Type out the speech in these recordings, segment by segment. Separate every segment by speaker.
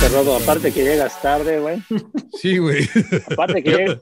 Speaker 1: Te robo, aparte que llegas tarde, güey.
Speaker 2: Sí, güey.
Speaker 1: Aparte que llegas.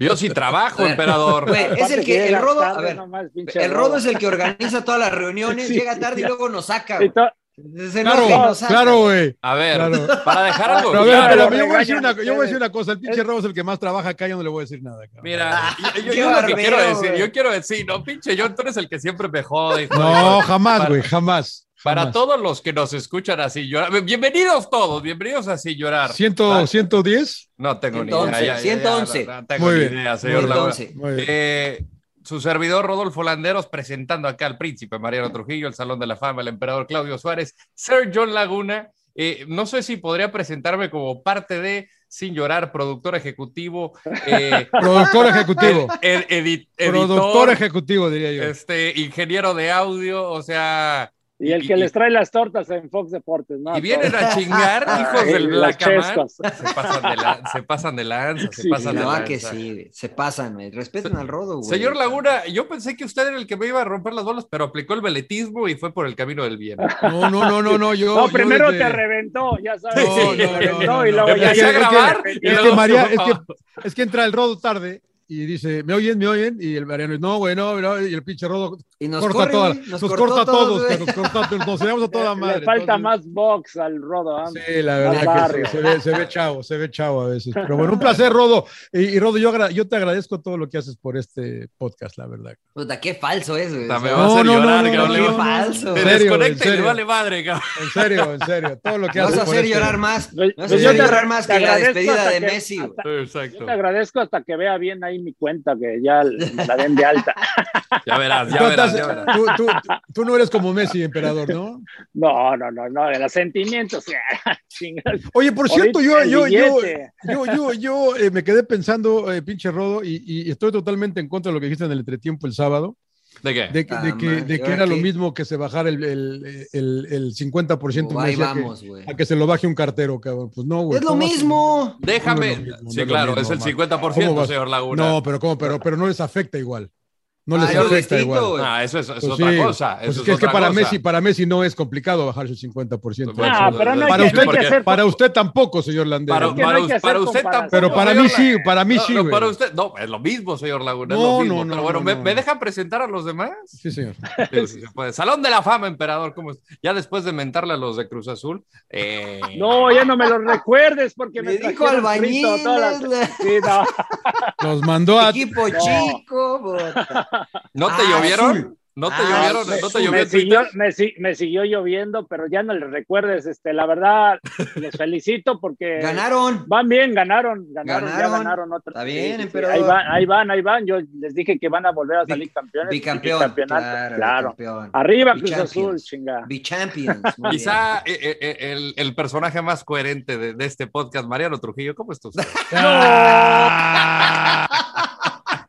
Speaker 2: Yo sí trabajo, emperador.
Speaker 3: Güey, es
Speaker 1: Aparte
Speaker 3: el
Speaker 1: que
Speaker 3: que, el
Speaker 1: llega
Speaker 3: rodo,
Speaker 1: tarde
Speaker 3: a ver,
Speaker 1: nomás, pinche
Speaker 3: el rodo
Speaker 1: Rodo.
Speaker 3: es el que organiza todas las reuniones, llega tarde y luego nos saca.
Speaker 1: Y
Speaker 3: güey.
Speaker 1: to-
Speaker 3: Es el
Speaker 2: Claro,
Speaker 3: que nos saca.
Speaker 2: claro, güey.
Speaker 4: A ver,
Speaker 2: Claro.
Speaker 4: para dejar algo
Speaker 2: Pero a ver,
Speaker 4: claro,
Speaker 2: pero
Speaker 1: lo
Speaker 2: yo, voy a decir
Speaker 1: regañan
Speaker 2: una, yo voy a decir
Speaker 1: ustedes.
Speaker 2: una cosa, el pinche Robo es el que más trabaja acá, yo no le voy a decir nada. cabrón.
Speaker 4: Mira, yo- yo,
Speaker 3: Qué
Speaker 4: yo lo que
Speaker 3: barbero,
Speaker 4: quiero decir,
Speaker 3: güey.
Speaker 4: yo quiero decir, no, pinche John, tú eres el que siempre me jode. hijo de-
Speaker 2: No, jamás,
Speaker 4: Para-
Speaker 2: güey, jamás.
Speaker 4: Para
Speaker 2: jamás.
Speaker 4: todos los que nos escuchan así llorar, bienvenidos todos, bienvenidos a Sin Llorar.
Speaker 2: Ciento- 110.
Speaker 4: No tengo ni
Speaker 3: Entonces,
Speaker 4: idea. ya, ya, ya,
Speaker 3: 111.
Speaker 4: no, no tengo
Speaker 2: Muy
Speaker 4: ni
Speaker 2: bien.
Speaker 4: idea, señor Laguna.
Speaker 3: Entonces,
Speaker 2: Muy bien.
Speaker 4: Eh, su servidor Rodolfo Landeros presentando acá al príncipe Mariano Trujillo, el Salón de la Fama, el emperador Claudio Suárez, Sir John Laguna. Eh, no sé si podría presentarme como parte de Sin Llorar, productor ejecutivo, eh,
Speaker 2: Productor ejecutivo.
Speaker 4: ed- edit-
Speaker 2: Productor
Speaker 4: editor,
Speaker 2: ejecutivo, diría yo.
Speaker 4: este, ingeniero de audio, o sea,
Speaker 1: Y el que
Speaker 4: Y-
Speaker 1: les trae las tortas en Fox Deportes, ¿no?
Speaker 4: y vienen a chingar, hijos
Speaker 1: Ay,
Speaker 4: del
Speaker 1: las
Speaker 4: Blacamán.
Speaker 1: chescas.
Speaker 4: Se pasan de, la- se pasan de lanza, se
Speaker 1: Sí,
Speaker 4: pasan de
Speaker 3: La
Speaker 4: lanza.
Speaker 3: verdad que sí, güey. se pasan, güey. respeten al rodo, güey.
Speaker 4: Señor Laguna, yo pensé que usted era el que me iba a romper las bolas, pero aplicó el veletismo y fue por el camino del bien.
Speaker 2: No, no, no, no, no. Yo,
Speaker 1: No,
Speaker 2: yo
Speaker 1: primero
Speaker 2: desde-
Speaker 1: te reventó, ya sabes.
Speaker 4: No, no,
Speaker 1: te
Speaker 4: no,
Speaker 1: reventó
Speaker 2: no,
Speaker 1: y
Speaker 2: no.
Speaker 1: luego ya
Speaker 4: Empecé a grabar
Speaker 1: llegas- te-
Speaker 4: y
Speaker 2: Es que,
Speaker 4: luego-
Speaker 2: María, es, que, es que entra el rodo tarde y dice, ¿me oyen? ¿Me oyen? Y el Mariano, no, güey, no, no", y el pinche rodo
Speaker 3: y nos
Speaker 2: corta
Speaker 3: corre,
Speaker 2: toda,
Speaker 3: güey,
Speaker 2: nos, corta a todos,
Speaker 3: güey.
Speaker 2: que nos corta, a todos, nos llevamos a toda madre.
Speaker 1: Le falta
Speaker 2: Entonces,
Speaker 1: más box al rodo. ¿ah?
Speaker 2: Sí, la verdad
Speaker 1: Más
Speaker 2: que sí,
Speaker 1: barrio.
Speaker 2: se, ve, se ve chavo, se ve chavo a veces. Pero bueno, un placer, Rodo. Y, y Rodo, yo, agra- yo te agradezco todo lo que haces por este podcast, la verdad.
Speaker 3: Puta, qué falso es, güey.
Speaker 4: Puta, me
Speaker 3: O sea,
Speaker 4: va a hacer
Speaker 2: No, no,
Speaker 4: llorar,
Speaker 2: no, no,
Speaker 4: cabrón.
Speaker 2: no,
Speaker 4: Le
Speaker 3: qué
Speaker 4: va-
Speaker 2: no,
Speaker 3: falso.
Speaker 4: Te
Speaker 2: En serio, en
Speaker 4: desconecta y le
Speaker 2: serio.
Speaker 4: vale madre, cabrón.
Speaker 2: En serio, en serio, todo lo que
Speaker 3: Me vas
Speaker 2: haces
Speaker 3: a
Speaker 2: por
Speaker 3: hacer
Speaker 2: este-
Speaker 3: llorar más. Me
Speaker 1: Pues-
Speaker 3: vas a
Speaker 1: pues
Speaker 3: hacer
Speaker 1: yo te-
Speaker 3: llorar más
Speaker 1: te
Speaker 3: que la
Speaker 1: agradezco
Speaker 3: despedida
Speaker 1: hasta
Speaker 3: de
Speaker 1: que-
Speaker 3: Messi, güey.
Speaker 1: hasta- Yo
Speaker 4: Exacto.
Speaker 1: te agradezco hasta que vea bien ahí mi cuenta, que ya la den de alta.
Speaker 4: Ya verás, ya
Speaker 2: Tú
Speaker 4: verás,
Speaker 2: estás-
Speaker 4: ya verás.
Speaker 2: Tú, tú- tú no eres como Messi, emperador, ¿no?
Speaker 1: No, no, no, no, de los sentimientos. ah, chingas.
Speaker 2: Oye, por cierto, yo,
Speaker 1: Ahorita
Speaker 2: yo,
Speaker 1: el
Speaker 2: yo,
Speaker 1: billete.
Speaker 2: yo, yo, yo, eh, me quedé pensando, eh, pinche Rodo, y, y estoy totalmente en contra de lo que dijiste en el entretiempo el sábado,
Speaker 4: ¿De qué?
Speaker 2: de, que-
Speaker 3: Ah,
Speaker 2: de que,
Speaker 3: man,
Speaker 2: de
Speaker 3: ¿y
Speaker 2: que
Speaker 3: ahora
Speaker 2: era lo
Speaker 3: qué?
Speaker 2: mismo que se bajara el, el, el, el 50%
Speaker 3: Oh, ahí
Speaker 2: Messi a que-
Speaker 3: vamos, güey.
Speaker 2: a que se lo baje un cartero, cabrón. Pues no, güey.
Speaker 3: Es lo
Speaker 2: ¿cómo vas a-
Speaker 3: mismo.
Speaker 4: Déjame.
Speaker 2: No es lo mismo, no
Speaker 4: sí,
Speaker 2: es lo
Speaker 4: claro,
Speaker 2: mismo,
Speaker 4: es el
Speaker 2: Omar.
Speaker 4: 50%,
Speaker 2: ¿Cómo vas?
Speaker 4: señor Laguna.
Speaker 2: No, pero cómo, pero, pero no les afecta igual. No
Speaker 3: Ah,
Speaker 2: les
Speaker 3: es algo
Speaker 2: afecta
Speaker 3: distinto,
Speaker 2: igual.
Speaker 3: güey.
Speaker 4: Ah, eso es, es
Speaker 2: Pues
Speaker 4: otra
Speaker 2: sí,
Speaker 4: cosa.
Speaker 2: pues
Speaker 4: eso
Speaker 2: es que, es que
Speaker 4: otra
Speaker 2: para
Speaker 4: cosa. Pues,
Speaker 2: Messi, para Messi no es complicado bajar su 50%.
Speaker 4: Bueno,
Speaker 1: No, pero no hay
Speaker 2: para,
Speaker 1: que-
Speaker 2: usted,
Speaker 1: no hay que hacer-
Speaker 2: para usted tampoco, señor Landero.
Speaker 4: Para,
Speaker 1: que no
Speaker 4: para-
Speaker 1: hay que hacer
Speaker 4: para usted tampoco.
Speaker 1: comparaciones.
Speaker 2: pero para
Speaker 4: señor
Speaker 2: mí
Speaker 4: Laguna.
Speaker 2: sí, para mí
Speaker 4: No,
Speaker 2: sí,
Speaker 4: no,
Speaker 2: güey.
Speaker 4: para usted, no, es lo mismo, señor Laguna, es
Speaker 2: No,
Speaker 4: lo mismo.
Speaker 2: no,
Speaker 4: pero
Speaker 2: no,
Speaker 4: bueno,
Speaker 2: no,
Speaker 4: me,
Speaker 2: no.
Speaker 4: me dejan presentar a los demás?
Speaker 2: Sí, señor.
Speaker 4: Sí, sí se puede. Salón de la fama, emperador, ¿cómo es? Ya después de mentarle a los de Cruz Azul. eh,
Speaker 1: No, ya no me lo recuerdes porque me
Speaker 3: Le dijo
Speaker 1: trajeron frito
Speaker 3: albañiles,
Speaker 1: todas las-
Speaker 3: la-
Speaker 1: Sí, no.
Speaker 2: Nos mandó a.
Speaker 3: equipo
Speaker 1: No.
Speaker 3: chico, puta.
Speaker 4: ¿No te
Speaker 3: Ah,
Speaker 4: llovieron?
Speaker 3: azul.
Speaker 4: ¿No te
Speaker 3: Ah,
Speaker 4: llovieron?
Speaker 1: me,
Speaker 4: ¿No te
Speaker 1: me
Speaker 4: llovieron?
Speaker 1: siguió, me si- me siguió lloviendo, pero ya no les recuerdes. Este, la verdad, les felicito porque
Speaker 3: Ganaron.
Speaker 1: van bien, ganaron, ganaron,
Speaker 3: Ganaron.
Speaker 1: ya ganaron otra.
Speaker 3: Está bien,
Speaker 1: pero
Speaker 3: emperador.
Speaker 1: Ahí van, ahí van, ahí van. Yo les dije que van a volver a salir campeones. y
Speaker 3: Bicampeón.
Speaker 1: bicampeonato,
Speaker 3: Claro.
Speaker 1: claro.
Speaker 3: bicampeón.
Speaker 1: Arriba Cruz
Speaker 3: Bichampions.
Speaker 1: Azul, chinga.
Speaker 3: Bichampions. muy
Speaker 4: Quizá eh, eh, eh, el, el personaje más coherente de, de este podcast, Mariano Trujillo, ¿cómo estás?
Speaker 2: Ah,
Speaker 3: bien. Puta,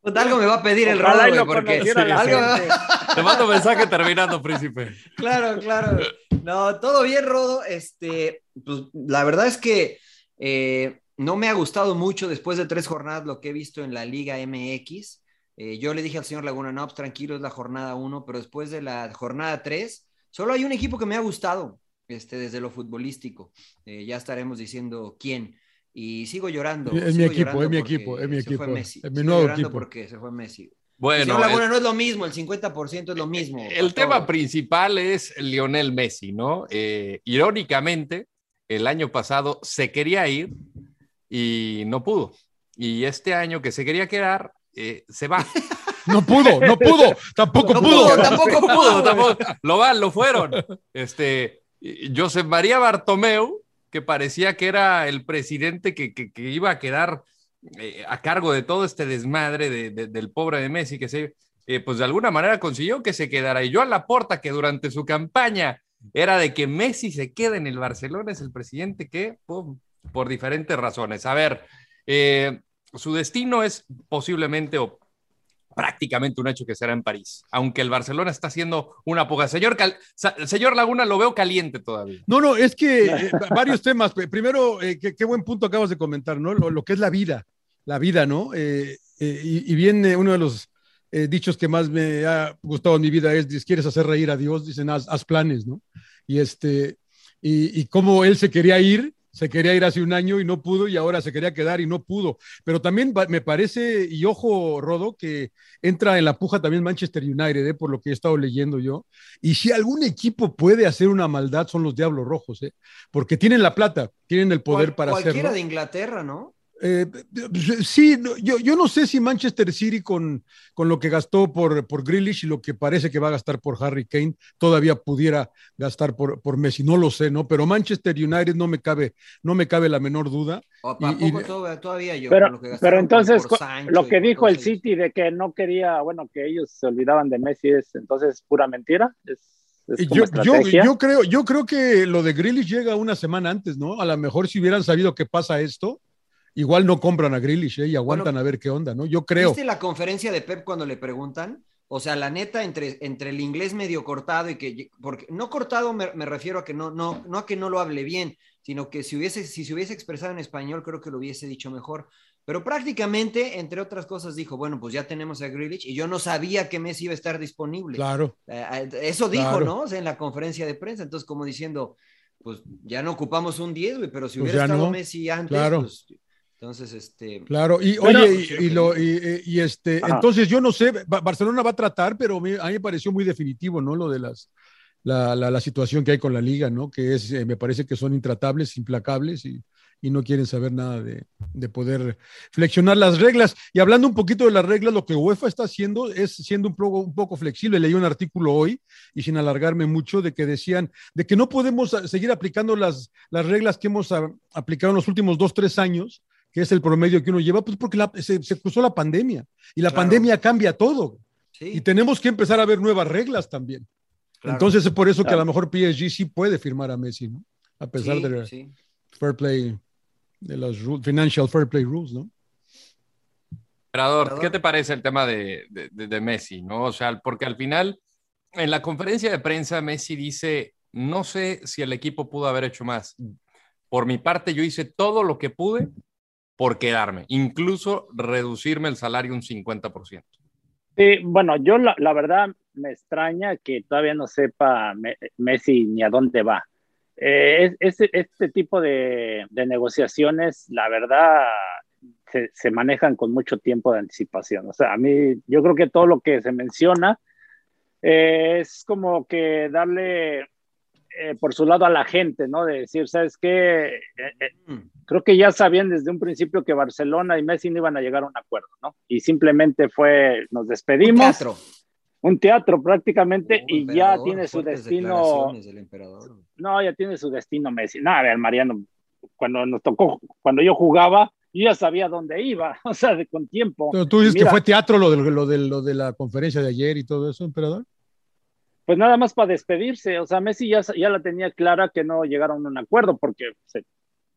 Speaker 3: Pues Algo me va a pedir el
Speaker 1: Ojalá
Speaker 3: rodo,
Speaker 1: y lo
Speaker 3: güey, porque
Speaker 1: conociera la
Speaker 3: algo me va-
Speaker 1: gente.
Speaker 4: Te mando mensaje terminando, príncipe.
Speaker 3: Claro, claro. No, todo bien, Rodo. Este, pues la verdad es que eh, no me ha gustado mucho después de tres jornadas lo que he visto en la Liga MX. Eh, yo le dije al señor Laguna, no, pues tranquilo, es la jornada uno, pero después de la jornada tres, solo hay un equipo que me ha gustado, este, desde lo futbolístico. Eh, ya estaremos diciendo quién. Y sigo llorando.
Speaker 2: Es mi
Speaker 3: sigo
Speaker 2: equipo,
Speaker 3: llorando
Speaker 2: es mi
Speaker 3: porque
Speaker 2: equipo, es mi
Speaker 3: se fue
Speaker 2: equipo,
Speaker 3: Messi.
Speaker 2: es mi
Speaker 3: Sigo
Speaker 2: nuevo
Speaker 3: llorando
Speaker 2: equipo.
Speaker 3: porque se fue Messi.
Speaker 4: Bueno, este,
Speaker 3: Señor Laguna,
Speaker 4: el-
Speaker 3: no es lo mismo, el 50% es lo mismo.
Speaker 4: El tema principal es Lionel Messi, ¿no? Eh, irónicamente, el año pasado se quería ir y no pudo. Y este año que se quería quedar, eh, se va.
Speaker 2: No pudo, no pudo, tampoco pudo.
Speaker 4: tampoco pudo, tampoco. Lo van, lo fueron. Este, y- Josep María Bartomeu, que parecía que era el presidente que, que- que iba a quedar eh, a cargo de todo este desmadre de- de- del pobre de Messi, que se, eh, pues de alguna manera consiguió que se quedara. Y Joan Laporta, que durante su campaña era de que Messi se quede en el Barcelona, es el presidente que, pum, por diferentes razones. A ver, eh, su destino es posiblemente o prácticamente un hecho que será en París, aunque el Barcelona está haciendo una poca. Señor, Cal- Sa- señor Laguna, lo veo caliente todavía.
Speaker 2: No, no, es que eh, va- varios temas. P- Primero, eh, qué, qué buen punto acabas de comentar, ¿no? Lo, lo que es la vida, la vida, ¿no? Eh, eh, y, y viene uno de los eh, dichos que más me ha gustado en mi vida es, dices, ¿quieres hacer reír a Dios? Dicen, haz, haz planes, ¿no? Y este, y, y cómo él se quería ir, se quería ir hace un año y no pudo, y ahora se quería quedar y no pudo. Pero también va- me parece, y ojo, Rodo, que entra en la puja también Manchester United, ¿eh? por lo que he estado leyendo yo. Y si algún equipo puede hacer una maldad, son los Diablos Rojos, ¿eh? porque tienen la plata, tienen el poder para
Speaker 3: Cualquiera
Speaker 2: hacerlo.
Speaker 3: de Inglaterra, ¿no?
Speaker 2: Eh, sí, no, yo, yo no sé si Manchester City con, con lo que gastó por, por Grealish y lo que parece que va a gastar por Harry Kane todavía pudiera gastar por, por Messi, no lo sé, ¿no? Pero Manchester United no me cabe, no me cabe la menor duda.
Speaker 3: ¿O
Speaker 2: Y-
Speaker 3: ¿A
Speaker 2: y-
Speaker 3: poco todavía, todavía yo? con
Speaker 1: Pero,
Speaker 3: lo que gastaron
Speaker 1: pero entonces,
Speaker 3: por
Speaker 1: cu-
Speaker 3: Sancho
Speaker 1: lo
Speaker 3: y
Speaker 1: que
Speaker 3: por
Speaker 1: dijo
Speaker 3: todos
Speaker 1: el
Speaker 3: ellos.
Speaker 1: City de que no quería, bueno, que ellos se olvidaban de Messi, es entonces pura mentira. Es, es como
Speaker 2: Yo, yo,
Speaker 1: estrategia.
Speaker 2: yo creo, yo creo que lo de Grealish llega una semana antes, ¿no? A lo mejor si hubieran sabido que pasa esto, igual no compran a Grealish ¿eh? y aguantan a ver qué onda, ¿no? Yo creo.
Speaker 3: ¿Viste la conferencia de Pep cuando le preguntan? O sea, la neta, entre, entre el inglés medio cortado y que, porque no cortado me, me refiero a que no, no, no a que no lo hable bien, sino que si, hubiese, si se hubiese expresado en español, creo que lo hubiese dicho mejor. Pero prácticamente, entre otras cosas, dijo, bueno, pues ya tenemos a Grealish y yo no sabía que Messi iba a estar disponible.
Speaker 2: Claro.
Speaker 3: Eh, eh, Eso dijo,
Speaker 2: Claro.
Speaker 3: ¿no? O sea, en la conferencia de prensa, entonces como diciendo, pues ya no ocupamos un 10, güey, pero si
Speaker 2: Pues
Speaker 3: hubiera
Speaker 2: ya
Speaker 3: estado
Speaker 2: no.
Speaker 3: Messi antes,
Speaker 2: Claro.
Speaker 3: pues, entonces, este...
Speaker 2: Claro, y
Speaker 3: Bueno,
Speaker 2: oye,
Speaker 3: pues,
Speaker 2: y, y lo, y, eh, y este,
Speaker 3: Ajá.
Speaker 2: entonces yo no sé, Ba- Barcelona va a tratar, pero me- a mí me pareció muy definitivo, ¿no? Lo de las, la, la- la situación que hay con la liga, ¿no? Que es, eh, me parece que son intratables, implacables y, y no quieren saber nada de, de poder flexionar las reglas. Y hablando un poquito de las reglas, lo que UEFA está haciendo es siendo un poco, un poco flexible. Leí un artículo hoy y sin alargarme mucho de que decían de que no podemos ah, seguir aplicando las, las reglas que hemos ah, aplicado en los últimos dos, tres años que es el promedio que uno lleva, pues porque la- se, se cruzó la pandemia y la pandemia cambia todo. Y tenemos que empezar a ver nuevas reglas también.
Speaker 3: Claro.
Speaker 2: Entonces es por eso que a
Speaker 3: Claro.
Speaker 2: lo mejor PSG sí puede firmar a Messi, ¿no? A pesar
Speaker 3: Sí,
Speaker 2: del
Speaker 3: sí.
Speaker 2: fair play, de las ru- financial fair play rules, ¿no?
Speaker 4: Emperador, ¿qué te parece el tema de, de- de- de Messi? ¿no? O sea, porque al final, en la conferencia de prensa, Messi dice, no sé si el equipo pudo haber hecho más. Por mi parte, yo hice todo lo que pude por quedarme, incluso reducirme el salario un 50%.
Speaker 1: Sí, bueno, yo la, la verdad me extraña que todavía no sepa Me- Messi ni a dónde va. Eh, es- es- este tipo de, de negociaciones, la verdad, se, se manejan con mucho tiempo de anticipación. O sea, a mí, yo creo que todo lo que se menciona eh, es como que darle eh, por su lado a la gente, ¿no? De decir, ¿sabes qué? Eh, eh, creo que ya sabían desde un principio que Barcelona y Messi no iban a llegar a un acuerdo, ¿no? Y simplemente fue, nos despedimos. Un teatro. Un teatro prácticamente este y ya
Speaker 3: emperador,
Speaker 1: tiene su
Speaker 3: fuertes
Speaker 1: destino.
Speaker 3: declaraciones del emperador.
Speaker 1: No, ya tiene su destino Messi. No, a ver, Mariano, cuando nos tocó, cuando yo jugaba, yo ya sabía dónde iba, o sea, de- con tiempo.
Speaker 2: Pero tú dices
Speaker 1: Mira,
Speaker 2: que fue teatro lo de, lo, de, lo de la conferencia de ayer y todo eso, emperador.
Speaker 1: Pues nada más para despedirse, o sea, Messi ya, sa- ya la tenía clara que no llegaron a un acuerdo, porque se-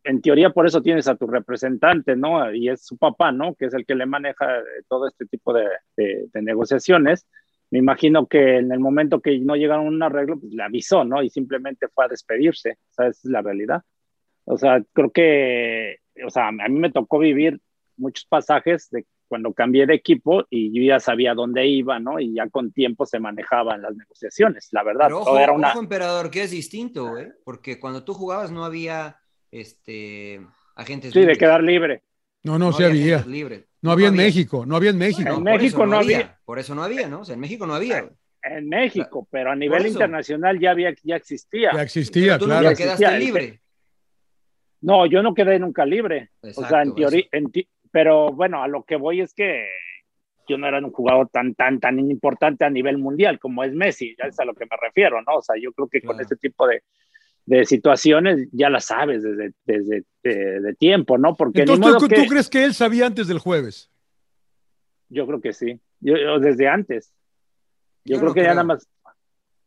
Speaker 1: en teoría por eso tienes a tu representante, ¿no? Y es su papá, ¿no? Que es el que le maneja eh, todo este tipo de, de- de negociaciones. Me imagino que en el momento que no llegaron a un arreglo, pues le avisó, ¿no? Y simplemente fue a despedirse, o sea, esa es la realidad. O sea, creo que, o sea, a mí me tocó vivir muchos pasajes de cuando cambié de equipo y yo ya sabía dónde iba, ¿no? Y ya con tiempo se manejaban las negociaciones, la verdad.
Speaker 3: Pero
Speaker 1: todo
Speaker 3: ojo,
Speaker 1: era una...
Speaker 3: ojo, emperador, que es distinto, güey, porque cuando tú jugabas no había este, agentes
Speaker 1: Sí, de
Speaker 3: libres.
Speaker 1: quedar libre.
Speaker 2: No, no,
Speaker 3: No
Speaker 2: sí
Speaker 3: había
Speaker 2: había.
Speaker 3: agentes libres.
Speaker 2: No había en México, no había en México.
Speaker 3: Bueno,
Speaker 1: En
Speaker 3: por eso
Speaker 1: México no había.
Speaker 3: Por eso no había, ¿no? O sea, en México no había. güey.
Speaker 1: En México, pero a nivel
Speaker 3: eso.
Speaker 1: internacional ya había, ya existía.
Speaker 2: Ya existía,
Speaker 3: Tú
Speaker 2: claro.
Speaker 3: nunca quedaste
Speaker 1: existía.
Speaker 3: libre.
Speaker 1: No, yo no quedé nunca libre. o sea,
Speaker 3: Exacto,
Speaker 1: en teoría, en ti- pero bueno, a lo que voy es que yo no era un jugador tan, tan, tan importante a nivel mundial como es Messi, ya es a lo que me refiero, ¿no? O sea, yo creo que con este tipo de, de situaciones ya la sabes desde, desde de, de tiempo, ¿no? Porque ni
Speaker 2: Entonces,
Speaker 1: modo
Speaker 2: ¿tú,
Speaker 1: que-
Speaker 2: tú crees que él sabía antes del jueves?
Speaker 1: yo creo que sí, yo, yo desde antes. Yo,
Speaker 3: Yo
Speaker 1: creo
Speaker 3: no
Speaker 1: que ya
Speaker 3: creo.
Speaker 1: nada más.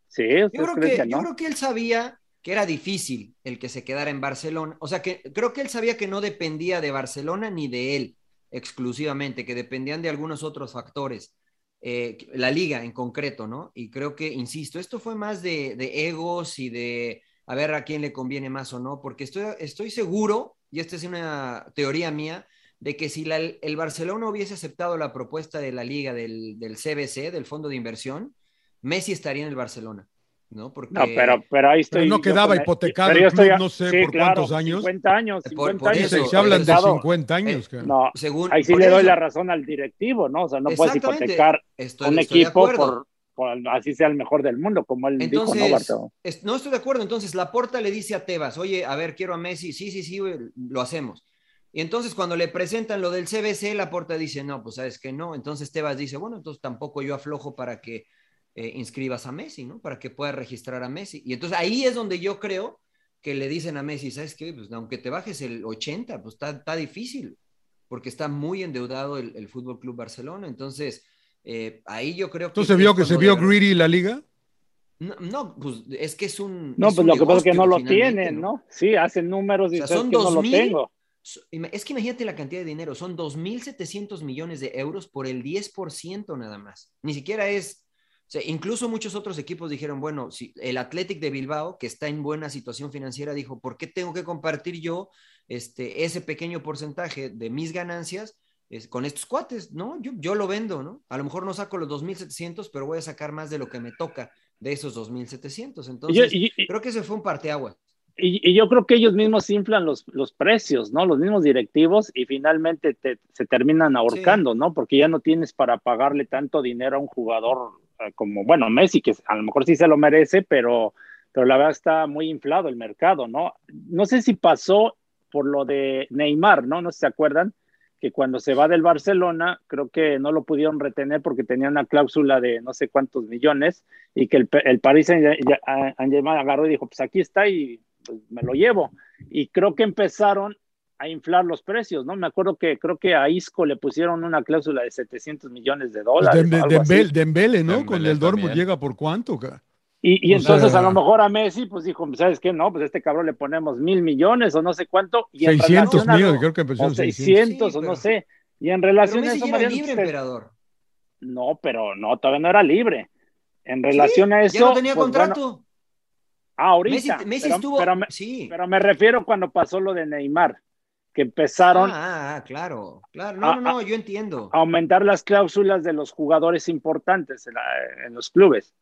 Speaker 1: Sí, ¿ustedes
Speaker 3: Yo creo,
Speaker 1: creen
Speaker 3: que,
Speaker 1: que
Speaker 3: yo
Speaker 1: no?
Speaker 3: creo que él sabía que era difícil el que se quedara en Barcelona. O sea, que creo que él sabía que no dependía de Barcelona ni de él exclusivamente, que dependían de algunos otros factores. eh, la liga en concreto, ¿no? Y creo que, insisto, esto fue más de, de egos y de a ver a quién le conviene más o no, porque estoy, estoy seguro, y esta es una teoría mía, de que si la- el Barcelona hubiese aceptado la propuesta de la liga del, del CBC, del Fondo de Inversión, Messi estaría en el Barcelona, ¿no? Porque
Speaker 1: No, pero, pero ahí estoy.
Speaker 2: Pero no
Speaker 1: yo
Speaker 2: quedaba
Speaker 1: con el-
Speaker 2: hipotecado
Speaker 1: pero yo
Speaker 2: el club,
Speaker 1: estoy-
Speaker 2: no sé
Speaker 1: sí,
Speaker 2: por
Speaker 1: claro,
Speaker 2: cuántos años.
Speaker 1: 50 años,
Speaker 3: Por-
Speaker 1: 50
Speaker 3: por
Speaker 1: años.
Speaker 3: eso,
Speaker 2: se hablan de
Speaker 1: Pensado.
Speaker 2: 50 años. cara.
Speaker 1: Eh, No,
Speaker 3: según...
Speaker 1: ahí sí
Speaker 3: por
Speaker 1: le doy
Speaker 3: eso-
Speaker 1: la razón al directivo, ¿no? O sea, no puedes
Speaker 3: Exactamente.
Speaker 1: hipotecar
Speaker 3: Estoy-
Speaker 1: un
Speaker 3: estoy de
Speaker 1: equipo
Speaker 3: acuerdo.
Speaker 1: por, por así sea el mejor del mundo, como él dijo, ¿no,
Speaker 3: Entonces,
Speaker 1: Bartolo?
Speaker 3: es- no estoy de acuerdo. Entonces, Laporta le dice a Tebas, oye, a ver, quiero a Messi. Sí, sí, sí, güey, lo hacemos. Y entonces, cuando le presentan lo del CBC, Laporta dice, no, pues sabes que no. Entonces, Tebas dice, bueno, entonces tampoco yo aflojo para que eh, inscribas a Messi, ¿no? Para que puedas registrar a Messi. Y entonces ahí es donde yo creo que le dicen a Messi, ¿sabes qué? Pues aunque te bajes el 80, pues está, está difícil, porque está muy endeudado el, el Fútbol Club Barcelona. Entonces, eh, ahí yo creo que.
Speaker 2: Entonces
Speaker 3: es
Speaker 2: vio que se
Speaker 3: cuando
Speaker 2: vio
Speaker 3: de verdad-
Speaker 2: greedy la liga.
Speaker 3: no, no, pues es que es un.
Speaker 1: No,
Speaker 3: es
Speaker 1: pues
Speaker 3: un
Speaker 1: lo que pasa es que no
Speaker 3: negocio,
Speaker 1: lo
Speaker 3: finalmente,
Speaker 1: tienen, ¿no? Sí, hacen números y
Speaker 3: O sea,
Speaker 1: sabes
Speaker 3: son
Speaker 1: que no lo
Speaker 3: 2000.
Speaker 1: tengo.
Speaker 3: So- ima- Es que imagínate la cantidad de dinero, son 2.700 millones de euros por el 10% nada más. Ni siquiera es. o sea, incluso muchos otros equipos dijeron, bueno, si el Athletic de Bilbao, que está en buena situación financiera, dijo, ¿por qué tengo que compartir yo este, ese pequeño porcentaje de mis ganancias es- con estos cuates? No, yo, yo lo vendo, ¿no? A lo mejor no saco los 2.700, pero voy a sacar más de lo que me toca de esos 2.700.
Speaker 1: Y yo-
Speaker 3: Entonces,
Speaker 1: y- y-
Speaker 3: Creo que ese fue un parteaguas.
Speaker 1: Y, y yo creo que ellos mismos inflan los, los precios, ¿no? Los mismos directivos y finalmente te- se terminan ahorcando, ¿no? Porque ya no tienes para pagarle tanto dinero a un jugador eh, como, bueno, Messi, que a lo mejor sí se lo merece, pero, pero la verdad está muy inflado el mercado, ¿no? No sé si pasó por lo de Neymar, ¿no? No sé si se acuerdan que cuando se va del Barcelona, creo que no lo pudieron retener porque tenía una cláusula de no sé cuántos millones y que el, P- el Paris Saint-Germain agarró y dijo, pues aquí está y pues, me lo llevo. Y creo que empezaron a inflar los precios, ¿no? Me acuerdo que creo que a Isco le pusieron una cláusula de 700 millones de
Speaker 2: Pues
Speaker 1: dólares.
Speaker 2: Dembe-
Speaker 1: o algo así.
Speaker 2: Dembele, Dembele, ¿no? Con
Speaker 4: Dembele
Speaker 2: el Dortmund
Speaker 4: también.
Speaker 2: llega por cuánto, cara.
Speaker 1: Y, y
Speaker 2: O
Speaker 1: entonces
Speaker 2: sea-
Speaker 1: a lo mejor a Messi, pues dijo, pues, ¿sabes qué? No, pues este cabrón le ponemos mil millones o no sé cuánto. Y en
Speaker 2: 600
Speaker 1: relación a-
Speaker 2: millones, creo que empezó
Speaker 1: o
Speaker 2: en 600.
Speaker 1: 600
Speaker 3: Sí,
Speaker 1: o
Speaker 3: pero-
Speaker 1: no sé. Y en
Speaker 3: Pero
Speaker 1: relación a
Speaker 3: Messi
Speaker 1: eso,
Speaker 3: ya era
Speaker 1: Mariano, pues,
Speaker 3: libre,
Speaker 1: usted-
Speaker 3: emperador.
Speaker 1: no, pero no, todavía no era libre. En relación a eso,
Speaker 3: ya no tenía
Speaker 1: pues, bueno,
Speaker 3: contrato.
Speaker 1: ah, ahorita,
Speaker 3: Messi, Messi
Speaker 1: pero,
Speaker 3: estuvo.
Speaker 1: pero me,
Speaker 3: sí.
Speaker 1: pero me refiero cuando pasó lo de Neymar, que empezaron
Speaker 3: Ah, ah, claro, claro. No,
Speaker 1: Ah,
Speaker 3: no, no, yo entiendo.
Speaker 1: a aumentar las cláusulas de los jugadores importantes en, la- en los clubes.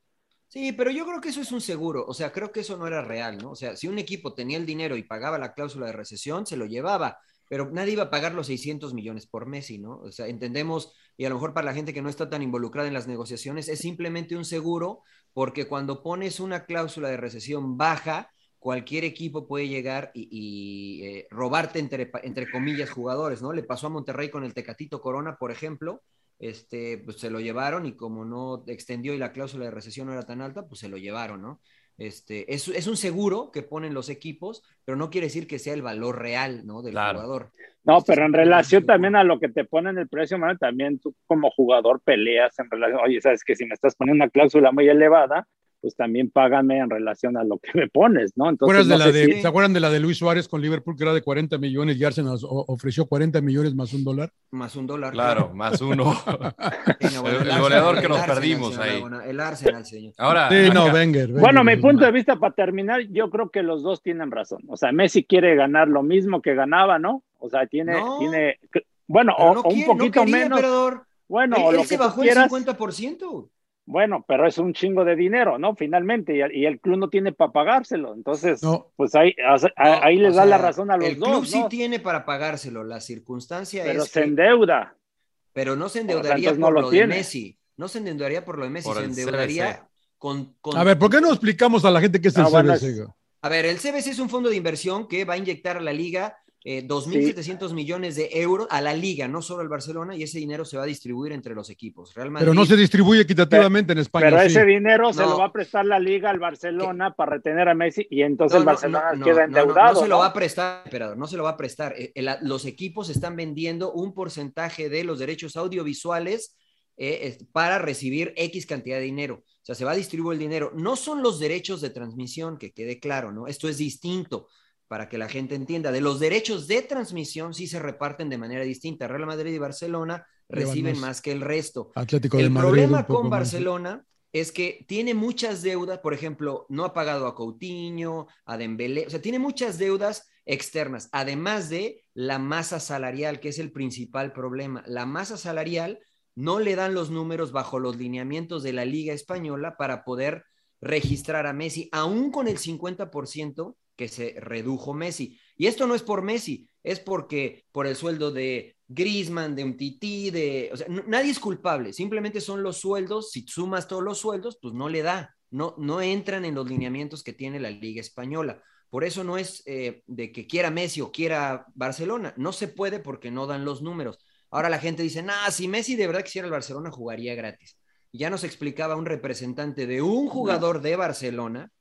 Speaker 3: Sí, pero yo creo que eso es un seguro. O sea, creo que eso no era real, ¿no? O sea, si un equipo tenía el dinero y pagaba la cláusula de recesión, se lo llevaba. Pero nadie iba a pagar los 600 millones por Messi, ¿no? O sea, entendemos, y a lo mejor para la gente que no está tan involucrada en las negociaciones, es simplemente un seguro, porque cuando pones una cláusula de recesión baja, cualquier equipo puede llegar y, y, eh, robarte, entre, pa- entre comillas, jugadores, ¿no? Le pasó a Monterrey con el Tecatito Corona, por ejemplo, este, pues se lo llevaron y como no extendió y la cláusula de recesión no era tan alta, pues se lo llevaron, ¿no? Este, es, es un seguro que ponen los equipos, pero no quiere decir que sea el valor real, ¿no? Del
Speaker 4: Claro.
Speaker 3: jugador.
Speaker 1: No,
Speaker 3: Este, simplemente es
Speaker 1: pero en
Speaker 3: un
Speaker 1: relación
Speaker 3: seguro.
Speaker 1: también a lo que te ponen el precio, Manuel, también tú como jugador peleas en relación, oye, sabes que si me estás poniendo una cláusula muy elevada, pues también págame en relación a lo que me pones, ¿no?
Speaker 2: ¿Te acuerdas
Speaker 1: Entonces,
Speaker 2: de
Speaker 1: no
Speaker 2: la
Speaker 1: sé
Speaker 2: de-
Speaker 1: si-
Speaker 2: ¿Se acuerdan de la de Luis Suárez con Liverpool que era de 40 millones y Arsenal o- ofreció 40 millones más un dólar?
Speaker 3: Más un dólar.
Speaker 4: Claro, más uno.
Speaker 3: Sí, no, bueno,
Speaker 4: El- el
Speaker 3: Arsenal,
Speaker 4: goleador que
Speaker 3: el
Speaker 4: nos
Speaker 3: Arsenal,
Speaker 4: perdimos
Speaker 3: señor
Speaker 4: ahí.
Speaker 3: Laguna, el Arsenal, señor.
Speaker 4: Ahora,
Speaker 2: Sí, no,
Speaker 4: acá-
Speaker 2: Wenger. Wenger,
Speaker 1: Ah, Bueno, mi
Speaker 2: es
Speaker 1: punto
Speaker 2: más.
Speaker 1: de vista para terminar, yo creo que los dos tienen razón. O sea, Messi quiere ganar lo mismo que ganaba, ¿no? O sea, tiene,
Speaker 3: No.
Speaker 1: tiene, bueno,
Speaker 3: Pero
Speaker 1: o,
Speaker 3: no
Speaker 1: o un
Speaker 3: quiere, no
Speaker 1: poquito
Speaker 3: quería,
Speaker 1: menos.
Speaker 3: emperador.
Speaker 1: Bueno,
Speaker 3: Él-
Speaker 1: o
Speaker 3: él
Speaker 1: lo
Speaker 3: se
Speaker 1: que tú
Speaker 3: bajó
Speaker 1: quieras.
Speaker 3: el 50%.
Speaker 1: Bueno, pero es un chingo de dinero, ¿no? Finalmente, y, y el club no tiene para pagárselo. Entonces,
Speaker 2: No.
Speaker 1: pues ahí, a- a- ahí
Speaker 3: No,
Speaker 1: les
Speaker 3: o
Speaker 1: da la
Speaker 3: sea,
Speaker 1: razón a los
Speaker 3: El
Speaker 1: dos,
Speaker 3: club sí
Speaker 1: ¿no?
Speaker 3: tiene para pagárselo. La circunstancia
Speaker 1: pero
Speaker 3: es
Speaker 1: se
Speaker 3: que
Speaker 1: endeuda.
Speaker 3: pero no se
Speaker 1: Por lo
Speaker 3: endeudaría
Speaker 1: tanto, no
Speaker 3: por
Speaker 1: lo
Speaker 3: lo, de
Speaker 1: tiene.
Speaker 3: Messi. No se endeudaría por lo de Messi,
Speaker 4: Por
Speaker 3: se
Speaker 4: el
Speaker 3: endeudaría con, con-
Speaker 2: A ver, ¿por qué no explicamos a la gente qué es el
Speaker 1: Ah, bueno,
Speaker 2: CBC? güey?
Speaker 3: A ver, el CBC es un fondo de inversión que va a inyectar a la liga eh, 2.700 millones de euros a la liga, no solo al Barcelona, y ese dinero se va a distribuir entre los equipos. Real Madrid,
Speaker 2: Pero no se distribuye equitativamente en España.
Speaker 1: Pero
Speaker 2: sí.
Speaker 1: ese dinero se
Speaker 3: No.
Speaker 1: lo va a prestar la liga al Barcelona para retener a Messi y entonces
Speaker 3: No,
Speaker 1: el
Speaker 3: no,
Speaker 1: Barcelona
Speaker 3: no, no, no,
Speaker 1: queda
Speaker 3: no,
Speaker 1: endeudado.
Speaker 3: No se lo
Speaker 1: ¿no?
Speaker 3: va a prestar, emperador, no se lo va a prestar. Eh, el- los equipos están vendiendo un porcentaje de los derechos audiovisuales eh, es- para recibir X cantidad de dinero. O sea, se va a distribuir el dinero. No son los derechos de transmisión, que quede claro, ¿no? Esto es distinto para que la gente entienda. De los derechos de transmisión sí se reparten de manera distinta. Real Madrid y Barcelona
Speaker 2: Llevan
Speaker 3: reciben
Speaker 2: más.
Speaker 3: más que el resto.
Speaker 2: Atlético de
Speaker 3: El
Speaker 2: Madrid, un
Speaker 3: problema
Speaker 2: poco
Speaker 3: con
Speaker 2: más, ¿eh? sí.
Speaker 3: Barcelona es que tiene muchas deudas, por ejemplo, no ha pagado a Coutinho, a Dembélé, o sea, tiene muchas deudas externas, además de la masa salarial, que es el principal problema. La masa salarial no le dan los números bajo los lineamientos de la Liga Española para poder registrar a Messi, aún con el 50% que se redujo Messi. Y esto no es por Messi, es porque por el sueldo de Griezmann, de un tití, de... O sea, n- nadie es culpable, simplemente son los sueldos, si sumas todos los sueldos, pues no le da, no, no entran en los lineamientos que tiene la Liga Española. Por eso no es eh, de que quiera Messi o quiera Barcelona, no se puede porque no dan los números. Ahora la gente dice, nah, si Messi de verdad quisiera el Barcelona, jugaría gratis. Ya nos explicaba un representante de un jugador de Barcelona,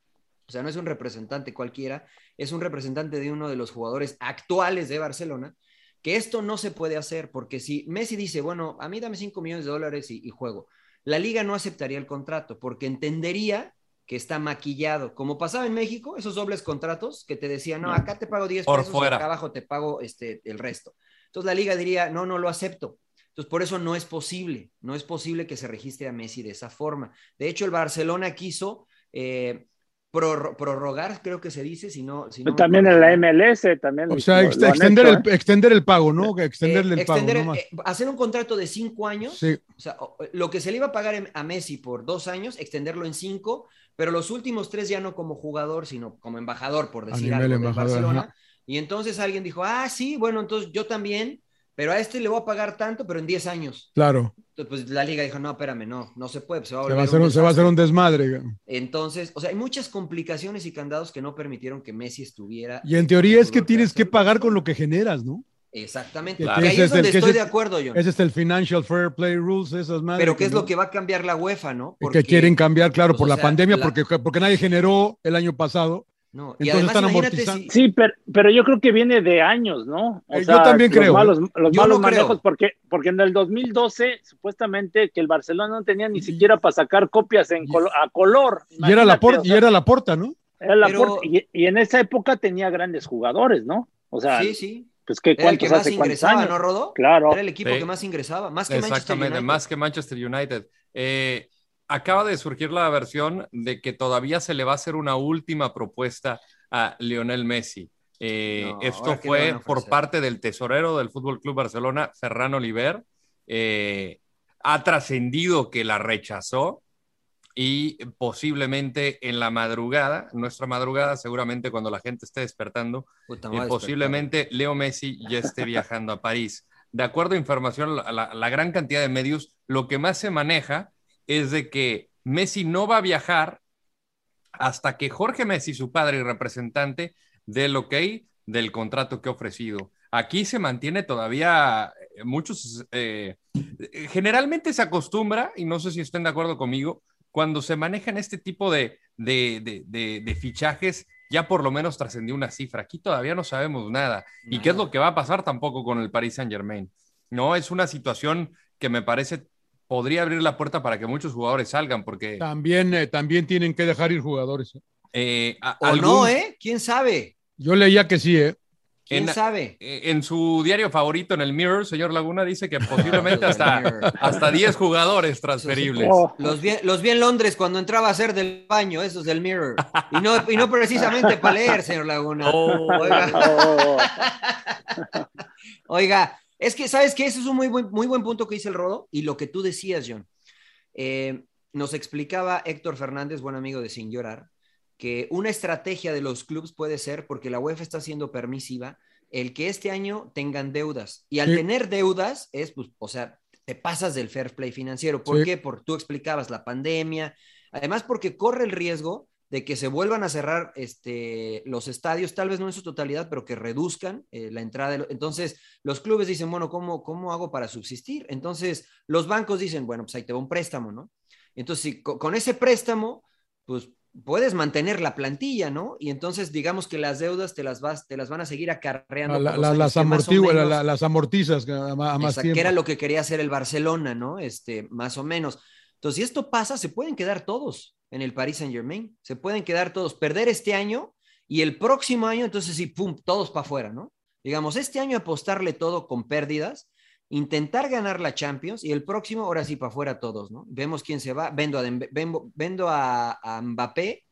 Speaker 3: o sea, no es un representante cualquiera, es un representante de uno de los jugadores actuales de Barcelona, que esto no se puede hacer, porque si Messi dice, bueno, a mí dame 5 millones de dólares y, y juego, la liga no aceptaría el contrato, porque entendería que está maquillado, como pasaba en México, esos dobles contratos que te decían, no, acá te pago 10
Speaker 4: Por
Speaker 3: pesos, y
Speaker 4: fuera.
Speaker 3: acá abajo te pago este, el resto. Entonces la liga diría, no, no lo acepto. Entonces por eso no es posible, no es posible que se registre a Messi de esa forma. De hecho, el Barcelona quiso... eh, pror- prorrogar, creo que se dice, si no... Si no me
Speaker 1: También en
Speaker 3: corrijo.
Speaker 1: la MLS, también.
Speaker 2: O sea,
Speaker 1: lo-
Speaker 2: ex-
Speaker 1: lo han
Speaker 2: extender,
Speaker 1: hecho,
Speaker 2: el, extender el pago, ¿no? Extenderle
Speaker 3: Eh,
Speaker 2: el pago.
Speaker 3: extender-
Speaker 2: no más.
Speaker 3: eh, hacer un contrato de cinco años,
Speaker 2: Sí.
Speaker 3: o sea, o- eh, lo que se le iba a pagar en- a Messi por dos años, extenderlo en cinco, pero los últimos tres ya no como jugador, sino como embajador, por decir
Speaker 2: nivel
Speaker 3: algo, del
Speaker 2: embajador,
Speaker 3: Barcelona.
Speaker 2: ajá.
Speaker 3: Y entonces alguien dijo, ah, sí, bueno, entonces yo también, pero a este le voy a pagar tanto, pero en 10 años.
Speaker 2: Claro.
Speaker 3: Entonces, pues la liga dijo, no, espérame, no, no se puede, pues, se va a
Speaker 2: Se va, a
Speaker 3: volver
Speaker 2: hacer
Speaker 3: un
Speaker 2: un, se va a hacer
Speaker 3: desastre".
Speaker 2: un desmadre. güey.
Speaker 3: Entonces, o sea, hay muchas complicaciones y candados que no permitieron que Messi estuviera.
Speaker 2: Y en teoría es que
Speaker 3: Fútbol
Speaker 2: tienes que
Speaker 3: Barcelona.
Speaker 2: pagar con lo que generas, ¿no?
Speaker 3: Exactamente.
Speaker 2: Que
Speaker 3: Y
Speaker 2: ese
Speaker 3: ahí es
Speaker 2: es el-
Speaker 3: donde
Speaker 2: que
Speaker 3: estoy
Speaker 2: ese-
Speaker 3: de acuerdo, John.
Speaker 2: Ese es el Financial Fair Play Rules, esas madres.
Speaker 3: Pero ¿qué es
Speaker 2: ¿no?
Speaker 3: lo que va a cambiar la UEFA, no?
Speaker 2: Que quieren cambiar, claro,
Speaker 3: pues,
Speaker 2: por
Speaker 3: o
Speaker 2: la
Speaker 3: sea,
Speaker 2: pandemia,
Speaker 3: la-
Speaker 2: porque, porque nadie generó el año pasado.
Speaker 3: No, y
Speaker 2: entonces
Speaker 3: además
Speaker 2: están
Speaker 3: imagínate
Speaker 2: amortizando.
Speaker 3: si-
Speaker 1: Sí, pero, pero yo creo que viene de años, ¿no?
Speaker 2: Eh, yo también
Speaker 1: los
Speaker 2: creo,
Speaker 1: Malos, los
Speaker 3: Yo
Speaker 1: malos
Speaker 3: no creo.
Speaker 1: manejos, porque, porque en el 2012, supuestamente, que el Barcelona no tenía ni siquiera para sacar copias en colo- a color.
Speaker 2: Y era, la
Speaker 1: Imagínate,
Speaker 2: por-
Speaker 1: o
Speaker 2: y
Speaker 1: sea,
Speaker 2: era la porta, ¿no?
Speaker 1: era la
Speaker 3: pero-
Speaker 1: por- y, y en esa época tenía grandes jugadores, ¿no? O sea,
Speaker 3: sí, sí.
Speaker 1: pues que
Speaker 3: Era el que
Speaker 1: cuántos
Speaker 3: más
Speaker 1: hace cuántos
Speaker 3: ingresaba,
Speaker 1: años.
Speaker 3: ¿no, Rodó?
Speaker 1: Claro.
Speaker 3: Era el equipo
Speaker 4: Sí.
Speaker 3: que más ingresaba, más que Manchester
Speaker 4: Exactamente,
Speaker 3: United.
Speaker 4: más que Manchester United. Eh, acaba de surgir la versión de que todavía se le va a hacer una última propuesta a Lionel Messi. Eh,
Speaker 3: No,
Speaker 4: esto
Speaker 3: ¿ahora qué le van
Speaker 4: fue
Speaker 3: a
Speaker 4: por
Speaker 3: ofrecer?
Speaker 4: parte del tesorero del Fútbol Club Barcelona, Ferran Oliver. Eh, ha trascendido que la rechazó y posiblemente en la madrugada, nuestra madrugada, seguramente cuando la gente esté despertando,
Speaker 3: Puta, me
Speaker 4: eh,
Speaker 3: voy a despertar.
Speaker 4: posiblemente Leo Messi ya esté viajando a París. De acuerdo a información, a la, a la gran cantidad de medios, lo que más se maneja es de que Messi no va a viajar hasta que Jorge Messi, su padre y representante, dé el ok del contrato que ha ofrecido. Aquí se mantiene todavía eh, muchos... eh, generalmente se acostumbra, y no sé si estén de acuerdo conmigo, cuando se manejan este tipo de, de- de- de- de fichajes, ya por lo menos trascendió una cifra. Aquí todavía no sabemos nada. ¿Y qué es lo que va a pasar tampoco con el Paris Saint Germain? No, es una situación que me parece podría abrir la puerta para que muchos jugadores salgan, porque
Speaker 2: También, eh, también tienen que dejar ir jugadores.
Speaker 4: eh, a-
Speaker 3: O
Speaker 4: algún-
Speaker 3: no, ¿eh? ¿Quién sabe?
Speaker 2: Yo leía que sí, ¿eh?
Speaker 3: ¿Quién
Speaker 4: En-
Speaker 3: sabe?
Speaker 4: eh, en su diario favorito, en el Mirror, señor Laguna dice que posiblemente
Speaker 3: Ah,
Speaker 4: hasta,
Speaker 3: Laguna.
Speaker 4: hasta 10 jugadores transferibles.
Speaker 1: Oh,
Speaker 3: Los vi, los vi en Londres cuando entraba a hacer del baño, esos del Mirror. Y no, y no precisamente para leer, señor Laguna. Oiga.
Speaker 1: oh.
Speaker 3: Oiga, es que, ¿sabes qué? Ese es un muy buen, muy buen punto que dice el Rodo y lo que tú decías, John. Eh, nos explicaba Héctor Fernández, buen amigo de Sin Llorar, que una estrategia de los clubes puede ser, porque la UEFA está siendo permisiva, el que este año tengan deudas. Y al
Speaker 2: Sí.
Speaker 3: tener deudas, es, pues, o sea, te pasas del fair play financiero. ¿Por
Speaker 2: Sí.
Speaker 3: qué? Porque tú explicabas la pandemia. Además, porque corre el riesgo de que se vuelvan a cerrar este, los estadios, tal vez no en su totalidad, pero que reduzcan eh, la entrada. de lo- Entonces, los clubes dicen, bueno, ¿cómo, ¿cómo hago para subsistir? Entonces, los bancos dicen, bueno, pues ahí te va un préstamo, ¿no? Entonces, si co- con ese préstamo, pues puedes mantener la plantilla, ¿no? Y entonces, digamos que las deudas te las, vas, te las van a seguir acarreando.
Speaker 2: Ah, la-
Speaker 3: por los
Speaker 2: la-
Speaker 3: años,
Speaker 2: las,
Speaker 3: que más o
Speaker 2: amortigua, la-
Speaker 3: menos-
Speaker 2: la- las amortizas a, a más
Speaker 3: Exacto,
Speaker 2: tiempo.
Speaker 3: que era lo que quería hacer el Barcelona, ¿no? Este, más o menos. Entonces, si esto pasa, se pueden quedar todos en el Paris Saint Germain, se pueden quedar todos, perder este año y el próximo año, entonces sí, pum, todos para afuera, ¿no? Digamos, este año apostarle todo con pérdidas, intentar ganar la Champions y el próximo, ahora sí, para afuera todos, ¿no? Vemos quién se va, vendo a, Dembe- vendo, vendo a, a Mbappé,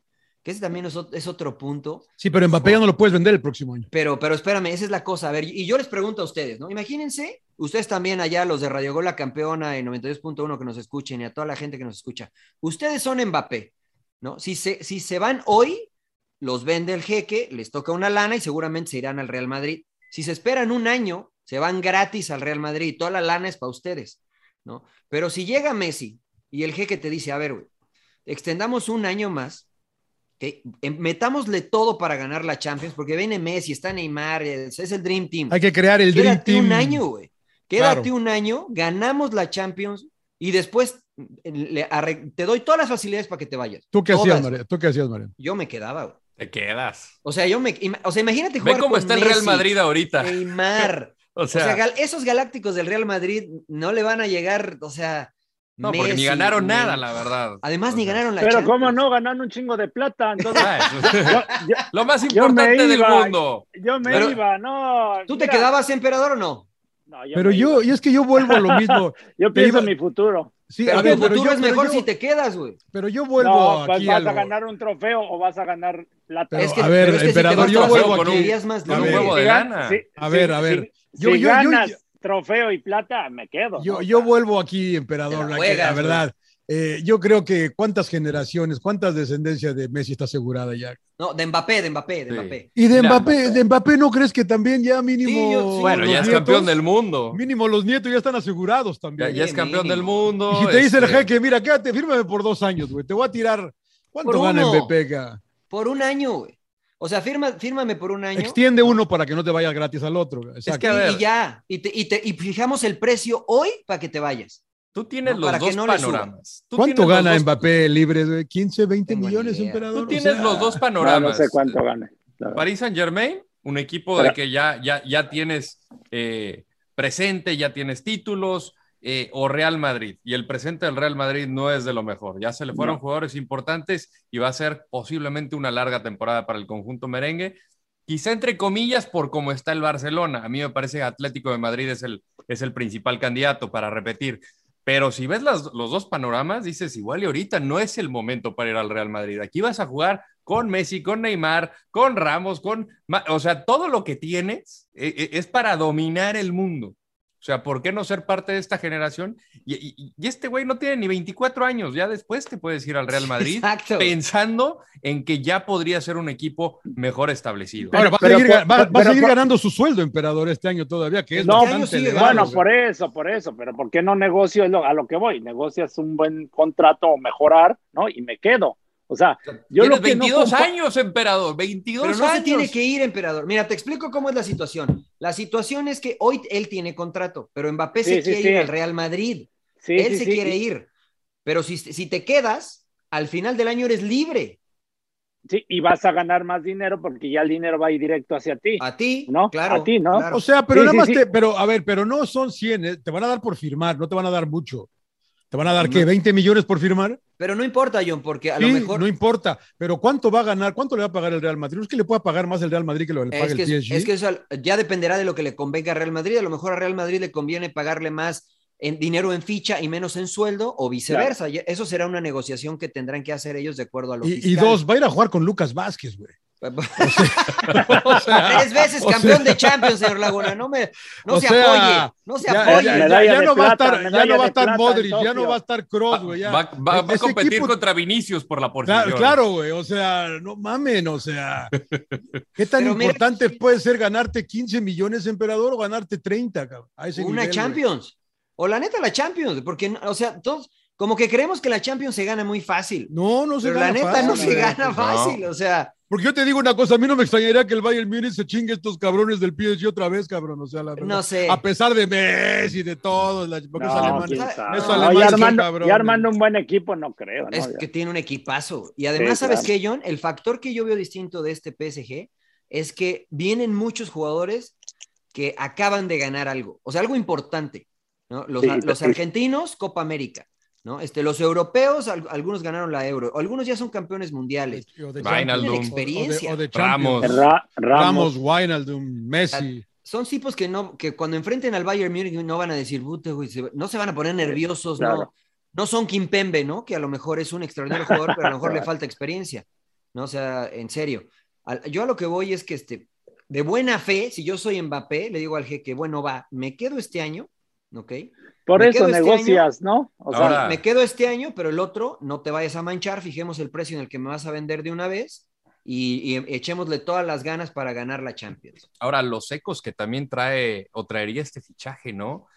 Speaker 3: que ese también es ot- es otro punto.
Speaker 2: Sí, pero Mbappé ya no lo puedes vender el próximo año.
Speaker 3: Pero, pero espérame, esa es la cosa. A ver, y yo les pregunto a ustedes, ¿no? Imagínense, ustedes también allá, los de Radio Gol, la campeona en 92.1 que nos escuchen y a toda la gente que nos escucha. Ustedes son Mbappé, ¿no? Si se, si se van hoy, los vende el jeque, les toca una lana y seguramente se irán al Real Madrid. Si se esperan un año, se van gratis al Real Madrid. Toda la lana es para ustedes, ¿no? Pero si llega Messi y el jeque te dice, a ver, güey, extendamos un año más, que em- metámosle todo para ganar la Champions, porque viene Messi, está Neymar, es, es el Dream Team.
Speaker 2: Hay que crear el Dream
Speaker 3: Quédate
Speaker 2: Team.
Speaker 3: un año, güey. Quédate
Speaker 2: Claro.
Speaker 3: un año, ganamos la Champions y después eh, le arre- te doy todas las facilidades para que te vayas.
Speaker 2: ¿Tú qué
Speaker 3: Todas.
Speaker 2: hacías, María? ¿Tú qué hacías, María?
Speaker 3: Yo me quedaba, güey.
Speaker 4: Te quedas.
Speaker 3: O sea, yo me, ima- o sea, imagínate
Speaker 4: Ve
Speaker 3: jugar
Speaker 4: cómo
Speaker 3: con
Speaker 4: está el Real
Speaker 3: Messi,
Speaker 4: Madrid ahorita.
Speaker 3: Neymar.
Speaker 4: O
Speaker 3: O sea,
Speaker 4: sea,
Speaker 3: gal- esos galácticos del Real Madrid no le van a llegar, o sea,
Speaker 4: no, porque ni
Speaker 3: Messi,
Speaker 4: ganaron
Speaker 3: ni-
Speaker 4: nada, la verdad.
Speaker 3: Además, ni ganaron la
Speaker 1: Pero
Speaker 3: Champions.
Speaker 1: cómo no, ganaron un chingo de plata. Entonces,
Speaker 4: Ah, eso-
Speaker 1: yo, yo-
Speaker 4: Lo más
Speaker 1: yo me
Speaker 4: importante del
Speaker 1: iba,
Speaker 4: mundo.
Speaker 1: Yo me
Speaker 4: Pero-
Speaker 1: iba, no.
Speaker 3: ¿Tú te
Speaker 1: mira,
Speaker 3: quedabas emperador o no?
Speaker 1: no,
Speaker 2: Pero
Speaker 1: me
Speaker 2: yo,
Speaker 1: iba.
Speaker 2: y es que yo vuelvo a lo mismo.
Speaker 1: Yo
Speaker 2: te
Speaker 1: pienso
Speaker 2: iba-
Speaker 1: en mi futuro.
Speaker 2: Sí,
Speaker 3: pero
Speaker 2: a ver,
Speaker 3: tu
Speaker 2: pero
Speaker 3: futuro
Speaker 2: yo,
Speaker 3: es mejor
Speaker 2: pero,
Speaker 3: si
Speaker 2: yo,
Speaker 3: te quedas, güey.
Speaker 2: pero yo vuelvo
Speaker 1: no, pues
Speaker 2: aquí
Speaker 1: vas
Speaker 2: a lo-
Speaker 1: a ganar un trofeo o vas a ganar plata.
Speaker 2: Pero, Es que- a ver,
Speaker 3: pero si te
Speaker 2: emperador,
Speaker 3: vas
Speaker 4: yo
Speaker 3: con-
Speaker 4: vuelvo
Speaker 3: con
Speaker 4: aquí.
Speaker 3: ideas más
Speaker 4: Con un
Speaker 3: libres.
Speaker 4: huevo de
Speaker 1: gan-
Speaker 4: lana.
Speaker 1: si-
Speaker 2: A
Speaker 1: si-
Speaker 2: ver, a ver.
Speaker 1: si-
Speaker 2: Yo-
Speaker 1: si
Speaker 2: yo- yo-
Speaker 1: ganas trofeo y plata, me quedo.
Speaker 2: Yo,
Speaker 1: ¿no?
Speaker 2: yo
Speaker 1: O sea,
Speaker 2: vuelvo aquí, emperador,
Speaker 3: Te la
Speaker 2: la, que- la
Speaker 3: juegas,
Speaker 2: verdad. Eh, yo creo que cuántas generaciones, cuántas descendencias de Messi está asegurada ya.
Speaker 3: No, de Mbappé, de Mbappé, de
Speaker 4: Sí.
Speaker 3: Mbappé.
Speaker 2: Y de
Speaker 4: Mira,
Speaker 2: Mbappé, de Mbappé no crees que también ya mínimo.
Speaker 3: Sí, yo- sí.
Speaker 4: Bueno,
Speaker 2: los
Speaker 4: ya es
Speaker 2: nietos-
Speaker 4: campeón del mundo.
Speaker 2: Mínimo los nietos ya están asegurados
Speaker 4: Ya,
Speaker 2: también.
Speaker 4: ya es
Speaker 3: Sí,
Speaker 4: campeón
Speaker 3: mínimo.
Speaker 4: del mundo.
Speaker 2: y si te dice el
Speaker 4: este,
Speaker 2: jeque, mira, quédate, fírmame por dos años, güey. Te voy a tirar. ¿Cuánto
Speaker 3: Por
Speaker 2: gana
Speaker 3: uno.
Speaker 2: Mbappé? ca?
Speaker 3: Por un año, güey. O sea, firma, fírmame por un año.
Speaker 2: Extiende uno para que no te vayas gratis al otro. ca.
Speaker 4: Es
Speaker 2: Exacto.
Speaker 4: que a
Speaker 3: y-
Speaker 4: ver,
Speaker 3: y ya. Y, te- y te- y fijamos el precio hoy para que te vayas.
Speaker 4: tú tienes
Speaker 3: No,
Speaker 4: los
Speaker 3: para que
Speaker 4: dos
Speaker 3: no le suba.
Speaker 4: panoramas. Tú
Speaker 2: ¿Cuánto
Speaker 4: tienes los
Speaker 2: gana
Speaker 4: dos-
Speaker 2: Mbappé libre, güey? ¿15, 20
Speaker 3: Tengo ni
Speaker 2: millones,
Speaker 3: idea.
Speaker 2: emperador?
Speaker 4: Tú
Speaker 2: O
Speaker 4: tienes
Speaker 2: sea,
Speaker 4: los dos
Speaker 1: no,
Speaker 4: panoramas.
Speaker 1: no sé cuánto gane. la verdad.
Speaker 4: Paris Saint Germain, un equipo de que ya, ya, ya tienes eh, presente, ya tienes títulos, eh, o Real Madrid. Y el presente del Real Madrid no es de lo mejor. Ya se le fueron
Speaker 1: No.
Speaker 4: jugadores importantes y va a ser posiblemente una larga temporada para el conjunto merengue. Quizá entre comillas por cómo está el Barcelona. A mí me parece que Atlético de Madrid es el, es el principal candidato para repetir. Pero si ves las- los dos panoramas, dices igual y ahorita no es el momento para ir al Real Madrid. Aquí vas a jugar con Messi, con Neymar, con Ramos, con... Ma- O sea, todo lo que tienes eh, eh, es para dominar el mundo. O sea, ¿por qué no ser parte de esta generación? Y, y- y este güey no tiene ni 24 años. Ya después te puedes ir al Real Madrid
Speaker 3: Exacto.
Speaker 4: pensando en que ya podría ser un equipo mejor establecido.
Speaker 2: Ahora, va a
Speaker 1: Pero
Speaker 2: seguir,
Speaker 1: por-
Speaker 2: ga- va- va a
Speaker 1: pero
Speaker 2: seguir
Speaker 1: por-
Speaker 2: ganando su sueldo, emperador, este año todavía, que es
Speaker 1: No,
Speaker 2: bastante
Speaker 3: año sigue
Speaker 2: elevado,
Speaker 1: Bueno,
Speaker 2: o sea.
Speaker 1: por eso, por eso, pero ¿por qué no negocio Es lo- a lo que voy? Negocias un buen contrato o mejorar, ¿no? Y me quedo. O sea, yo
Speaker 4: Tienes
Speaker 1: lo que no
Speaker 4: 22
Speaker 1: compa-
Speaker 4: años, emperador. 22
Speaker 3: Pero no
Speaker 4: años.
Speaker 3: se tiene que ir, emperador. Mira, te explico cómo es la situación. La situación es que hoy él tiene contrato, pero Mbappé
Speaker 1: Sí,
Speaker 3: se
Speaker 1: sí,
Speaker 3: quiere
Speaker 1: sí.
Speaker 3: ir al Real Madrid.
Speaker 1: Sí,
Speaker 3: él
Speaker 1: sí,
Speaker 3: se
Speaker 1: sí,
Speaker 3: quiere
Speaker 1: y-
Speaker 3: ir. Pero si, si te quedas, al final del año eres libre.
Speaker 1: sí, y vas a ganar más dinero porque ya el dinero va a ir directo hacia ti.
Speaker 3: A ti,
Speaker 1: No,
Speaker 3: claro.
Speaker 1: a ti, ¿no?
Speaker 3: claro.
Speaker 2: O sea, pero
Speaker 1: Sí,
Speaker 2: nada
Speaker 1: sí,
Speaker 2: más
Speaker 1: sí.
Speaker 2: te, pero a ver, pero no son 100, eh, te van a dar por firmar, no te van a dar mucho. ¿Te van a dar qué? ¿20 millones por firmar?
Speaker 3: Pero no importa, John, porque a
Speaker 2: Sí,
Speaker 3: lo mejor
Speaker 2: no importa. Pero ¿cuánto va a ganar? ¿Cuánto le va a pagar el Real Madrid? ¿No es que le pueda pagar más el Real Madrid que lo que le paga
Speaker 3: Es que,
Speaker 2: el PSG?
Speaker 3: es que eso al- ya dependerá de lo que le convenga a Real Madrid. A lo mejor a Real Madrid le conviene pagarle más en dinero en ficha y menos en sueldo o viceversa. Ya- Eso será una negociación que tendrán que hacer ellos de acuerdo a lo
Speaker 2: y, y
Speaker 3: fiscal.
Speaker 2: dos, va a ir a jugar con Lucas Vázquez, güey. O sea,
Speaker 3: Tres veces
Speaker 2: o sea,
Speaker 3: campeón de Champions, señor Laguna. No, me, no
Speaker 2: o
Speaker 3: se
Speaker 2: sea,
Speaker 3: apoye. No se
Speaker 2: ya,
Speaker 3: apoye.
Speaker 2: ya- ya-
Speaker 1: Medalla
Speaker 2: ya
Speaker 1: de
Speaker 2: no va a
Speaker 1: plata,
Speaker 2: estar, ya
Speaker 1: medalla
Speaker 2: no va a
Speaker 1: de
Speaker 2: estar
Speaker 1: plata,
Speaker 2: Modric, ya
Speaker 1: Tokio.
Speaker 2: no va a estar Cross, güey. ya.
Speaker 4: Va, va- va a
Speaker 2: Ese
Speaker 4: competir
Speaker 2: equipo-
Speaker 4: contra Vinicius por la porción.
Speaker 2: Claro, claro, güey. O sea, no mamen, o sea. ¿Qué tan
Speaker 3: Pero mira-
Speaker 2: importante puede ser ganarte 15 millones, emperador, o ganarte 30, cabrón? A ese
Speaker 3: Una
Speaker 2: nivel, güey.
Speaker 3: Champions. o la neta la Champions, porque, o sea, todos como que creemos que la Champions se gana muy fácil.
Speaker 2: No, no se
Speaker 3: pero
Speaker 2: gana
Speaker 3: la neta
Speaker 2: fácil,
Speaker 3: no se
Speaker 2: güey.
Speaker 3: gana
Speaker 2: No.
Speaker 3: fácil, o sea,
Speaker 2: Porque yo te digo una cosa, a mí no me extrañaría que el Bayern Múnich se chingue estos cabrones del PSG otra vez, cabrón. O sea, la verdad.
Speaker 3: No sé.
Speaker 2: A pesar de Messi y de todos, la- porque es
Speaker 1: No,
Speaker 2: alemán.
Speaker 1: quién
Speaker 2: Esos
Speaker 1: sabe. No,
Speaker 2: alemanes
Speaker 1: ya,
Speaker 2: son
Speaker 1: armando,
Speaker 2: cabrones.
Speaker 1: ya armando un buen equipo, no creo. ¿no?
Speaker 3: es
Speaker 1: Ya.
Speaker 3: que tiene un equipazo. Y además,
Speaker 1: Sí,
Speaker 3: ¿sabes
Speaker 1: claro.
Speaker 3: qué, John? El factor que yo veo distinto de este PSG es que vienen muchos jugadores que acaban de ganar algo, o sea, algo importante. ¿no? Los,
Speaker 1: Sí,
Speaker 3: los
Speaker 1: sí.
Speaker 3: argentinos, Copa América. ¿no? Este, los europeos, al- algunos ganaron la euro, algunos ya son campeones mundiales.
Speaker 2: O de
Speaker 4: Wijnaldum.
Speaker 2: Champions,
Speaker 3: Experiencia.
Speaker 2: o de- o de
Speaker 4: Ramos.
Speaker 2: Champions.
Speaker 1: Ra- Ramos.
Speaker 2: Ramos, Wijnaldum, Messi.
Speaker 3: son tipos que no que cuando enfrenten al Bayern Múnich no van a decir, "Puta, güey", se- no se van a poner nerviosos, no.
Speaker 1: claro.
Speaker 3: No son Kimpembe, ¿no? Que a lo mejor es un extraordinario jugador, pero a lo mejor le falta experiencia. No, o sea, en serio. Al- yo a lo que voy es que este de buena fe, si yo soy Mbappé, le digo al jeque, bueno, va, me quedo este año, ¿ok?
Speaker 1: Por
Speaker 3: Me
Speaker 1: eso
Speaker 3: quedo este
Speaker 1: negocias, ¿no? O sea,
Speaker 4: Ahora- Ah.
Speaker 3: Me quedo este año, pero el otro no te vayas a manchar, fijemos el precio en el que me vas a vender de una vez y, y echémosle todas las ganas para ganar la Champions.
Speaker 4: Ahora, los ecos que también trae o traería este fichaje, ¿no?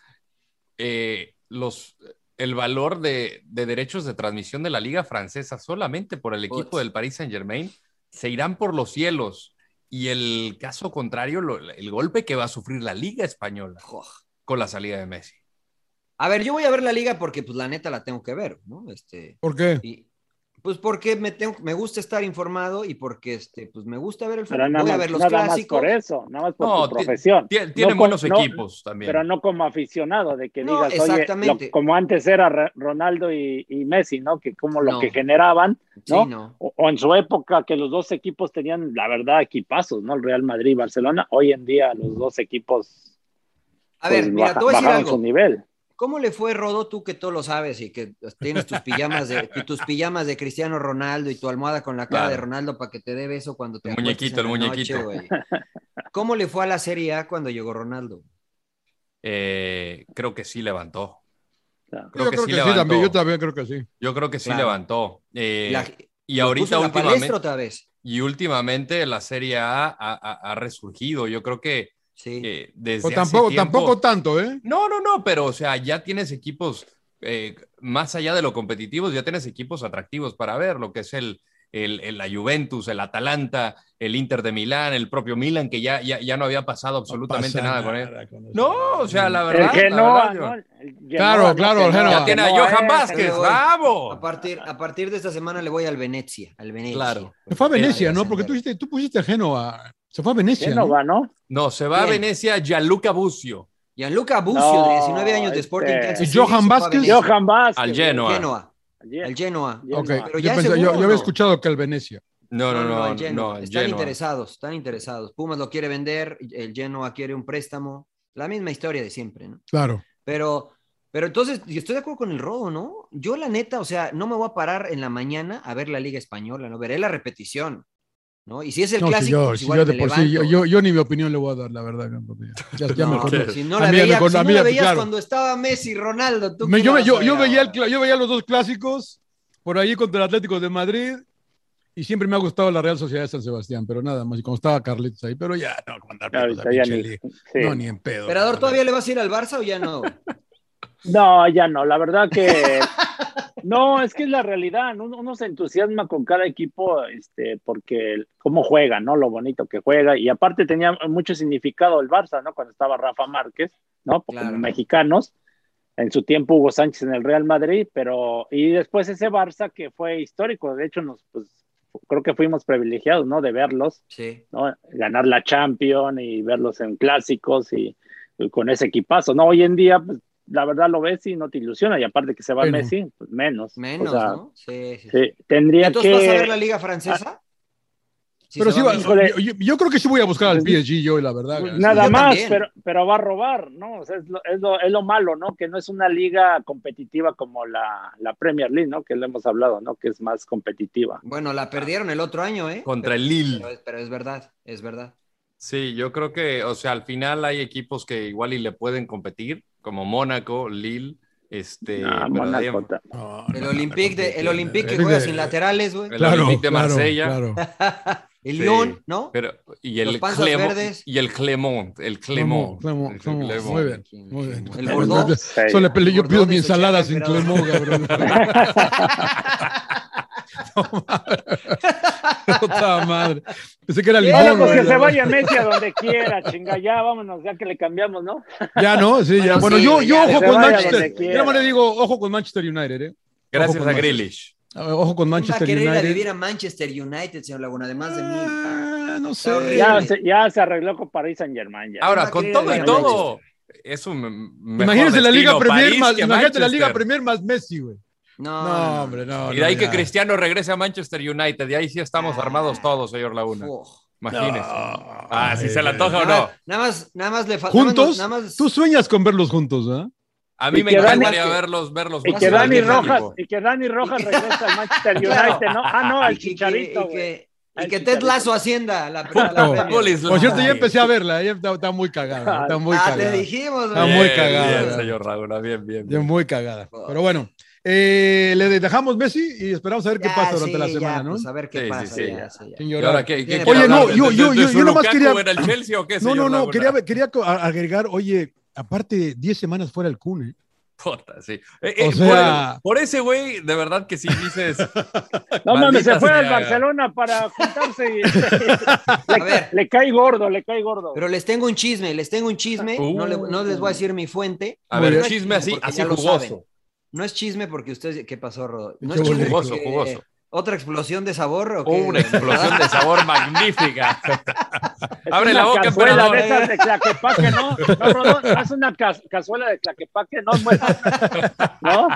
Speaker 4: Eh, los, el valor de, de derechos de transmisión de la Liga Francesa solamente por el equipo
Speaker 3: Uts.
Speaker 4: del Paris Saint-Germain se irán por los cielos. Y el caso contrario, lo- el golpe que va a sufrir la Liga Española
Speaker 3: Joj.
Speaker 4: con la salida de Messi.
Speaker 3: A ver, yo voy a ver la liga porque pues la neta la tengo que ver, ¿no? Este,
Speaker 2: ¿Por qué?
Speaker 3: y, pues porque me, tengo, me gusta estar informado y porque este, pues me gusta ver el
Speaker 1: pero
Speaker 3: fútbol,
Speaker 1: nada,
Speaker 3: voy a
Speaker 1: más,
Speaker 3: ver los
Speaker 1: nada más
Speaker 3: clásicos.
Speaker 1: por eso, nada más por
Speaker 4: No,
Speaker 1: tu
Speaker 4: ti-
Speaker 1: profesión.
Speaker 4: Tie- tienen
Speaker 1: No con-
Speaker 4: buenos
Speaker 1: no-
Speaker 4: equipos también.
Speaker 1: Pero no como aficionado, de que
Speaker 3: No,
Speaker 1: digas, oye,
Speaker 3: exactamente.
Speaker 1: lo- como antes era Re- Ronaldo y, y Messi, ¿no? Que como lo
Speaker 3: No.
Speaker 1: que generaban, ¿no?
Speaker 3: Sí, no.
Speaker 1: O, o en su época, que los dos equipos tenían, la verdad, equipazos, ¿no? El Real Madrid y Barcelona. Hoy en día, los dos equipos
Speaker 3: A ver,
Speaker 1: pues,
Speaker 3: mira,
Speaker 1: baja-
Speaker 3: te voy a decir
Speaker 1: bajaron su
Speaker 3: algo.
Speaker 1: nivel.
Speaker 3: ¿Cómo le fue Rodo, tú que todo lo sabes y que tienes tus pijamas de, y tus pijamas de Cristiano Ronaldo y tu almohada con la cara
Speaker 4: Claro.
Speaker 3: de Ronaldo para que te dé beso cuando te
Speaker 4: El
Speaker 3: acuestes
Speaker 4: muñequito,
Speaker 3: en
Speaker 4: el
Speaker 3: la
Speaker 4: muñequito.
Speaker 3: noche, güey? ¿Cómo le fue a la Serie A cuando llegó Ronaldo?
Speaker 4: Eh, creo que sí levantó.
Speaker 1: Claro.
Speaker 4: Creo
Speaker 2: yo
Speaker 4: que
Speaker 2: creo
Speaker 4: sí
Speaker 2: que sí también, yo
Speaker 4: levantó.
Speaker 2: también creo que sí.
Speaker 4: Yo creo que sí
Speaker 3: Claro.
Speaker 4: levantó. Eh,
Speaker 3: La-
Speaker 4: y
Speaker 3: ¿Lo
Speaker 4: ahorita
Speaker 3: puso en la palestra
Speaker 4: últimamente,
Speaker 3: otra vez.
Speaker 4: y últimamente la Serie A ha, ha- ha resurgido. Yo creo que
Speaker 3: Sí.
Speaker 4: eh, desde
Speaker 2: O
Speaker 4: hace
Speaker 2: Pues tampoco,
Speaker 4: tiempo-
Speaker 2: tampoco tanto, ¿eh?
Speaker 4: No, no, no, pero o sea, ya tienes equipos eh, más allá de lo competitivos, ya tienes equipos atractivos para ver, lo que es el, el- el- la Juventus, el Atalanta, el Inter de Milán, el propio Milan, que ya, ya, ya no había pasado absolutamente nada, con él. No, o sea, la
Speaker 1: El
Speaker 4: verdad. la
Speaker 1: Genoa,
Speaker 4: verdad,
Speaker 1: ¿no?
Speaker 4: yo-
Speaker 1: El
Speaker 2: Claro,
Speaker 1: Genoa, ¿no?
Speaker 2: claro,
Speaker 1: Genoa,
Speaker 2: el Genoa.
Speaker 4: Ya tiene a
Speaker 1: Genoa,
Speaker 4: Johan
Speaker 1: eh,
Speaker 4: Vázquez,
Speaker 3: Genoa.
Speaker 4: ¡vamos!
Speaker 3: A partir, a partir de esta semana le voy al Venecia, al Venecia.
Speaker 4: Claro.
Speaker 2: Se fue a Venecia,
Speaker 3: Para
Speaker 2: ¿no? Porque tú,
Speaker 3: descender.
Speaker 2: dijiste- tú pusiste a Génova. Se fue a Venecia. ¿no?
Speaker 1: Genoa, ¿no?
Speaker 4: No, se va a
Speaker 3: Bien.
Speaker 4: Venecia Gianluca Bucio,
Speaker 3: Gianluca Bucio,
Speaker 1: No,
Speaker 3: de 19 años de Sporting
Speaker 1: este-
Speaker 3: Kansas
Speaker 2: ¿Y
Speaker 3: City,
Speaker 2: Johan
Speaker 3: se fue a
Speaker 2: Vázquez?
Speaker 3: Venecia.
Speaker 1: Johan Vázquez.
Speaker 4: al Genoa.
Speaker 3: Genoa.
Speaker 1: Ye-
Speaker 3: Al Genoa.
Speaker 1: Genoa.
Speaker 2: Ok,
Speaker 3: Pero
Speaker 2: yo,
Speaker 3: ya
Speaker 2: pensé-
Speaker 3: seguro,
Speaker 2: yo- yo
Speaker 3: ¿no?
Speaker 2: había escuchado que el Venecia.
Speaker 4: No, no, no,
Speaker 3: el
Speaker 4: no,
Speaker 3: Genoa.
Speaker 4: el
Speaker 3: Están
Speaker 4: Genoa.
Speaker 3: interesados, están interesados. Pumas lo quiere vender, el Genoa quiere un préstamo. La misma historia de siempre, ¿no?
Speaker 2: Claro.
Speaker 3: Pero, pero entonces, yo estoy de acuerdo con el rodo, ¿no? Yo, la neta, o sea, no me voy a parar en la mañana a ver la Liga Española, ¿no? Veré la repetición, ¿no? Y si es el
Speaker 2: No, si
Speaker 3: clásico,
Speaker 2: yo,
Speaker 3: pues
Speaker 2: si
Speaker 3: igual
Speaker 2: yo
Speaker 3: me
Speaker 2: de por sí, yo,
Speaker 3: levanto.
Speaker 2: yo- yo ni mi opinión le voy a dar, la verdad. cabrón, porque Ya, ya
Speaker 3: No,
Speaker 2: me acordé.
Speaker 3: si no
Speaker 2: A
Speaker 3: la
Speaker 2: mí ya me
Speaker 3: veía- si
Speaker 2: acordé, a
Speaker 3: no
Speaker 2: mí
Speaker 3: la
Speaker 2: ya,
Speaker 3: veías
Speaker 2: claro.
Speaker 3: cuando estaba Messi y Ronaldo, ¿tú
Speaker 2: Me-
Speaker 3: quién
Speaker 2: yo,
Speaker 3: la
Speaker 2: me-
Speaker 3: vas
Speaker 2: yo-
Speaker 3: a ver
Speaker 2: yo veía el
Speaker 3: ahora?
Speaker 2: cl- yo veía los dos clásicos por ahí contra el Atlético de Madrid y siempre me ha gustado la Real Sociedad de San Sebastián, pero nada más. Y cuando estaba Carlitos ahí, pero ya no, como andar
Speaker 1: Ahorita
Speaker 2: viendo esa
Speaker 1: ya
Speaker 2: pinche
Speaker 1: ni-
Speaker 2: liga.
Speaker 1: sí.
Speaker 2: No, ni en pedo.
Speaker 3: Emperador,
Speaker 2: cabrón.
Speaker 3: ¿todavía le vas a ir al Barça o ya no?
Speaker 1: No, ya no, la verdad que no, es que es la realidad, uno, uno se entusiasma con cada equipo este, porque el- cómo juega, ¿no? Lo bonito que juega y aparte tenía mucho significado el Barça, ¿no? Cuando estaba Rafa Márquez, ¿no? Porque
Speaker 3: Claro.
Speaker 1: los mexicanos, en su tiempo Hugo Sánchez en el Real Madrid, pero y después ese Barça que fue histórico, de hecho nos pues, creo que fuimos privilegiados, ¿no? De verlos
Speaker 3: Sí.
Speaker 1: ¿no? Ganar la Champions y verlos en clásicos y, y con ese equipazo, ¿no? Hoy en día, pues, la verdad lo ves y no te ilusiona, y aparte que se va
Speaker 2: Bueno.
Speaker 1: Messi, pues menos.
Speaker 3: Menos,
Speaker 1: O sea,
Speaker 3: ¿no? Sí, sí. sí.
Speaker 1: sí, tendría
Speaker 3: Entonces vas a ver la
Speaker 1: que.
Speaker 3: Liga Francesa. Si
Speaker 2: Pero
Speaker 3: se
Speaker 2: sí,
Speaker 3: va
Speaker 2: va-
Speaker 3: Messi.
Speaker 1: Híjole.
Speaker 2: yo, yo- yo creo que sí voy a buscar al PSG yo, la verdad. cabrón.
Speaker 1: Nada
Speaker 3: Yo
Speaker 1: más,
Speaker 3: también.
Speaker 1: pero, pero va a robar, ¿no? O sea, es, lo, es lo- es lo malo, ¿no? Que no es una liga competitiva como la, la Premier League, ¿no? Que le hemos hablado, ¿no? Que es más competitiva.
Speaker 3: Bueno, la perdieron el otro año, ¿eh?
Speaker 4: contra
Speaker 3: Pero-
Speaker 4: el Lille.
Speaker 3: Pero, es- pero es verdad, es verdad.
Speaker 4: Sí, yo creo que, o sea, al final hay equipos que igual y le pueden competir, como Mónaco, Lille, este,
Speaker 1: Ah,
Speaker 4: pero
Speaker 1: Mónaco,
Speaker 4: digamos,
Speaker 1: ta-
Speaker 2: No,
Speaker 3: El
Speaker 2: no, no,
Speaker 3: Olympique,
Speaker 2: no,
Speaker 3: de, el
Speaker 2: no,
Speaker 3: Olympique
Speaker 2: no,
Speaker 3: que juega
Speaker 2: no,
Speaker 3: sin
Speaker 2: no,
Speaker 3: laterales, güey.
Speaker 4: el Olympique de Marsella.
Speaker 2: claro.
Speaker 3: El
Speaker 4: Sí,
Speaker 3: León, ¿no?
Speaker 4: Pero, y
Speaker 3: Los
Speaker 4: el
Speaker 3: panzas
Speaker 4: Clemo-
Speaker 3: verdes.
Speaker 4: Y el Clemont, el Clemont.
Speaker 2: Clemont,
Speaker 4: el
Speaker 2: Clemont,
Speaker 4: Clemont.
Speaker 2: muy bien, muy bien.
Speaker 3: El Bordeaux.
Speaker 2: Solo le pele- yo
Speaker 3: Bordeaux
Speaker 2: pido
Speaker 3: de
Speaker 2: mi ensalada sin
Speaker 3: 80
Speaker 2: clemó, cabrón. No, madre. Puta madre. Pensé que era
Speaker 1: Ya,
Speaker 2: limón.
Speaker 3: pues,
Speaker 1: loco,
Speaker 2: güey,
Speaker 1: que
Speaker 2: la
Speaker 1: se
Speaker 2: verdad.
Speaker 1: vaya Messi a donde quiera, chinga, ya vámonos, ya que le cambiamos, ¿no?
Speaker 2: Ya no, sí, ya. Bueno,
Speaker 1: sí,
Speaker 2: yo,
Speaker 1: güey,
Speaker 2: yo
Speaker 1: ya,
Speaker 2: ojo
Speaker 1: que se
Speaker 2: con
Speaker 1: vaya
Speaker 2: Manchester.
Speaker 1: donde quiera.
Speaker 2: Yo nomás le digo, ojo con Manchester United, ¿eh? Ojo
Speaker 4: Gracias
Speaker 2: con
Speaker 4: a
Speaker 2: Manchester.
Speaker 4: Grealish.
Speaker 2: A ver, Ojo con
Speaker 3: Va a
Speaker 2: Manchester
Speaker 3: querer ir a vivir
Speaker 2: United. Ah.
Speaker 3: a Manchester United, señor Laguna, además de mí.
Speaker 2: No
Speaker 3: Está
Speaker 2: sé.
Speaker 3: horrible.
Speaker 1: Ya se, ya se arregló con París Saint Germain. Ya.
Speaker 4: Ahora,
Speaker 3: va a
Speaker 4: con
Speaker 3: querer
Speaker 4: todo
Speaker 3: ir
Speaker 4: y
Speaker 3: a
Speaker 4: todo, es un mejor
Speaker 2: Imagínense la Liga
Speaker 4: destino
Speaker 2: Premier
Speaker 4: París
Speaker 2: más,
Speaker 4: que
Speaker 2: imagínate la Liga
Speaker 4: Manchester.
Speaker 2: Premier más Messi, güey.
Speaker 3: No, no,
Speaker 2: No,
Speaker 3: no.
Speaker 2: hombre, no.
Speaker 4: Y de
Speaker 2: no,
Speaker 4: ahí que
Speaker 2: ya.
Speaker 4: Cristiano regrese a Manchester United. Y ahí sí estamos armados todos, señor Laguna.
Speaker 3: Uf.
Speaker 4: Imagínese. Ah, si
Speaker 2: Ay,
Speaker 4: se le antoja o
Speaker 3: Nada
Speaker 4: no.
Speaker 3: más- nada más, nada más le falta.
Speaker 2: ¿Juntos?
Speaker 3: Nada más,
Speaker 2: Tú sueñas con verlos juntos, ¿ah?
Speaker 4: A mí
Speaker 1: Y
Speaker 4: me
Speaker 1: que Dani-
Speaker 4: encantaría verlos, verlos.
Speaker 1: Y
Speaker 4: más
Speaker 1: que
Speaker 4: en
Speaker 1: Dani
Speaker 4: cualquier
Speaker 1: Rojas,
Speaker 4: equipo.
Speaker 1: y que Dani Rojas regresa al Manchester
Speaker 3: Claro.
Speaker 1: United, ¿no? Ah, no, al
Speaker 3: y que-
Speaker 1: Chicharito,
Speaker 3: y
Speaker 1: güey.
Speaker 3: que, y
Speaker 1: Al
Speaker 3: que Ted
Speaker 1: Chicharito.
Speaker 3: Lazo hacienda la, la, la
Speaker 2: Fútbol.
Speaker 3: Premier.
Speaker 4: es
Speaker 2: Por cierto,
Speaker 4: Ay.
Speaker 2: ya empecé a verla, ya está, está muy cagada, está muy
Speaker 3: ah, te
Speaker 2: cagada.
Speaker 3: dijimos,
Speaker 2: Está
Speaker 3: güey.
Speaker 2: muy
Speaker 4: Bien,
Speaker 2: cagada.
Speaker 4: bien, señor Laguna, bien, bien.
Speaker 2: Ya
Speaker 4: bien.
Speaker 2: muy cagada.
Speaker 3: Oh.
Speaker 2: Pero bueno, eh, le dejamos Messi y esperamos a ver qué
Speaker 3: Ya,
Speaker 2: pasa durante
Speaker 3: sí,
Speaker 2: la
Speaker 3: ya,
Speaker 2: semana, ¿no?
Speaker 3: pues, a ver qué
Speaker 4: Sí, sí,
Speaker 3: pasa.
Speaker 4: sí.
Speaker 3: ya, sí, ya.
Speaker 2: Sin
Speaker 4: ¿Y
Speaker 2: llorar.
Speaker 4: ahora qué? qué
Speaker 3: Oye,
Speaker 4: quiere
Speaker 3: no,
Speaker 4: hablar?
Speaker 2: yo-
Speaker 4: ¿De- de-
Speaker 2: yo- yo-
Speaker 4: de
Speaker 2: yo
Speaker 4: su
Speaker 2: nomás
Speaker 4: Lukaku
Speaker 2: quería-
Speaker 4: en el Chelsea o qué,
Speaker 2: No,
Speaker 4: señor
Speaker 2: no, no,
Speaker 4: Laguna?
Speaker 2: quería, quería co- a- agregar, oye, aparte 10 semanas fuera el Kun, ¿eh?
Speaker 4: Puta, sí. Eh,
Speaker 2: O
Speaker 4: eh,
Speaker 2: sea-
Speaker 4: por, por ese güey, de verdad que sí dices.
Speaker 1: No mames,
Speaker 4: maldita
Speaker 1: se fue al
Speaker 4: sea.
Speaker 1: Barcelona para juntarse y le,
Speaker 3: A ver.
Speaker 1: le cae gordo, le cae gordo.
Speaker 3: Pero les tengo un chisme, les tengo un chisme. No, le- no les voy a decir mi fuente.
Speaker 4: Uh. A ver,
Speaker 3: No es
Speaker 4: chisme así,
Speaker 3: porque
Speaker 4: así
Speaker 3: ya lo saben.
Speaker 4: jugoso.
Speaker 3: No es chisme porque ustedes. ¿Qué pasó, Rodo? No
Speaker 2: Qué
Speaker 3: es chisme
Speaker 4: jugoso,
Speaker 3: porque-
Speaker 4: jugoso.
Speaker 3: ¿Otra explosión de sabor o qué?
Speaker 4: Una explosión de sabor magnífica. Abre
Speaker 1: una
Speaker 4: la boca,
Speaker 1: cazuela
Speaker 4: emperador.
Speaker 1: de esas de Claquepaque, ¿no? No, Rodón, ¿no es una caz- cazuela de Claquepaque, ¿no? Bueno, ¿No?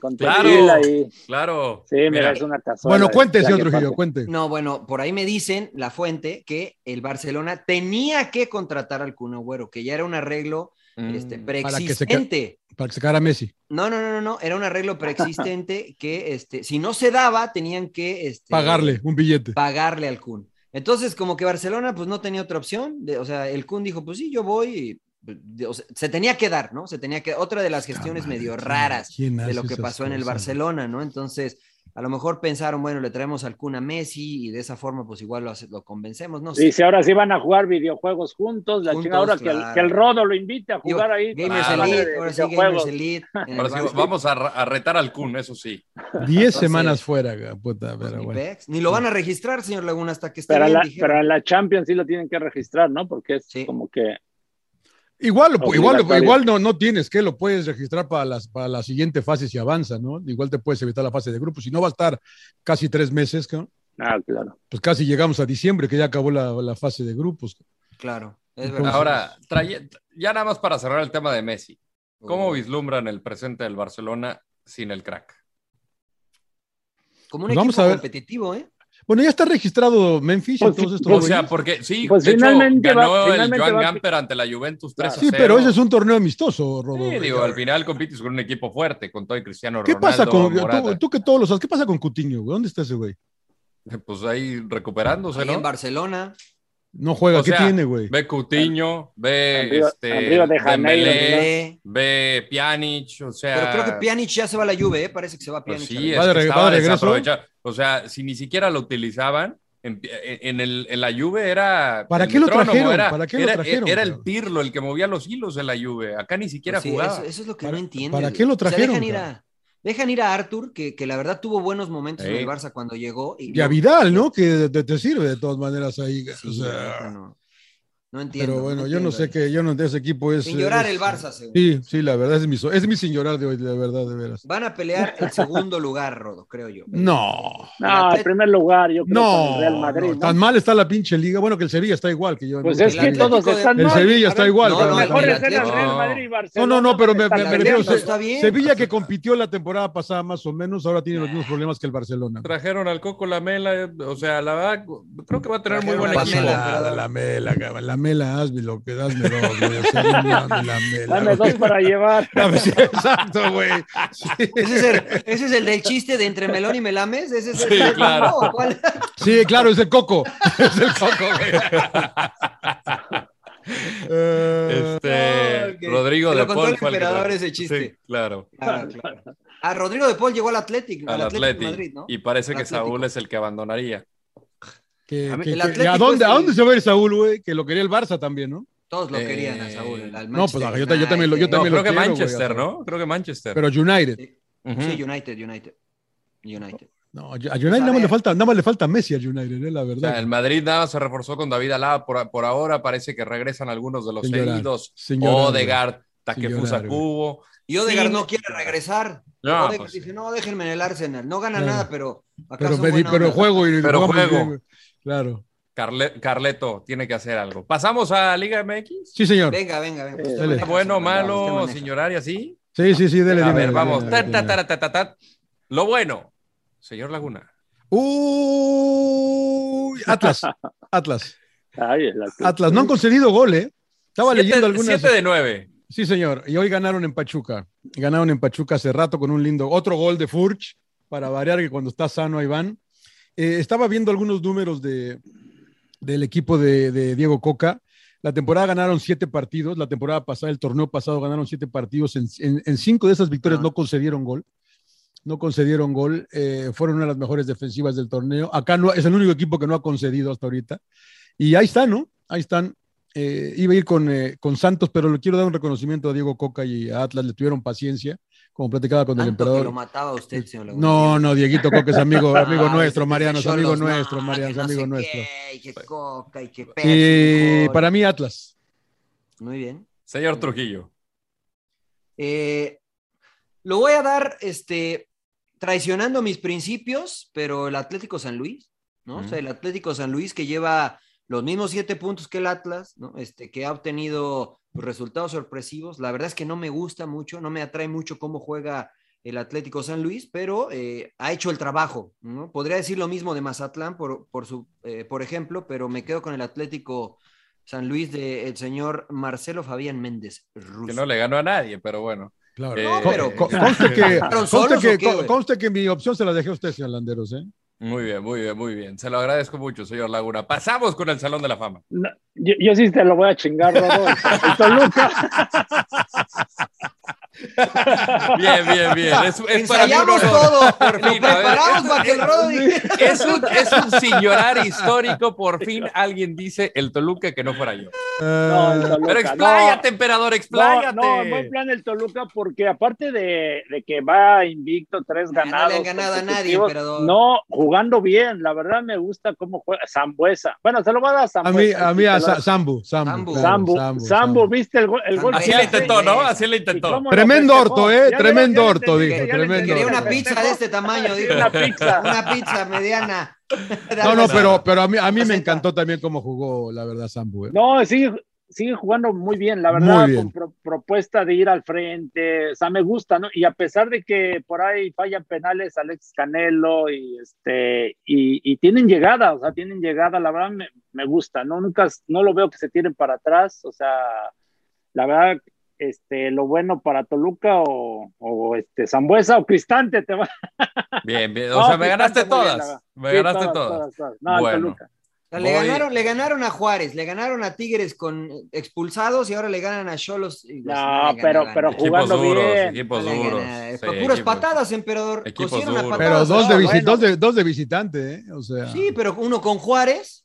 Speaker 1: Con
Speaker 4: Claro.
Speaker 1: tequila y...
Speaker 4: Claro.
Speaker 1: Sí, mira,
Speaker 4: Mira,
Speaker 1: es una cazuela.
Speaker 2: Bueno,
Speaker 1: de
Speaker 2: cuéntese, otro
Speaker 1: Tlaquepaque.
Speaker 2: Trujillo, cuente.
Speaker 3: No, bueno, por ahí me dicen la fuente que el Barcelona tenía que contratar al Kun Agüero, que ya era un arreglo
Speaker 4: mm,
Speaker 3: este,
Speaker 2: Para que se ca-
Speaker 3: preexistente.
Speaker 2: Para que sacara a Messi.
Speaker 3: No, no, no, no, no, era un arreglo preexistente que este, si no se daba, tenían que este,
Speaker 2: Pagarle un billete.
Speaker 3: pagarle al Kun. Entonces, como que Barcelona pues no tenía otra opción, de- o sea, el Kun dijo, pues sí, yo voy, y, de- o sea, se tenía que dar, ¿no? Se tenía que, otra de las gestiones
Speaker 2: Madre,
Speaker 3: medio
Speaker 2: ¿quién-
Speaker 3: raras
Speaker 2: quién
Speaker 3: de
Speaker 2: hace
Speaker 3: lo que
Speaker 2: Ah, esas
Speaker 3: pasó en el
Speaker 2: cosas?
Speaker 3: Barcelona, ¿no? Entonces, a lo mejor pensaron, bueno, le traemos al Kun a Messi y de esa forma pues igual lo, hace- lo convencemos, no sé.
Speaker 1: Y si ahora sí van a jugar videojuegos juntos, la
Speaker 3: Pues Juntos,
Speaker 1: chingada ahora que,
Speaker 3: claro.
Speaker 1: el, que el Rodo lo invite a
Speaker 3: Digo,
Speaker 1: jugar ahí. Ah, con
Speaker 3: Gamers
Speaker 1: la madre
Speaker 3: Elite,
Speaker 1: de
Speaker 3: ahora sí,
Speaker 1: videojuegos.
Speaker 3: Gamers Elite. en el
Speaker 4: ahora sí,
Speaker 3: Barça.
Speaker 4: vamos a, ra- a retar al Kun, eso sí.
Speaker 2: 10
Speaker 3: Entonces-
Speaker 2: semanas fuera, ga- puta,
Speaker 3: Pues,
Speaker 2: pero
Speaker 3: ni,
Speaker 2: bueno.
Speaker 3: pex. Ni lo van a registrar, señor Laguna, hasta que esté
Speaker 1: Pero a
Speaker 3: bien,
Speaker 1: la,
Speaker 3: dijeron.
Speaker 1: pero a la Champions sí lo tienen que registrar, ¿no? Porque es
Speaker 3: Sí.
Speaker 1: como que.
Speaker 2: Igual, igual,
Speaker 1: Obligatorio.
Speaker 2: igual no, no tienes que, lo puedes registrar para, las, para la siguiente fase si avanza, ¿no? Igual te puedes evitar la fase de grupos. Si no va a estar casi tres meses, ¿no?
Speaker 1: Ah, claro.
Speaker 2: pues casi llegamos a diciembre, que ya acabó la, la fase de grupos.
Speaker 3: Claro, es verdad.
Speaker 2: Entonces-
Speaker 4: Ahora, traye- ya nada más para cerrar el tema de Messi. ¿Cómo vislumbran el presente del Barcelona sin el crack?
Speaker 3: Como un
Speaker 2: Pues vamos
Speaker 3: equipo
Speaker 2: a ver.
Speaker 3: competitivo, ¿eh?
Speaker 2: Bueno, ya está registrado Memphis,
Speaker 1: Pues,
Speaker 2: entonces todo
Speaker 4: O
Speaker 1: pues,
Speaker 2: bien.
Speaker 4: sea, porque sí,
Speaker 1: Pues
Speaker 4: de hecho,
Speaker 1: finalmente va-
Speaker 4: ganó
Speaker 1: finalmente
Speaker 4: el
Speaker 1: va-
Speaker 4: Joan Gamper ante la Juventus 3
Speaker 2: Sí, pero ese es un torneo amistoso, Rodolfo.
Speaker 4: Sí, digo, al final compites con un equipo fuerte, con todo y Cristiano
Speaker 2: ¿Qué
Speaker 4: Ronaldo.
Speaker 2: pasa con
Speaker 4: Morata.
Speaker 2: tú, tú que todos lo sabes? ¿Qué pasa con Cutiño? ¿Dónde está ese güey?
Speaker 4: Pues ahí recuperándose,
Speaker 3: Ahí en
Speaker 4: ¿no?
Speaker 3: Barcelona.
Speaker 2: No juega,
Speaker 4: O
Speaker 2: ¿qué
Speaker 4: sea,
Speaker 2: tiene, güey?
Speaker 4: Ve Cutiño, ve
Speaker 1: En Río-
Speaker 4: este,
Speaker 1: en Río de Janeiro,
Speaker 4: Dembélé,
Speaker 1: ¿verdad?
Speaker 3: Pelé.
Speaker 4: ve Pjanic, o sea...
Speaker 3: Pero creo que Pjanic ya se va a la Juve, ¿eh? Parece que se va
Speaker 4: Pues
Speaker 3: Pjanic.
Speaker 4: sí,
Speaker 2: ¿Va
Speaker 4: es que
Speaker 2: de reg-
Speaker 4: estaba
Speaker 2: va de regreso?
Speaker 4: desaprovechado. O sea, si ni siquiera lo utilizaban, en, en el, en la Juve era...
Speaker 2: ¿Para
Speaker 4: el
Speaker 2: qué lo
Speaker 4: metrónomo,
Speaker 2: trajeron?
Speaker 4: Era,
Speaker 2: ¿Para qué lo
Speaker 4: era-
Speaker 2: trajeron,
Speaker 4: era el
Speaker 2: cabrón?
Speaker 4: Pirlo el que movía los hilos en la Juve. Acá ni siquiera
Speaker 3: Pues sí,
Speaker 4: jugaba.
Speaker 3: eso, eso es lo que
Speaker 2: ¿Para-
Speaker 3: no entiendo.
Speaker 2: para qué lo trajeron,
Speaker 3: dejan, ir a, dejan ir a Arthur, que, que la verdad tuvo buenos momentos en
Speaker 4: Sí.
Speaker 3: el Barça cuando llegó. Y,
Speaker 2: Y a Vidal, ¿no? Que te, te sirve de todas maneras ahí.
Speaker 3: Sí,
Speaker 2: o
Speaker 3: la
Speaker 2: sea,
Speaker 3: neta, no. No entiendo.
Speaker 2: pero bueno, yo no sé
Speaker 3: entiendo.
Speaker 2: qué, yo no ese equipo es.
Speaker 3: Sin llorar
Speaker 2: es-
Speaker 3: el Barça, seguro.
Speaker 2: Sí, sí, la verdad es mi, so- es mi sin llorar de hoy, la verdad, de veras.
Speaker 3: Van a pelear el segundo lugar, Rodo, creo yo.
Speaker 2: No,
Speaker 1: No, en
Speaker 3: Atlet-
Speaker 1: primer lugar, yo creo que
Speaker 2: no,
Speaker 1: el Real Madrid.
Speaker 2: no,
Speaker 1: ¿no?
Speaker 2: tan mal está la pinche liga. Bueno, que el Sevilla está igual que yo.
Speaker 1: Pues
Speaker 2: ¿no?
Speaker 1: es
Speaker 2: El
Speaker 1: que
Speaker 2: Sevilla.
Speaker 1: todos están
Speaker 2: El
Speaker 1: mal.
Speaker 2: Sevilla
Speaker 1: A
Speaker 2: está
Speaker 1: ver,
Speaker 2: igual,
Speaker 3: no,
Speaker 2: cabrón.
Speaker 3: no,
Speaker 1: Mejor
Speaker 3: el
Speaker 1: es el
Speaker 3: Atlético-
Speaker 1: Real Madrid y
Speaker 2: No,
Speaker 1: Barcelona.
Speaker 2: no, no, pero me,
Speaker 1: están
Speaker 2: me- me
Speaker 1: peleando.
Speaker 2: refiero.
Speaker 3: Está
Speaker 2: Se-
Speaker 3: bien.
Speaker 2: Sevilla que compitió la temporada pasada más o menos, ahora tiene los mismos problemas que el Barcelona.
Speaker 4: Trajeron al Coco Lamela, eh, o sea, la verdad, creo que va a tener muy
Speaker 3: Trajeron
Speaker 4: buen
Speaker 3: a
Speaker 4: equipo.
Speaker 3: Lamela.
Speaker 2: Nada, la mela, cabrón. La mela, hazme lo que hazme dos, güey. O sea, no mames, la mela,
Speaker 1: Dame dos
Speaker 2: güey.
Speaker 1: para llevar.
Speaker 2: Dame- sí, Exacto, güey. Sí.
Speaker 3: ¿Ese es, el, ese es el del chiste de entre melón y melames. Ese es el
Speaker 4: Sí, claro.
Speaker 3: ¿O cuál?
Speaker 2: Sí, claro, es el coco. Es el coco, güey. Eh,
Speaker 4: Este,
Speaker 3: No, ok.
Speaker 4: Rodrigo
Speaker 3: Se
Speaker 4: de
Speaker 3: lo contó
Speaker 4: Paul
Speaker 3: el
Speaker 4: fue que
Speaker 3: emperador
Speaker 4: trajo.
Speaker 3: ese chiste.
Speaker 4: Sí, claro,
Speaker 3: Claro, claro. Ah, A Rodrigo de Paul llegó al Atlético, al
Speaker 4: al
Speaker 3: Atlético de
Speaker 4: Atlético.
Speaker 3: Madrid, ¿no?
Speaker 4: Y parece
Speaker 3: Al
Speaker 4: que
Speaker 3: Atlético.
Speaker 4: Saúl es el que abandonaría.
Speaker 2: Que,
Speaker 3: A mí-
Speaker 2: que-
Speaker 3: el
Speaker 2: que-
Speaker 3: Atlético
Speaker 2: ¿A dónde,
Speaker 3: es
Speaker 2: a
Speaker 3: el-
Speaker 2: dónde se va a ir Saúl, güey? Que lo quería el Barça también, ¿no?
Speaker 3: Todos lo
Speaker 4: Eh,
Speaker 3: querían a Saúl. al
Speaker 2: no, pues,
Speaker 3: Manchester
Speaker 2: yo ta- yo también lo- yo
Speaker 3: United.
Speaker 2: también
Speaker 4: creo
Speaker 2: lo
Speaker 4: que
Speaker 2: quiero,
Speaker 4: Manchester,
Speaker 2: güey,
Speaker 4: ¿no? Creo que Manchester.
Speaker 2: Pero United.
Speaker 4: Ujú.
Speaker 3: Sí, United, United. United.
Speaker 2: No, a United nada más, le falta, nada más le falta Messi a United, eh, la
Speaker 4: O
Speaker 2: verdad.
Speaker 4: sea, el Madrid nada más se reforzó con David Alaba por, por ahora. Parece que regresan algunos de los
Speaker 2: Sin llorar,
Speaker 4: heridos.
Speaker 2: sin llorar,
Speaker 4: Odegaard,
Speaker 2: Sin llorar,
Speaker 4: Takefusa
Speaker 2: güey.
Speaker 4: Cubo.
Speaker 3: Y Odegaard no quiere regresar.
Speaker 4: No,
Speaker 3: Odegaard
Speaker 4: pues,
Speaker 3: dice, no, déjenme en el Arsenal. No gana
Speaker 2: Claro.
Speaker 3: nada, pero acá
Speaker 2: pero,
Speaker 3: son
Speaker 2: me di-
Speaker 3: buena
Speaker 2: pero
Speaker 3: onda.
Speaker 2: juego y
Speaker 4: Pero
Speaker 2: jugamos
Speaker 4: juego.
Speaker 2: bien, güey. claro.
Speaker 4: Carle- Carleto tiene que hacer algo. ¿Pasamos a Liga MX?
Speaker 2: Sí, señor.
Speaker 3: Venga, venga, venga.
Speaker 2: Eh,
Speaker 3: Usted
Speaker 2: dale.
Speaker 3: maneja,
Speaker 4: Bueno,
Speaker 3: señor, usted
Speaker 4: malo,
Speaker 3: maneja.
Speaker 4: sin llorar y así.
Speaker 2: Sí, sí, sí, dele,
Speaker 4: A
Speaker 2: dime,
Speaker 4: ver,
Speaker 2: dime,
Speaker 4: vamos.
Speaker 2: dime,
Speaker 4: Tan,
Speaker 2: dime.
Speaker 4: tan, tan, tan, tan, tan. Lo bueno, señor Laguna.
Speaker 2: Uy, Atlas, Atlas,
Speaker 1: Ay, el Atlas.
Speaker 2: Atlas. No han concedido gol, ¿eh? Estaba
Speaker 4: Siete-
Speaker 2: leyendo algunas.
Speaker 4: siete de 9.
Speaker 2: Sí, señor. Y hoy ganaron en Pachuca. Ganaron en Pachuca hace rato con un lindo otro gol de Furch, para variar que cuando está sano ahí van. Eh, estaba viendo algunos números de, del equipo de, de Diego Coca. La temporada ganaron siete partidos, la temporada pasada, el torneo pasado ganaron siete partidos. En, en- en cinco de esas victorias no concedieron gol. No concedieron gol. Eh, fueron una de las mejores defensivas del torneo. Acá no, es el único equipo que no ha concedido hasta ahorita. Y ahí está, ¿no? Ahí están. Eh, iba a ir con, eh, con Santos, pero le quiero dar un reconocimiento a Diego Coca y a Atlas. Le tuvieron paciencia, como platicaba con
Speaker 3: Tanto
Speaker 2: el
Speaker 3: que
Speaker 2: emperador.
Speaker 3: lo mataba usted, señor Laguna.
Speaker 2: No, no, Dieguito Coca es amigo, amigo
Speaker 3: Ah,
Speaker 2: nuestro,
Speaker 3: dice,
Speaker 2: Mariano, es
Speaker 3: dice,
Speaker 2: amigo
Speaker 3: Cholos, no,
Speaker 2: nuestro, Mariano,
Speaker 3: que
Speaker 2: es
Speaker 3: no
Speaker 2: amigo
Speaker 3: sé
Speaker 2: nuestro.
Speaker 3: qué, y que coca, y que
Speaker 2: Y
Speaker 3: Pepsi,
Speaker 2: para mí, Atlas.
Speaker 3: Muy bien.
Speaker 2: Mm.
Speaker 4: Señor Trujillo.
Speaker 3: Eh, lo voy a dar este, traicionando mis principios, pero el Atlético San Luis, ¿no? O sea, el Atlético San Luis que lleva los mismos siete puntos que el Atlas, ¿no? Este, que ha obtenido pues, resultados sorpresivos. La verdad es que no me gusta mucho, no me atrae mucho cómo juega el Atlético San Luis, pero eh, ha hecho el trabajo, ¿no? Podría decir lo mismo de Mazatlán, por, por, su, eh, por ejemplo, pero me quedo con el Atlético San Luis del señor Marcelo Fabián Méndez Ruiz.
Speaker 4: Que no le ganó a nadie, pero bueno.
Speaker 2: Claro.
Speaker 4: Eh,
Speaker 2: Co-
Speaker 3: pero-
Speaker 2: co- conste que,
Speaker 3: ¿Pero solos
Speaker 2: conste que-
Speaker 3: o qué, güey?
Speaker 2: conste que mi opción se la dejé a usted, señor Landeros. ¿eh?
Speaker 4: Muy bien, muy bien, muy bien. Se lo agradezco mucho, señor Laguna. Pasamos con el Salón de la Fama.
Speaker 1: No, yo, yo sí te lo voy a chingar, Rodo. El Toluca.
Speaker 4: Bien, bien, bien. Es, es para mí un
Speaker 3: Ensayamos
Speaker 4: honor.
Speaker 3: todo, lo
Speaker 4: fin, a ver.
Speaker 3: preparamos para que el Rodo dijera.
Speaker 4: Es un, es un sin llorar histórico. Por fin alguien dice el Toluca que no fuera yo.
Speaker 1: No, el
Speaker 2: Eh,
Speaker 1: Toluca,
Speaker 4: Pero expláyate, emperador, expláyate.
Speaker 1: No, no, en buen plan el Toluca, porque aparte de, de que va invicto, tres
Speaker 3: Ya Ah, no le
Speaker 1: ganados.
Speaker 3: han ganado a nadie,
Speaker 1: consecutivos,
Speaker 3: emperador.
Speaker 1: No, jugando bien, la verdad me gusta cómo juega Zambuesa. Bueno, se lo va a dar a
Speaker 2: a mí,
Speaker 1: Zambuesa.
Speaker 2: a mí, a
Speaker 1: Se lo-
Speaker 2: Sa- Sambu, Sambu,
Speaker 3: Sambu.
Speaker 2: claro,
Speaker 1: pues, Sambu,
Speaker 2: Sambu,
Speaker 1: Sambu,
Speaker 2: Sambu.
Speaker 1: viste el, gol- el gol.
Speaker 4: Así
Speaker 1: que
Speaker 4: lo
Speaker 1: hace?
Speaker 4: intentó, ¿no? Así lo
Speaker 1: ¿Y
Speaker 4: intentó.
Speaker 1: cómo lo
Speaker 2: Tremendo
Speaker 1: festejó?
Speaker 2: orto, ¿eh?
Speaker 1: Ya le-
Speaker 2: Tremendo
Speaker 1: ya le
Speaker 2: orto,
Speaker 1: entendí,
Speaker 2: dijo,
Speaker 1: ya le
Speaker 2: tremendo
Speaker 1: entendí.
Speaker 3: Quería
Speaker 2: orto.
Speaker 3: una pizza de este tamaño, dijo.
Speaker 1: Una pizza.
Speaker 3: Una pizza mediana.
Speaker 2: No, no, pero, pero a mí, a mí me
Speaker 3: Acepta.
Speaker 2: encantó también cómo jugó, la verdad, Sambu. ¿eh?
Speaker 1: No, sigue, sigue jugando muy bien, la
Speaker 2: Muy
Speaker 1: verdad,
Speaker 2: bien.
Speaker 1: con pro- propuesta de ir al frente, o sea, me gusta, ¿no? Y a pesar de que por ahí fallan penales Alex Canelo y este, y, y tienen llegada, o sea, tienen llegada, la verdad me, me gusta, ¿no? Nunca, no lo veo que se tiren para atrás, o sea, la verdad, este, lo bueno para Toluca o, o este, Zambuesa o Cristante te va.
Speaker 4: Bien, bien.
Speaker 1: No,
Speaker 4: O sea, me
Speaker 1: Cristante
Speaker 4: ganaste
Speaker 1: muy bien, la
Speaker 4: todas.
Speaker 1: verdad.
Speaker 4: Me
Speaker 1: Sí,
Speaker 4: ganaste todas.
Speaker 1: No, al
Speaker 4: Bueno.
Speaker 1: Toluca.
Speaker 3: le,
Speaker 4: Voy.
Speaker 3: ganaron, le ganaron a Juárez, le ganaron a Tigres con expulsados y ahora le ganan a Cholos. Y pues,
Speaker 1: No,
Speaker 3: le
Speaker 1: pero,
Speaker 3: ganaban.
Speaker 1: pero
Speaker 3: No
Speaker 4: Equipos
Speaker 1: jugando
Speaker 4: duros,
Speaker 1: bien.
Speaker 4: equipos
Speaker 3: le
Speaker 4: duros.
Speaker 3: ganaban.
Speaker 4: Sí,
Speaker 3: Puras
Speaker 4: equipos.
Speaker 3: eh, patadas, emperador.
Speaker 4: Equipos
Speaker 3: Cosieron a
Speaker 4: duros.
Speaker 2: Pero
Speaker 3: patadas,
Speaker 2: dos de,
Speaker 3: ¿no?
Speaker 2: visi-
Speaker 1: bueno.
Speaker 2: dos de, dos de visitante, ¿eh? O sea,
Speaker 3: Sí, pero uno con Juárez.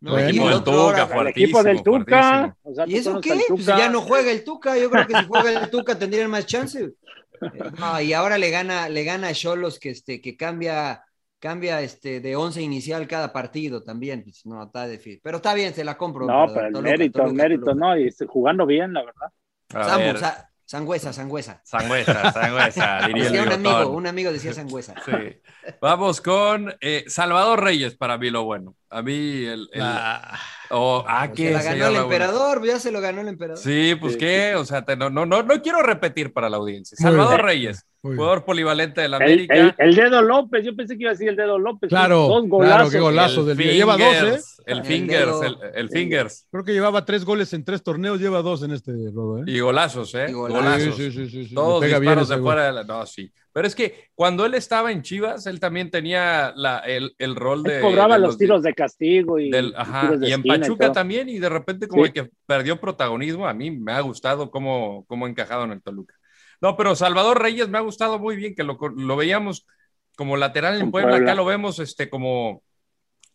Speaker 3: ¿no?
Speaker 2: Bueno.
Speaker 3: Y
Speaker 4: Equipo
Speaker 3: el
Speaker 4: del
Speaker 3: otro
Speaker 4: Tuca,
Speaker 3: ahora-
Speaker 1: Al equipo del
Speaker 4: fuertísimo,
Speaker 1: Tuca.
Speaker 4: fuertísimo.
Speaker 1: o sea,
Speaker 3: ¿Y
Speaker 1: tú
Speaker 3: eso
Speaker 1: conoces
Speaker 3: qué?
Speaker 1: al
Speaker 3: Pues
Speaker 1: Tuca.
Speaker 3: ya no juega el Tuca. Yo creo que si juega el Tuca tendrían más chance. Eh, no, y ahora le gana, le gana a Cholos que, este, que cambia, cambia este, de once inicial cada partido también. Pues, no, está difícil. Pero está bien, se la compro. perdón.
Speaker 1: No, pero el
Speaker 3: Toluca,
Speaker 1: mérito, el
Speaker 3: Toluca,
Speaker 1: mérito,
Speaker 3: Toluca.
Speaker 1: ¿no? Y este, jugando bien, la verdad.
Speaker 4: A
Speaker 3: Sambu,
Speaker 4: ver,
Speaker 3: Sa- Sangüesa, Sangüesa.
Speaker 4: Sangüesa, sangüesa, diría el
Speaker 3: Decía un
Speaker 4: bigotón.
Speaker 3: amigo, un amigo decía Sangüesa.
Speaker 4: Sí. Vamos con eh, Salvador Reyes, para mí lo bueno. A mí el... el- o- ah, ¿qué,
Speaker 3: Se la
Speaker 4: señor
Speaker 3: ganó el
Speaker 4: Laguna?
Speaker 3: emperador, ya se lo ganó el emperador.
Speaker 4: Sí, pues
Speaker 1: Sí,
Speaker 4: qué, o sea, te- no, no, no, no quiero repetir para la audiencia.
Speaker 2: Muy bien.
Speaker 4: Salvador Reyes,
Speaker 2: muy bien.
Speaker 4: jugador polivalente de la
Speaker 1: El,
Speaker 4: América.
Speaker 1: el- el dedo López, yo pensé que iba a decir el dedo López.
Speaker 2: Claro,
Speaker 1: dos
Speaker 2: claro,
Speaker 1: golazos.
Speaker 2: qué golazo del día. Lleva dos, ¿eh?
Speaker 4: Fingers, El
Speaker 3: El
Speaker 4: Fingers,
Speaker 3: dedo.
Speaker 4: el, el Fingers.
Speaker 2: Creo que llevaba tres goles en tres torneos, lleva dos en este rodo, ¿eh?
Speaker 4: Y golazos, ¿eh?
Speaker 3: Y golazos.
Speaker 4: golazos.
Speaker 2: Sí, sí, sí, sí, sí.
Speaker 4: Todos
Speaker 2: Le pega bien
Speaker 4: disparos
Speaker 2: ese
Speaker 4: de
Speaker 2: gol.
Speaker 4: fuera de la. No, sí. Pero es que cuando él estaba en Chivas, él también tenía la- el, el rol
Speaker 1: Él
Speaker 4: de.
Speaker 1: cobraba
Speaker 4: de
Speaker 1: los tiros de castigo y,
Speaker 4: del-
Speaker 1: y
Speaker 4: ajá,
Speaker 1: tiros de
Speaker 4: y en
Speaker 1: esquina y
Speaker 4: Pachuca
Speaker 1: todo.
Speaker 4: también, y de repente como
Speaker 1: Sí.
Speaker 4: el que perdió protagonismo, a mí me ha gustado cómo, cómo ha encajado en el Toluca. No, pero Salvador Reyes me ha gustado muy bien, que lo, lo veíamos como lateral en
Speaker 1: En
Speaker 4: Puebla, acá
Speaker 1: Puebla.
Speaker 4: lo vemos este, como,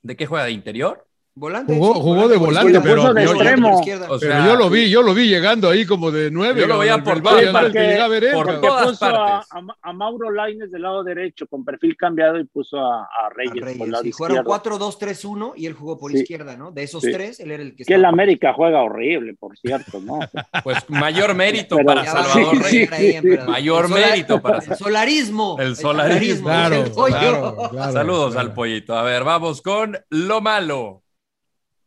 Speaker 4: ¿De qué juega? ¿De interior?
Speaker 3: Volante.
Speaker 2: Jugó, jugó de volante, pero, yo- yo-
Speaker 4: O
Speaker 2: pero
Speaker 4: sea,
Speaker 2: yo lo vi, yo lo vi llegando ahí como de nueve.
Speaker 4: Yo lo veía
Speaker 2: el-
Speaker 4: por
Speaker 2: el-
Speaker 4: todas
Speaker 2: el- el-
Speaker 4: partes.
Speaker 2: que llegaba era él,
Speaker 4: Por
Speaker 2: cabrón.
Speaker 1: Que
Speaker 4: todas
Speaker 1: puso a,
Speaker 4: partes.
Speaker 1: a- a Mauro Laines del lado derecho con perfil cambiado y puso a, a Reyes,
Speaker 3: Reyes,
Speaker 1: por el lado
Speaker 3: y jugaron
Speaker 1: izquierdo.
Speaker 3: 4-2-3-1 y él jugó por
Speaker 1: Sí.
Speaker 3: izquierda, ¿no? De esos
Speaker 1: Sí.
Speaker 3: tres, él era el que
Speaker 1: Que el
Speaker 3: estaba-
Speaker 1: América juega horrible, por cierto, ¿no?
Speaker 4: Pues mayor mérito
Speaker 1: Pero-
Speaker 4: para
Speaker 1: Ya
Speaker 3: vamos
Speaker 4: Salvador
Speaker 3: a
Speaker 4: Reyes.
Speaker 3: llegar ahí, emperador.
Speaker 4: Mayor
Speaker 3: El solar-
Speaker 4: mérito para
Speaker 3: El solarismo.
Speaker 4: El solarismo.
Speaker 3: el
Speaker 2: Claro,
Speaker 3: pollo.
Speaker 2: claro, claro,
Speaker 4: Saludos
Speaker 2: claro.
Speaker 4: al pollito. A ver, vamos con lo malo.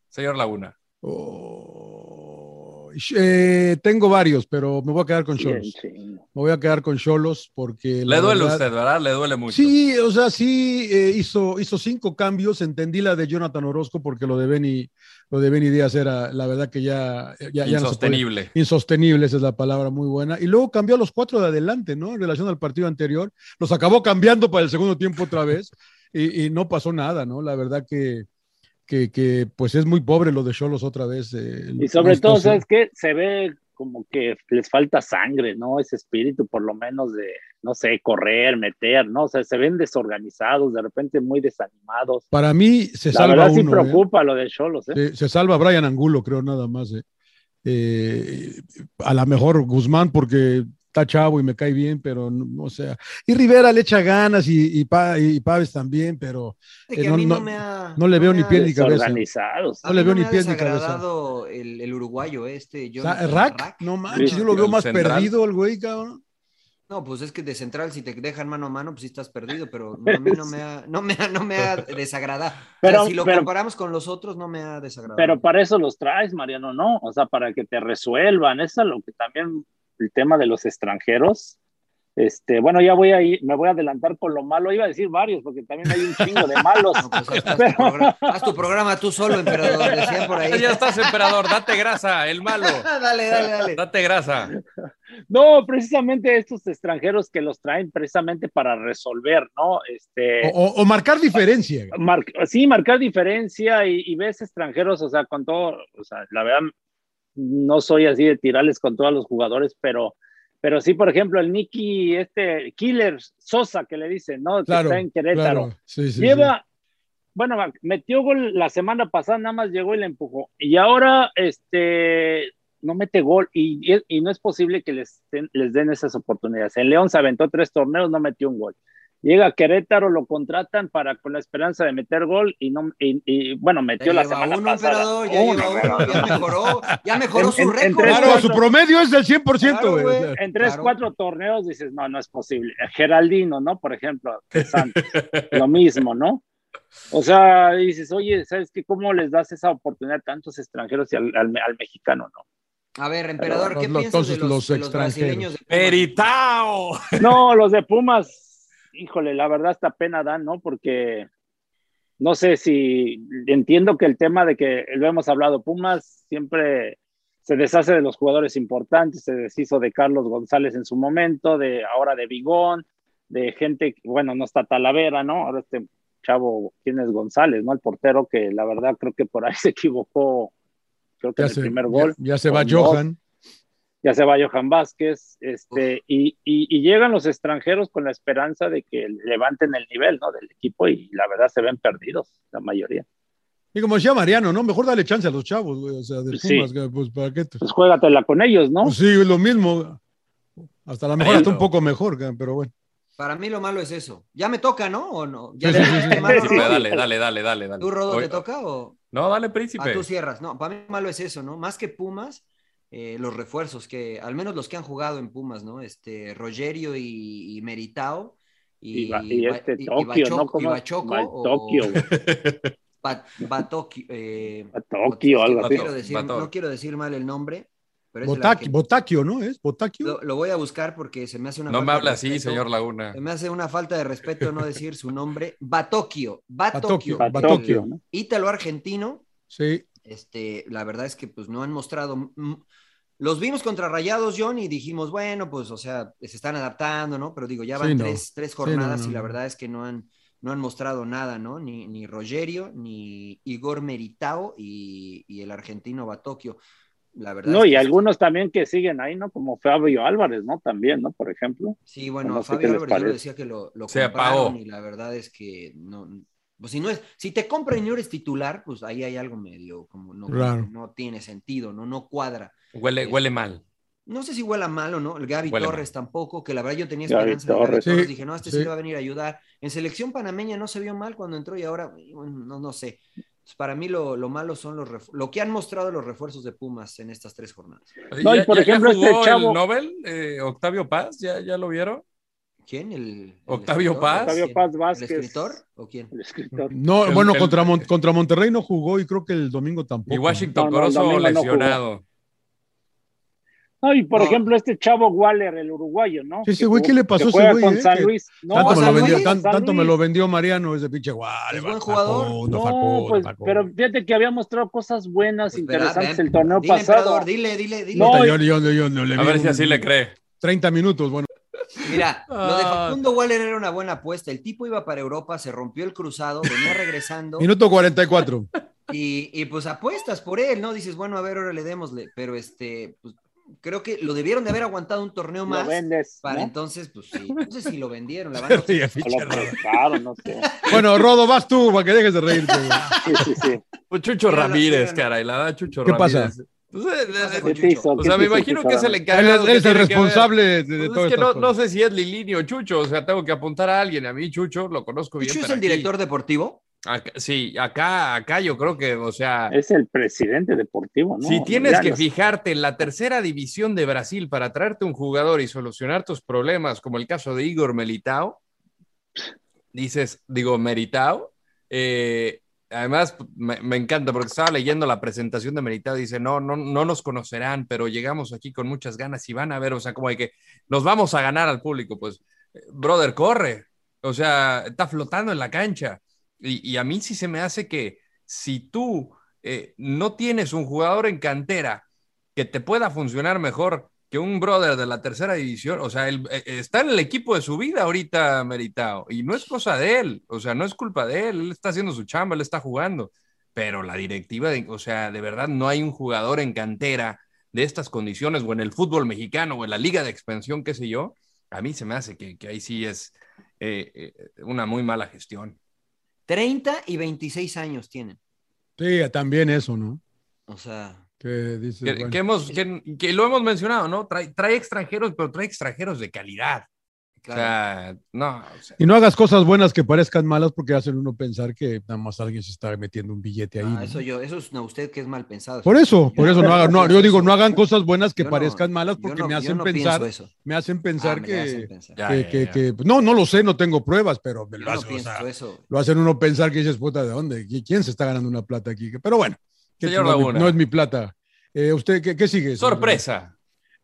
Speaker 4: Señor Laguna.
Speaker 2: Oh, eh, tengo varios, pero me voy a quedar con
Speaker 1: Bien,
Speaker 2: Cholos.
Speaker 1: sí.
Speaker 2: Me voy a quedar con Cholos porque. la
Speaker 4: Le duele a
Speaker 2: verdad-
Speaker 4: usted, ¿verdad? Le duele mucho.
Speaker 2: Sí, o sea, sí eh, hizo, hizo cinco cambios. Entendí la de Jonathan Orozco porque lo de Benny, lo de Benny Díaz era, la verdad que ya, ya, ya no se podía.
Speaker 4: Insostenible.
Speaker 2: Insostenible, esa es la palabra muy buena. Y luego cambió a los cuatro de adelante, ¿no? En relación al partido anterior. Los acabó cambiando para el segundo tiempo otra vez y, y no pasó nada, ¿no? La verdad que, que, que, pues es muy pobre lo de Cholos otra vez. eh,
Speaker 1: Y sobre
Speaker 2: no
Speaker 1: todo,
Speaker 2: sé.
Speaker 1: ¿sabes qué? Se ve como que les falta sangre, ¿no? Ese espíritu, por lo menos, de, no sé, correr, meter, ¿no? O sea, se ven desorganizados, de repente muy desanimados.
Speaker 2: Para mí se
Speaker 1: La
Speaker 2: salva
Speaker 1: verdad sí
Speaker 2: uno. ¿eh?
Speaker 1: preocupa lo de Cholos, ¿eh?
Speaker 2: Se, se salva Brian Angulo, creo, nada más. eh. Eh, a lo mejor Guzmán, porque está chavo y me cae bien, pero no, no, o sea. Y Rivera le echa ganas y, y, Pa- y Paves también, pero
Speaker 3: Fíjate que
Speaker 2: Eh,
Speaker 3: a
Speaker 2: no-
Speaker 3: mí no,
Speaker 2: no-
Speaker 3: me ha-
Speaker 2: no le veo ni
Speaker 3: me ha-
Speaker 2: piel ni cabeza.
Speaker 1: Desorganizados.
Speaker 3: a
Speaker 2: no
Speaker 3: mí
Speaker 2: le veo
Speaker 3: me
Speaker 2: ni
Speaker 3: ha
Speaker 2: pies ni cabeza.
Speaker 3: desagradado El, el uruguayo este.
Speaker 2: o
Speaker 3: Jonathan
Speaker 2: sea, Rack,
Speaker 3: Rack.
Speaker 2: no manches,
Speaker 3: Sí,
Speaker 2: yo lo
Speaker 4: el
Speaker 2: veo más
Speaker 4: central.
Speaker 2: perdido el güey, cabrón.
Speaker 3: No, pues es que de central, si te dejan mano a mano, pues sí estás perdido, pero no, a mí no me ha, no me ha- no me ha desagradado.
Speaker 1: Pero-
Speaker 3: si lo
Speaker 1: pero-
Speaker 3: comparamos con los otros, no me ha desagradado.
Speaker 1: Pero para eso los traes, Mariano, ¿no? O sea, para que te resuelvan. Eso es lo que también el tema de los extranjeros. Este, bueno, ya voy a ir, me voy a adelantar con lo malo. Iba a decir varios, porque también hay un chingo de malos.
Speaker 3: No, pues haz, haz tu
Speaker 1: Pero-
Speaker 3: programa, haz tu programa tú solo, emperador, decían por ahí. Ah,
Speaker 4: Ya estás, emperador. Date grasa, el malo.
Speaker 3: dale, dale, dale.
Speaker 4: Date grasa.
Speaker 1: No, precisamente estos extranjeros que los traen precisamente para resolver, ¿no? Este,
Speaker 2: O, o- o marcar diferencia.
Speaker 1: mar- sí, marcar diferencia y, y ves extranjeros, o sea, con todo, o sea, la verdad, no soy así de tirarles con todos los jugadores, pero, pero sí, por ejemplo, el Nicky, este Killer Sosa, que le dicen, ¿no?
Speaker 2: Claro,
Speaker 1: que está en Querétaro.
Speaker 2: claro, sí, sí, sí.
Speaker 1: Lleva, bueno, metió gol la semana pasada, nada más llegó y le empujó. Y ahora, este, no mete gol y, y- y no es posible que les, den- les den esas oportunidades. En León se aventó tres torneos, no metió un gol. Llega a Querétaro, lo contratan para con la esperanza de meter gol y no, y, y, bueno,
Speaker 3: Ya
Speaker 1: metió la
Speaker 3: lleva
Speaker 1: semana
Speaker 3: uno,
Speaker 1: pasada.
Speaker 3: emperador, ya
Speaker 1: Uno,
Speaker 3: lleva
Speaker 1: pero-
Speaker 3: uno, ya mejoró, ya mejoró
Speaker 1: En-
Speaker 3: su
Speaker 1: en- en
Speaker 3: récord.
Speaker 1: tres,
Speaker 2: Claro,
Speaker 1: cuatro.
Speaker 2: su promedio es del 100%,
Speaker 3: Claro,
Speaker 2: güey.
Speaker 3: güey.
Speaker 2: O sea,
Speaker 1: en tres,
Speaker 3: Claro.
Speaker 1: cuatro torneos dices, no, no es posible. Geraldino, ¿no? Por ejemplo, de Santos, lo mismo, ¿no? O sea, dices, oye, ¿sabes qué? ¿Cómo les das esa oportunidad a tantos extranjeros y al, al- al mexicano, no?
Speaker 3: A ver, emperador, ¿qué
Speaker 2: Los-
Speaker 3: piensas de
Speaker 2: entonces,
Speaker 3: los,
Speaker 2: los
Speaker 3: de los brasileños? de Pumas?
Speaker 4: Peritao.
Speaker 1: No, los de Pumas, híjole, la verdad hasta pena dan, ¿no? Porque no sé si entiendo que el tema de que lo hemos hablado, Pumas siempre se deshace de los jugadores importantes, se deshizo de Carlos González en su momento, de ahora de Vigón, de gente, que, bueno, no está Talavera, ¿no? Ahora este chavo, ¿quién es González, no? El portero que la verdad creo que por ahí se equivocó, creo que
Speaker 2: Ya
Speaker 1: en
Speaker 2: se,
Speaker 1: el primer
Speaker 2: ya-
Speaker 1: gol
Speaker 2: ya, se va
Speaker 1: con dos.
Speaker 2: Johan.
Speaker 1: ya se va Johan Vázquez, este, y, y- y llegan los extranjeros con la esperanza de que levanten el nivel ¿no? del equipo y la verdad se ven perdidos, la mayoría.
Speaker 2: Y como decía Mariano, ¿no? Mejor dale chance a los chavos, güey. O sea, de
Speaker 1: Sí.
Speaker 2: Pumas, güey, pues para qué. te-
Speaker 1: Pues juégatela con ellos, ¿no?
Speaker 2: Pues sí, es lo mismo. Hasta a lo mejor
Speaker 4: Ahí
Speaker 2: está un
Speaker 4: lo-
Speaker 2: poco mejor, güey, pero bueno.
Speaker 3: Para mí lo malo es eso. Ya me toca, ¿no? ¿O no? ¿Ya le
Speaker 2: Sí, sí, sí,
Speaker 3: dijiste
Speaker 2: sí.
Speaker 3: malo,
Speaker 1: Sí,
Speaker 3: Rodo?
Speaker 4: Dale, dale, dale, dale. dale.
Speaker 3: ¿Tú, Rodo, te
Speaker 4: Oye,
Speaker 3: toca o...?
Speaker 4: No, dale,
Speaker 3: Ah,
Speaker 4: príncipe.
Speaker 3: tú cierras. No, para mí malo es eso, ¿no? Más que Pumas, eh, los refuerzos, que al menos los que han jugado en Pumas, ¿no? Este, Rogerio y, y Meritao. Y,
Speaker 1: Y, va- y este
Speaker 3: y- y
Speaker 1: Tokio,
Speaker 3: Bachoco-
Speaker 1: ¿no?
Speaker 3: y
Speaker 1: Como
Speaker 3: Bachoco o-
Speaker 1: Tokio, güey,
Speaker 3: Ba- Batokio, eh,
Speaker 1: a Tokio, algo
Speaker 3: no
Speaker 1: así.
Speaker 3: quiero, decir,
Speaker 4: Batok.
Speaker 3: no quiero decir mal el nombre, pero es el
Speaker 2: Botaqui-
Speaker 3: argentino.
Speaker 2: Botaquio, ¿no? ¿Es Botaquio?
Speaker 3: lo, lo voy a buscar porque se me hace una
Speaker 4: No me
Speaker 3: falta de
Speaker 4: habla así,
Speaker 3: respeto.
Speaker 4: señor Laguna.
Speaker 3: Se me hace una falta de respeto no decir su nombre. Batokio. Batokio.
Speaker 1: A
Speaker 2: Batokio.
Speaker 1: Tokio, ¿no?
Speaker 3: Ítalo argentino
Speaker 2: Sí.
Speaker 3: este, la verdad es que pues no han mostrado. mm, Los vimos contra Rayados, John, y dijimos, bueno, pues, o sea, se están adaptando, ¿no? Pero digo, ya van
Speaker 2: Sí, no.
Speaker 3: tres, tres
Speaker 2: no,
Speaker 3: jornadas
Speaker 2: no,
Speaker 3: y la
Speaker 2: no.
Speaker 3: verdad es que no han, no han mostrado nada, ¿no? Ni, ni Rogerio, ni Igor Meritao y, y el argentino Batokio. La verdad.
Speaker 1: No,
Speaker 3: es
Speaker 1: y
Speaker 3: que-
Speaker 1: algunos también que siguen ahí, ¿no? Como Fabio Álvarez, ¿no? También, ¿no? Por ejemplo.
Speaker 3: Sí, bueno,
Speaker 1: no
Speaker 3: a
Speaker 1: sé
Speaker 3: Fabio
Speaker 1: qué les
Speaker 3: Álvarez yo le
Speaker 1: parece.
Speaker 3: decía que lo, lo
Speaker 4: Se
Speaker 3: compraron
Speaker 4: apagó.
Speaker 3: y la verdad es que no, Pues si no es, si te compra y no eres titular, pues ahí hay algo medio como no,
Speaker 2: Raro.
Speaker 3: no tiene sentido, no, no cuadra.
Speaker 4: Huele, huele mal.
Speaker 3: No sé si huela mal o no, el Gaby
Speaker 4: Huele
Speaker 3: Torres tampoco, que la verdad yo tenía
Speaker 4: Gaby
Speaker 3: esperanza en Gaby
Speaker 4: Torres.
Speaker 3: Torres,
Speaker 4: Sí,
Speaker 3: dije, no, este
Speaker 4: sí.
Speaker 3: sí. le va a venir a ayudar. En selección panameña no se vio mal cuando entró y ahora, bueno, no, no sé. Pues para mí lo, lo malo son los refu- lo que han mostrado los refuerzos de Pumas en estas tres jornadas.
Speaker 1: No, y por ejemplo, este
Speaker 4: jugó
Speaker 1: chavo-
Speaker 4: el Nobel, eh, Octavio Paz, ¿ya, ya lo vieron?
Speaker 3: ¿Quién? ¿El,
Speaker 4: Octavio Paz?
Speaker 1: Octavio Paz Vázquez.
Speaker 3: Ah, ¿El escritor o quién?
Speaker 1: El escritor.
Speaker 2: No,
Speaker 4: El-
Speaker 2: bueno,
Speaker 4: el-
Speaker 2: contra, Mon- contra Monterrey no jugó y creo que el domingo tampoco.
Speaker 4: Y Washington
Speaker 1: No, no, el
Speaker 4: Corozo
Speaker 1: domingo no jugó.
Speaker 4: lesionado.
Speaker 1: No, y por
Speaker 3: No.
Speaker 1: ejemplo, este chavo Waller, el uruguayo, ¿no?
Speaker 2: Sí, ese
Speaker 1: Que
Speaker 2: güey,
Speaker 1: jugó-
Speaker 2: ¿qué le pasó
Speaker 1: que
Speaker 2: a ese
Speaker 1: juega
Speaker 2: güey,
Speaker 1: Con
Speaker 2: eh?
Speaker 1: San
Speaker 2: Que
Speaker 1: Luis. No,
Speaker 2: tanto, me
Speaker 1: San
Speaker 2: lo vendió,
Speaker 1: Luis,
Speaker 2: tan-
Speaker 1: San
Speaker 2: tanto me
Speaker 1: Luis.
Speaker 2: lo vendió Mariano ese pinche guay.
Speaker 3: Es buen jugador.
Speaker 2: No,
Speaker 1: No,
Speaker 2: Falcón,
Speaker 1: pues,
Speaker 2: Falcón.
Speaker 1: pero fíjate que había mostrado cosas buenas,
Speaker 3: Espera,
Speaker 1: interesantes
Speaker 3: Pues, ven.
Speaker 1: el torneo
Speaker 3: dile,
Speaker 1: pasado.
Speaker 3: emperador, dile, dile, dile.
Speaker 1: No,
Speaker 2: Puta, yo- yo- yo- yo no le
Speaker 4: A
Speaker 2: vi
Speaker 4: ver si
Speaker 2: un-
Speaker 4: así le cree.
Speaker 2: 30 minutos, bueno.
Speaker 3: Mira, lo de
Speaker 4: Ah.
Speaker 3: Facundo Waller era una buena apuesta. El tipo iba para Europa, se rompió el cruzado, venía regresando
Speaker 2: Minuto 44.
Speaker 3: y, y, pues apuestas por él, ¿no? Dices, bueno, a ver, ahora le démosle, pero este, pues, creo que lo debieron de haber aguantado un torneo
Speaker 1: Lo
Speaker 3: más.
Speaker 1: vendes,
Speaker 3: Para
Speaker 1: ¿no?
Speaker 3: entonces, pues sí. No sé si lo vendieron, la verdad. no sé.
Speaker 2: Y el
Speaker 1: O
Speaker 2: pinche
Speaker 1: lo
Speaker 2: Rodo.
Speaker 1: prestaron, no sé.
Speaker 2: bueno, Rodo, vas tú para que dejes de reírte. güey.
Speaker 1: Sí, sí, sí.
Speaker 4: Pues Chucho
Speaker 3: Míralo,
Speaker 4: Ramírez,
Speaker 3: míralo.
Speaker 4: caray, la da Chucho
Speaker 2: ¿Qué
Speaker 4: Ramírez.
Speaker 2: pasa?
Speaker 4: Pues, eh,
Speaker 3: pasa
Speaker 4: eh,
Speaker 3: con
Speaker 1: ¿Qué te hizo?
Speaker 4: o
Speaker 1: ¿Qué
Speaker 4: sea,
Speaker 1: te
Speaker 4: me
Speaker 1: hizo
Speaker 4: imagino que es el
Speaker 1: Chucho?
Speaker 2: Él es,
Speaker 4: encargado. que
Speaker 2: él es el
Speaker 4: tiene que ver.
Speaker 2: responsable de, de
Speaker 4: Pues
Speaker 2: todo
Speaker 4: es que no,
Speaker 2: esto.
Speaker 4: no sé si es Lilini o Chucho, o sea, tengo que apuntar a alguien. A mí, Chucho, lo conozco bien.
Speaker 3: Chucho es
Speaker 4: pero
Speaker 3: el
Speaker 4: aquí-
Speaker 3: director deportivo.
Speaker 4: acá- sí, acá, acá yo creo que, o sea,
Speaker 1: Es el presidente deportivo, ¿no?
Speaker 4: si tienes
Speaker 1: Ya
Speaker 4: que
Speaker 1: los-
Speaker 4: fijarte en la tercera división de Brasil para traerte un jugador y solucionar tus problemas, como el caso de Igor Melitao, dices, digo, Meritao, eh, además me, me encanta porque estaba leyendo la presentación de Meritao, dice, no, no, no nos conocerán, pero llegamos aquí con muchas ganas y van a ver, o sea, como de que nos vamos a ganar al público, pues, eh, brother, corre, o sea, está flotando en la cancha. Y, y a mí sí se me hace que si tú eh, no tienes un jugador en cantera que te pueda funcionar mejor que un brother de la tercera división, o sea, él, eh, está en el equipo de su vida ahorita, Meritao, y no es cosa de él, o sea, no es culpa de él, él está haciendo su chamba, él está jugando, pero la directiva, de- o sea, de verdad no hay un jugador en cantera de estas condiciones, o en el fútbol mexicano, o en la liga de expansión, qué sé yo, a mí se me hace que, que ahí sí es eh, eh, una muy mala gestión.
Speaker 3: 30 y 26 años tienen.
Speaker 2: Sí, también eso, ¿no?
Speaker 3: O sea,
Speaker 2: Que dices,
Speaker 4: Que,
Speaker 2: bueno.
Speaker 4: que hemos, que, que lo hemos mencionado, ¿no? Trae, trae extranjeros, pero trae extranjeros de calidad.
Speaker 3: claro.
Speaker 4: O sea, no, o sea,
Speaker 2: Y no hagas cosas buenas que parezcan malas porque hacen uno pensar que nada más alguien se está metiendo un billete ahí.
Speaker 3: Ah,
Speaker 2: ¿no?
Speaker 3: eso yo, eso es no, usted que es mal pensado.
Speaker 2: Por eso, por
Speaker 3: Yo
Speaker 2: eso
Speaker 3: no-
Speaker 2: no hagan, no, yo digo, no hagan cosas buenas que
Speaker 3: Yo no-
Speaker 2: parezcan malas
Speaker 3: yo
Speaker 2: porque
Speaker 3: no-
Speaker 2: me
Speaker 3: yo
Speaker 2: hacen
Speaker 3: no
Speaker 2: pensar,
Speaker 3: pienso eso.
Speaker 2: me hacen pensar
Speaker 3: Ah, me
Speaker 2: que,
Speaker 3: hacen pensar.
Speaker 4: Ya,
Speaker 2: que-
Speaker 4: ya,
Speaker 2: que-
Speaker 4: ya.
Speaker 2: que- no, no lo sé, no tengo pruebas, pero me
Speaker 3: Yo
Speaker 2: lo,
Speaker 3: no
Speaker 2: hacen, o
Speaker 3: pienso
Speaker 2: sea, Pues
Speaker 3: eso.
Speaker 2: lo hacen uno pensar que dices, puta, ¿de dónde? ¿Qui- ¿Quién se está ganando una plata aquí? Pero bueno, que
Speaker 4: Señor
Speaker 2: no, es mi-
Speaker 4: Laguna.
Speaker 2: no es mi plata. Eh, ¿Usted qué, qué sigue? señor?
Speaker 4: sorpresa.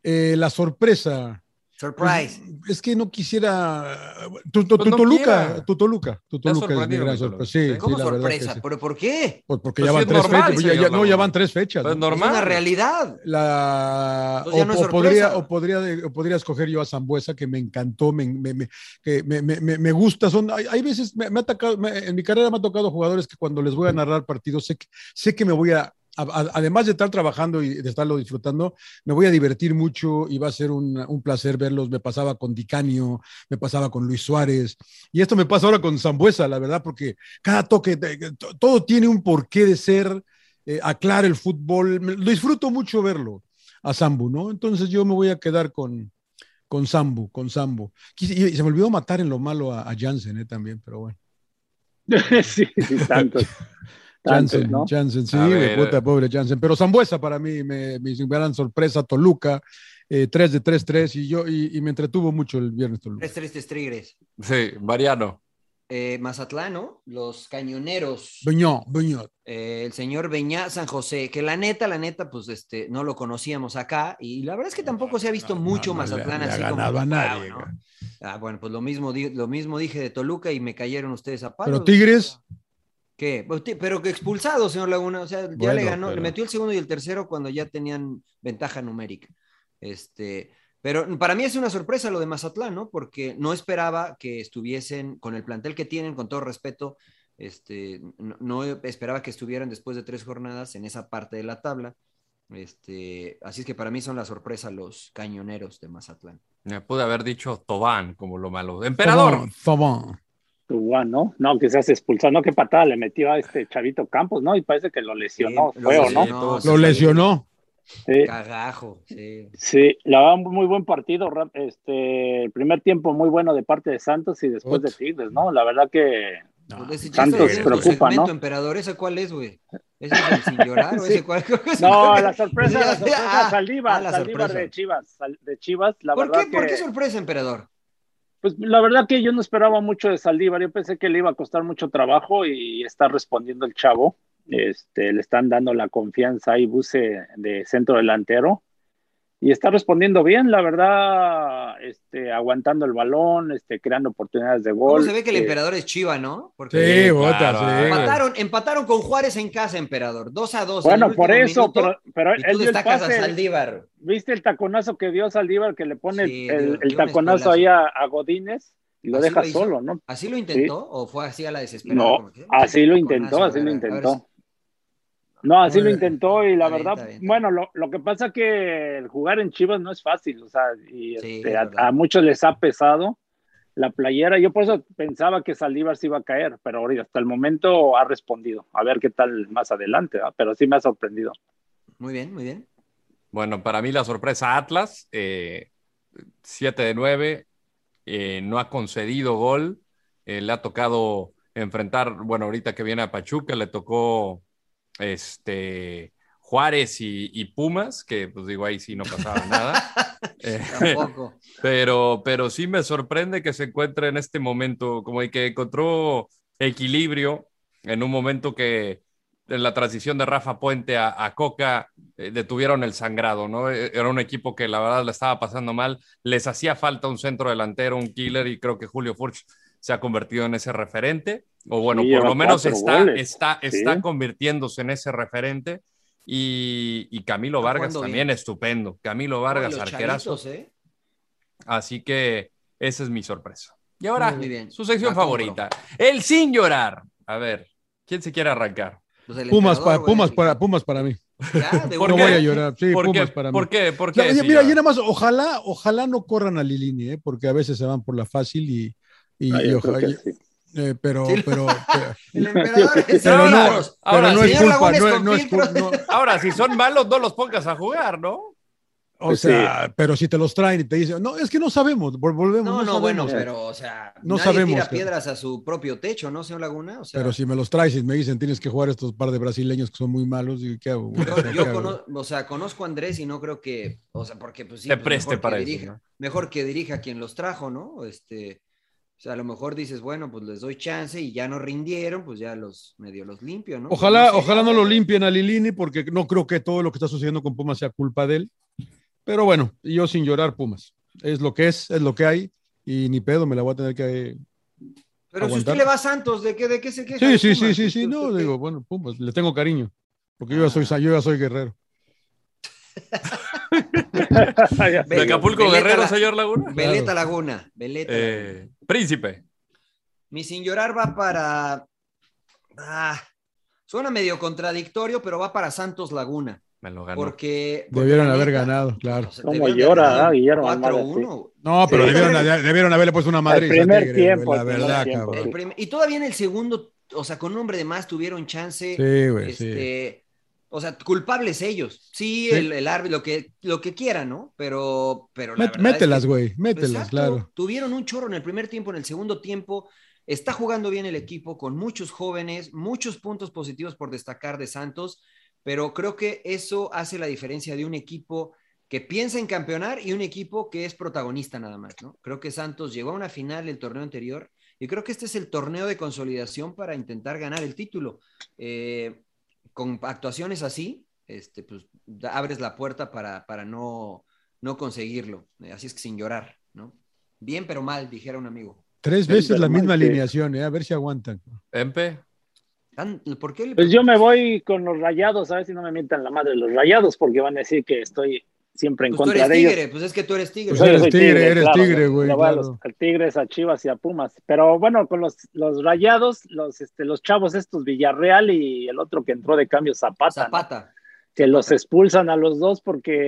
Speaker 2: Eh, la sorpresa.
Speaker 3: Surprise.
Speaker 2: Pues, Es que no quisiera. Tu, tu-
Speaker 4: Pues no
Speaker 2: tu Toluca,
Speaker 4: quiera.
Speaker 2: tu Toluca, tu
Speaker 4: Te has
Speaker 2: Toluca es mi
Speaker 4: sorprendido,
Speaker 2: gran
Speaker 4: mi
Speaker 2: sorpresa.
Speaker 4: Toluca.
Speaker 2: Sí,
Speaker 3: ¿Cómo
Speaker 2: sí, la verdad que
Speaker 3: sorpresa?
Speaker 2: sí.
Speaker 3: ¿Pero por qué?
Speaker 2: Por- Porque
Speaker 4: Pues
Speaker 2: ya
Speaker 4: sí
Speaker 2: van
Speaker 4: es
Speaker 2: tres
Speaker 4: normal,
Speaker 2: fechas. ya-
Speaker 4: señor
Speaker 2: ya- no, ya
Speaker 4: Laguna.
Speaker 2: van tres fechas.
Speaker 4: Pues
Speaker 2: ¿no?
Speaker 3: Es una
Speaker 4: normal.
Speaker 3: realidad.
Speaker 2: La,
Speaker 3: Entonces ya
Speaker 2: o,
Speaker 3: no es
Speaker 2: o podría,
Speaker 3: sorpresa.
Speaker 2: o, podría, de- o podría escoger yo a Zambuesa, que me encantó, me, me, me- que me, me- me- me gusta. Son, hay, hay veces, me, me ha tocado- me- en mi carrera me ha tocado jugadores que cuando les voy a narrar partidos, sé que, sé que me voy a, a- a- además de estar trabajando y de estarlo disfrutando, me voy a divertir mucho y va a ser un, un placer verlos. Me pasaba con Dicanio, me pasaba con Luis Suárez, y esto me pasa ahora con Zambuesa, la verdad, porque cada toque, de- de- to- todo tiene un porqué de ser. eh, aclara el fútbol, me- disfruto mucho verlo a Sambu, ¿no? Entonces yo me voy a quedar con, con Sambu, con Sambu. Quise- Y, y se me olvidó matar en lo malo a, a Jansen, ¿eh? También, pero bueno.
Speaker 1: sí, sí, tantos. tantos,
Speaker 2: Jansen,
Speaker 1: ¿no?
Speaker 2: Jansen, sí,
Speaker 4: A
Speaker 2: güey,
Speaker 4: ver.
Speaker 2: puta, pobre Jansen. Pero Zambuesa para mí, me, me hizo gran sorpresa, Toluca, eh, 3 de 3-3, y yo, y, y me entretuvo mucho el viernes Toluca.
Speaker 3: Tres tristes tigres.
Speaker 4: Sí, Mariano.
Speaker 3: Eh, Mazatlán, ¿no? Los cañoneros.
Speaker 2: Buñó, Buñó.
Speaker 3: Eh, el señor Beñá San José, que la neta, la neta, pues este, no lo conocíamos acá y la verdad es que tampoco se ha visto
Speaker 2: No,
Speaker 3: mucho
Speaker 2: no, no
Speaker 3: Mazatlán
Speaker 2: le ha- le ha
Speaker 3: así
Speaker 2: ganado
Speaker 3: como
Speaker 2: a nadie,
Speaker 3: wow,
Speaker 2: güey.
Speaker 3: ¿no? Ah, bueno, pues lo mismo, di- lo mismo dije de Toluca y me cayeron ustedes a palos.
Speaker 2: Pero Tigres,
Speaker 3: ¿Qué? Pues, ti- Pero que expulsado, señor Laguna, o sea, ya
Speaker 2: Bueno,
Speaker 3: le ganó, le
Speaker 2: pero-
Speaker 3: metió el segundo y el tercero cuando ya tenían ventaja numérica. Este, pero para mí es una sorpresa lo de Mazatlán, ¿no? Porque no esperaba que estuviesen con el plantel que tienen, con todo respeto, este, no, no esperaba que estuvieran después de tres jornadas en esa parte de la tabla. Este, así es que para mí son la sorpresa los cañoneros de Mazatlán.
Speaker 4: Me pude haber dicho Tobán, como lo malo. Emperador.
Speaker 2: Favón, Favón.
Speaker 1: Guau, ¿no? No, que se hace expulsar, no, qué patada le metió a este Chavito Campos, ¿no? Y parece que lo lesionó,
Speaker 2: Sí,
Speaker 1: fue, ¿o ¿no?
Speaker 2: Lo lesionó.
Speaker 1: Sí.
Speaker 3: Cagajo, sí.
Speaker 1: Sí, la verdad, muy buen partido. Ra- Este, el primer tiempo muy bueno de parte de Santos y después de Tigres, ¿no? La verdad que
Speaker 3: Pues Ese chiste
Speaker 1: Santos
Speaker 3: de-
Speaker 1: preocupa,
Speaker 3: segmento,
Speaker 1: ¿no?
Speaker 3: emperador, ¿ese cuál es, güey? ¿Ese es el sin llorar o
Speaker 1: Sí.
Speaker 3: ese cuál?
Speaker 1: No, la sorpresa, la sorpresa,
Speaker 3: Ah,
Speaker 1: Saldívar,
Speaker 3: ah, la
Speaker 1: Saldívar
Speaker 3: sorpresa.
Speaker 1: de Chivas, Sal- de Chivas, la
Speaker 3: ¿Por
Speaker 1: verdad
Speaker 3: qué, ¿Por
Speaker 1: que-
Speaker 3: qué sorpresa, emperador?
Speaker 1: Pues la verdad que yo no esperaba mucho de Saldívar, yo pensé que le iba a costar mucho trabajo y está respondiendo el chavo. Este, le están dando la confianza ahí, Buse de centro delantero. Y está respondiendo bien, la verdad, este, aguantando el balón, este, creando oportunidades de gol.
Speaker 3: ¿Cómo se ve que el
Speaker 1: Eh,
Speaker 3: emperador es chiva, no?
Speaker 2: Sí, bota, sí.
Speaker 4: eh.
Speaker 3: Empataron, empataron con Juárez en casa, emperador. 2 a 2.
Speaker 1: Bueno, por eso, pero- pero
Speaker 3: y
Speaker 1: él
Speaker 3: tú
Speaker 1: dio el
Speaker 3: destacas
Speaker 1: pase.
Speaker 3: a Saldívar.
Speaker 1: ¿Viste el taconazo que dio Saldívar que le pone
Speaker 3: Sí,
Speaker 1: el,
Speaker 3: dio-
Speaker 1: el
Speaker 3: dio un escuelazo.
Speaker 1: taconazo ahí a, a Godínez y lo
Speaker 3: Así
Speaker 1: deja
Speaker 3: lo hizo.
Speaker 1: solo, ¿no?
Speaker 3: ¿Así lo intentó o fue así a la desesperada?
Speaker 1: No,
Speaker 3: Como que-
Speaker 1: así lo
Speaker 3: Con
Speaker 1: intentó,
Speaker 3: Nazo,
Speaker 1: así lo
Speaker 3: a ver, a ver
Speaker 1: intentó. No, así
Speaker 3: A
Speaker 1: lo
Speaker 3: ver,
Speaker 1: intentó y la
Speaker 3: está bien,
Speaker 1: verdad,
Speaker 3: está bien,
Speaker 1: bueno, lo, lo que pasa que el jugar en Chivas no es fácil, o sea,
Speaker 3: Sí,
Speaker 1: y este,
Speaker 3: es
Speaker 1: a,
Speaker 3: verdad.
Speaker 1: a muchos les ha pesado la playera. Yo por eso pensaba que Saldívar se iba a caer, pero ahorita hasta el momento ha respondido. A ver qué tal más adelante, ¿verdad? pero sí me ha sorprendido.
Speaker 3: Muy bien, muy bien.
Speaker 4: Bueno, para mí la sorpresa Atlas, 7 de 9, no ha concedido gol, eh, le ha tocado enfrentar, bueno, ahorita que viene a Pachuca, le tocó este, Juárez y, y Pumas, que pues digo, ahí sí no pasaba nada. Eh,
Speaker 3: Tampoco.
Speaker 4: pero, pero sí me sorprende que se encuentre en este momento, como de que encontró equilibrio en un momento que en la transición de Rafa Puente a, a Coca eh, detuvieron el sangrado, ¿no? Eh, Era un equipo que la verdad le estaba pasando mal, les hacía falta un centro delantero, un killer, y creo que Julio Furch se ha convertido en ese referente, o bueno,
Speaker 1: Sí,
Speaker 4: por
Speaker 1: lleva
Speaker 4: lo menos
Speaker 1: cuatro
Speaker 4: está,
Speaker 1: goles.
Speaker 4: está,
Speaker 1: Sí.
Speaker 4: está convirtiéndose en ese referente. Y, y Camilo
Speaker 3: Está
Speaker 4: Vargas
Speaker 3: jugando
Speaker 4: también estupendo. Camilo Vargas,
Speaker 3: Los
Speaker 4: arquerazo.
Speaker 3: chavitos, ¿eh?
Speaker 4: Así que esa es mi sorpresa. Y ahora,
Speaker 3: Muy bien.
Speaker 4: su sección
Speaker 3: La
Speaker 4: favorita, el sin llorar. A ver, ¿quién se quiere arrancar?
Speaker 3: Pues el
Speaker 2: Pumas
Speaker 3: emperador,
Speaker 2: para,
Speaker 3: güey.
Speaker 2: Pumas para, Pumas para mí.
Speaker 3: Ya, de
Speaker 4: ¿Por
Speaker 2: no
Speaker 4: qué?
Speaker 2: voy a llorar. Sí,
Speaker 4: ¿Por
Speaker 2: Pumas
Speaker 4: qué?
Speaker 2: para mí.
Speaker 4: ¿Por qué? ¿Por
Speaker 2: Ya,
Speaker 4: qué
Speaker 2: ya,
Speaker 4: sin
Speaker 2: mira,
Speaker 4: llorar?
Speaker 2: yo nada más, ojalá, ojalá no corran a Lilini, ¿eh? porque a veces se van por la fácil y, y-
Speaker 1: Ah,
Speaker 2: y
Speaker 1: yo creo
Speaker 2: ojalá-
Speaker 1: que sí.
Speaker 2: eh, pero,
Speaker 3: Sí, lo-
Speaker 2: pero, pero-
Speaker 3: El emperador es
Speaker 2: pero no,
Speaker 3: Ahora,
Speaker 2: pero no es
Speaker 3: señor
Speaker 2: culpa,
Speaker 3: Lagunes
Speaker 2: no es-
Speaker 3: con
Speaker 2: no es
Speaker 3: filtros.
Speaker 2: culpa, no-
Speaker 4: Ahora, si son malos, no los pongas a jugar, ¿no?
Speaker 1: Pues
Speaker 2: o sea, pero si te los traen y te dicen, no, es que no sabemos, vol- volvemos.
Speaker 3: No, no,
Speaker 2: sabemos".
Speaker 3: bueno, pero, o sea,
Speaker 2: No
Speaker 3: nadie
Speaker 2: sabemos,
Speaker 3: tira
Speaker 2: pero-
Speaker 3: piedras a su propio techo, ¿no, señor Laguna? O sea,
Speaker 2: Pero si me los traes y me dicen, tienes que jugar a estos par de brasileños que son muy malos, y ¿qué hago? güey? O sea,
Speaker 3: yo,
Speaker 2: ¿qué
Speaker 3: yo
Speaker 2: hago?
Speaker 3: cono- o sea, conozco a Andrés y no creo que, o sea, porque pues sí,
Speaker 4: Te
Speaker 3: pues,
Speaker 4: preste
Speaker 3: mejor que
Speaker 4: para eso,
Speaker 3: dirija,
Speaker 4: ¿no?
Speaker 3: mejor que dirija a quien los trajo, ¿no? Este, o sea, a lo mejor dices, bueno, pues les doy chance y ya no rindieron, pues ya los medio los limpio, ¿no?
Speaker 2: Ojalá,
Speaker 3: Pues, no sé.
Speaker 2: ojalá no lo limpien a Lilini, porque no creo que todo lo que está sucediendo con Pumas sea culpa de él. Pero bueno, yo sin llorar, Pumas. Es lo que es, es lo que hay, y ni pedo, me la voy a tener que.
Speaker 3: Pero si
Speaker 2: aguantar.
Speaker 3: usted le va a Santos, ¿de qué, de qué se queja?
Speaker 2: Sí,
Speaker 3: de
Speaker 2: sí, sí,
Speaker 3: Pumas?
Speaker 2: sí, sí,
Speaker 3: ¿Usted-
Speaker 2: no,
Speaker 3: usted qué?
Speaker 2: digo, bueno, Pumas, le tengo cariño, porque yo ya soy, yo ya soy guerrero.
Speaker 1: Ya
Speaker 4: De
Speaker 1: sé.
Speaker 4: Acapulco
Speaker 3: Veleta
Speaker 4: Guerrero,
Speaker 3: la-
Speaker 4: señor Laguna.
Speaker 3: Veleta Laguna, Veleta. Laguna.
Speaker 4: Eh, príncipe.
Speaker 3: Mi sin llorar va para. Ah, suena medio contradictorio, pero va para Santos Laguna.
Speaker 4: Me lo ganó.
Speaker 3: Porque. porque
Speaker 2: Debieron
Speaker 3: la
Speaker 2: haber
Speaker 3: neta,
Speaker 2: ganado, claro.
Speaker 3: o sea,
Speaker 1: ¿Cómo
Speaker 3: debieron de
Speaker 1: llora,
Speaker 3: haber ganado
Speaker 1: ah, Guillermo Almada,
Speaker 3: 4-1,
Speaker 2: No, pero
Speaker 3: Sí.
Speaker 2: debieron, debieron haberle puesto una madre.
Speaker 1: primer tiempo,
Speaker 2: la
Speaker 1: el primer
Speaker 2: verdad,
Speaker 1: tiempo,
Speaker 3: El
Speaker 2: cabrón.
Speaker 3: prim- Y todavía en el segundo, o sea, con un hombre de más tuvieron chance.
Speaker 2: Sí, güey, sí.
Speaker 3: este, O sea, culpables ellos. Sí,
Speaker 2: Sí.
Speaker 3: El, el árbitro, lo que, lo que quiera, ¿no? Pero, pero la
Speaker 2: Mét-
Speaker 3: verdad es
Speaker 2: mételas,
Speaker 3: que-
Speaker 2: güey, mételas,
Speaker 3: Exacto,
Speaker 2: claro.
Speaker 3: Tuvieron un chorro en el primer tiempo, en el segundo tiempo. Está jugando bien el equipo con muchos jóvenes, muchos puntos positivos por destacar de Santos, pero creo que eso hace la diferencia de un equipo que piensa en campeonar y un equipo que es protagonista nada más, ¿no? Creo que Santos llegó a una final el torneo anterior y creo que este es el torneo de consolidación para intentar ganar el título. Eh, con actuaciones así, este, pues da- abres la puerta para, para no, no conseguirlo. Eh, Así es que sin llorar, ¿no? Bien pero mal, dijera un amigo.
Speaker 2: Tres veces la
Speaker 1: Superman,
Speaker 2: misma
Speaker 3: este,
Speaker 1: sí.
Speaker 2: alineación, eh, a ver si aguantan.
Speaker 4: Empe.
Speaker 3: Tan- ¿Por qué le
Speaker 1: Pues yo me voy con los rayados, a ver si no me mientan la madre los rayados, porque van a decir que estoy siempre en
Speaker 3: Pues tú
Speaker 1: contra
Speaker 3: eres
Speaker 1: de ellos.
Speaker 3: tigre, pues es que tú eres tigre.
Speaker 2: Pues eres
Speaker 1: soy
Speaker 2: tigre, eres tigre, güey,
Speaker 1: Le voy a
Speaker 2: claro.
Speaker 1: los- al Tigres, a Chivas y a Pumas. Pero bueno, con los, los rayados, los, este, los chavos estos, Villarreal y el otro que entró de cambio, Zapata, ¿no?
Speaker 3: Zapata.
Speaker 1: que los expulsan a los dos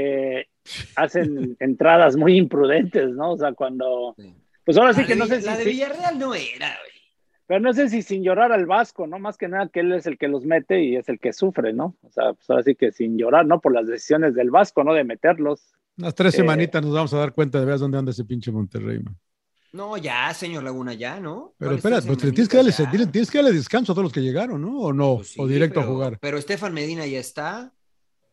Speaker 1: porque hacen entradas muy imprudentes, ¿no? O sea, cuando...
Speaker 3: Sí.
Speaker 1: Pues ahora sí
Speaker 3: La
Speaker 1: que
Speaker 3: de
Speaker 1: no
Speaker 3: Villa-
Speaker 1: sé si...
Speaker 3: La de
Speaker 1: sí-
Speaker 3: Villarreal no era, güey.
Speaker 1: Pero no sé si sin llorar al Vasco, ¿no? Más que nada que él es el que los mete y es el que sufre, ¿no? O sea, pues ahora sí que sin llorar, ¿no? Por las decisiones del Vasco, ¿no? De meterlos.
Speaker 2: Unas tres
Speaker 1: Eh,
Speaker 2: semanitas nos vamos a dar cuenta de veras dónde anda ese pinche Monterrey, man.
Speaker 3: No, ya, señor Laguna, ya, ¿no?
Speaker 2: Pero
Speaker 3: ¿Cuál
Speaker 2: espera,
Speaker 3: es el
Speaker 2: pues, le tienes, que darle,
Speaker 3: semanita?
Speaker 2: dile- tienes que darle descanso a todos los que llegaron, ¿no? O no,
Speaker 3: Pues sí,
Speaker 2: o directo a
Speaker 3: pero-
Speaker 2: jugar.
Speaker 3: Pero Estefan Medina ya está,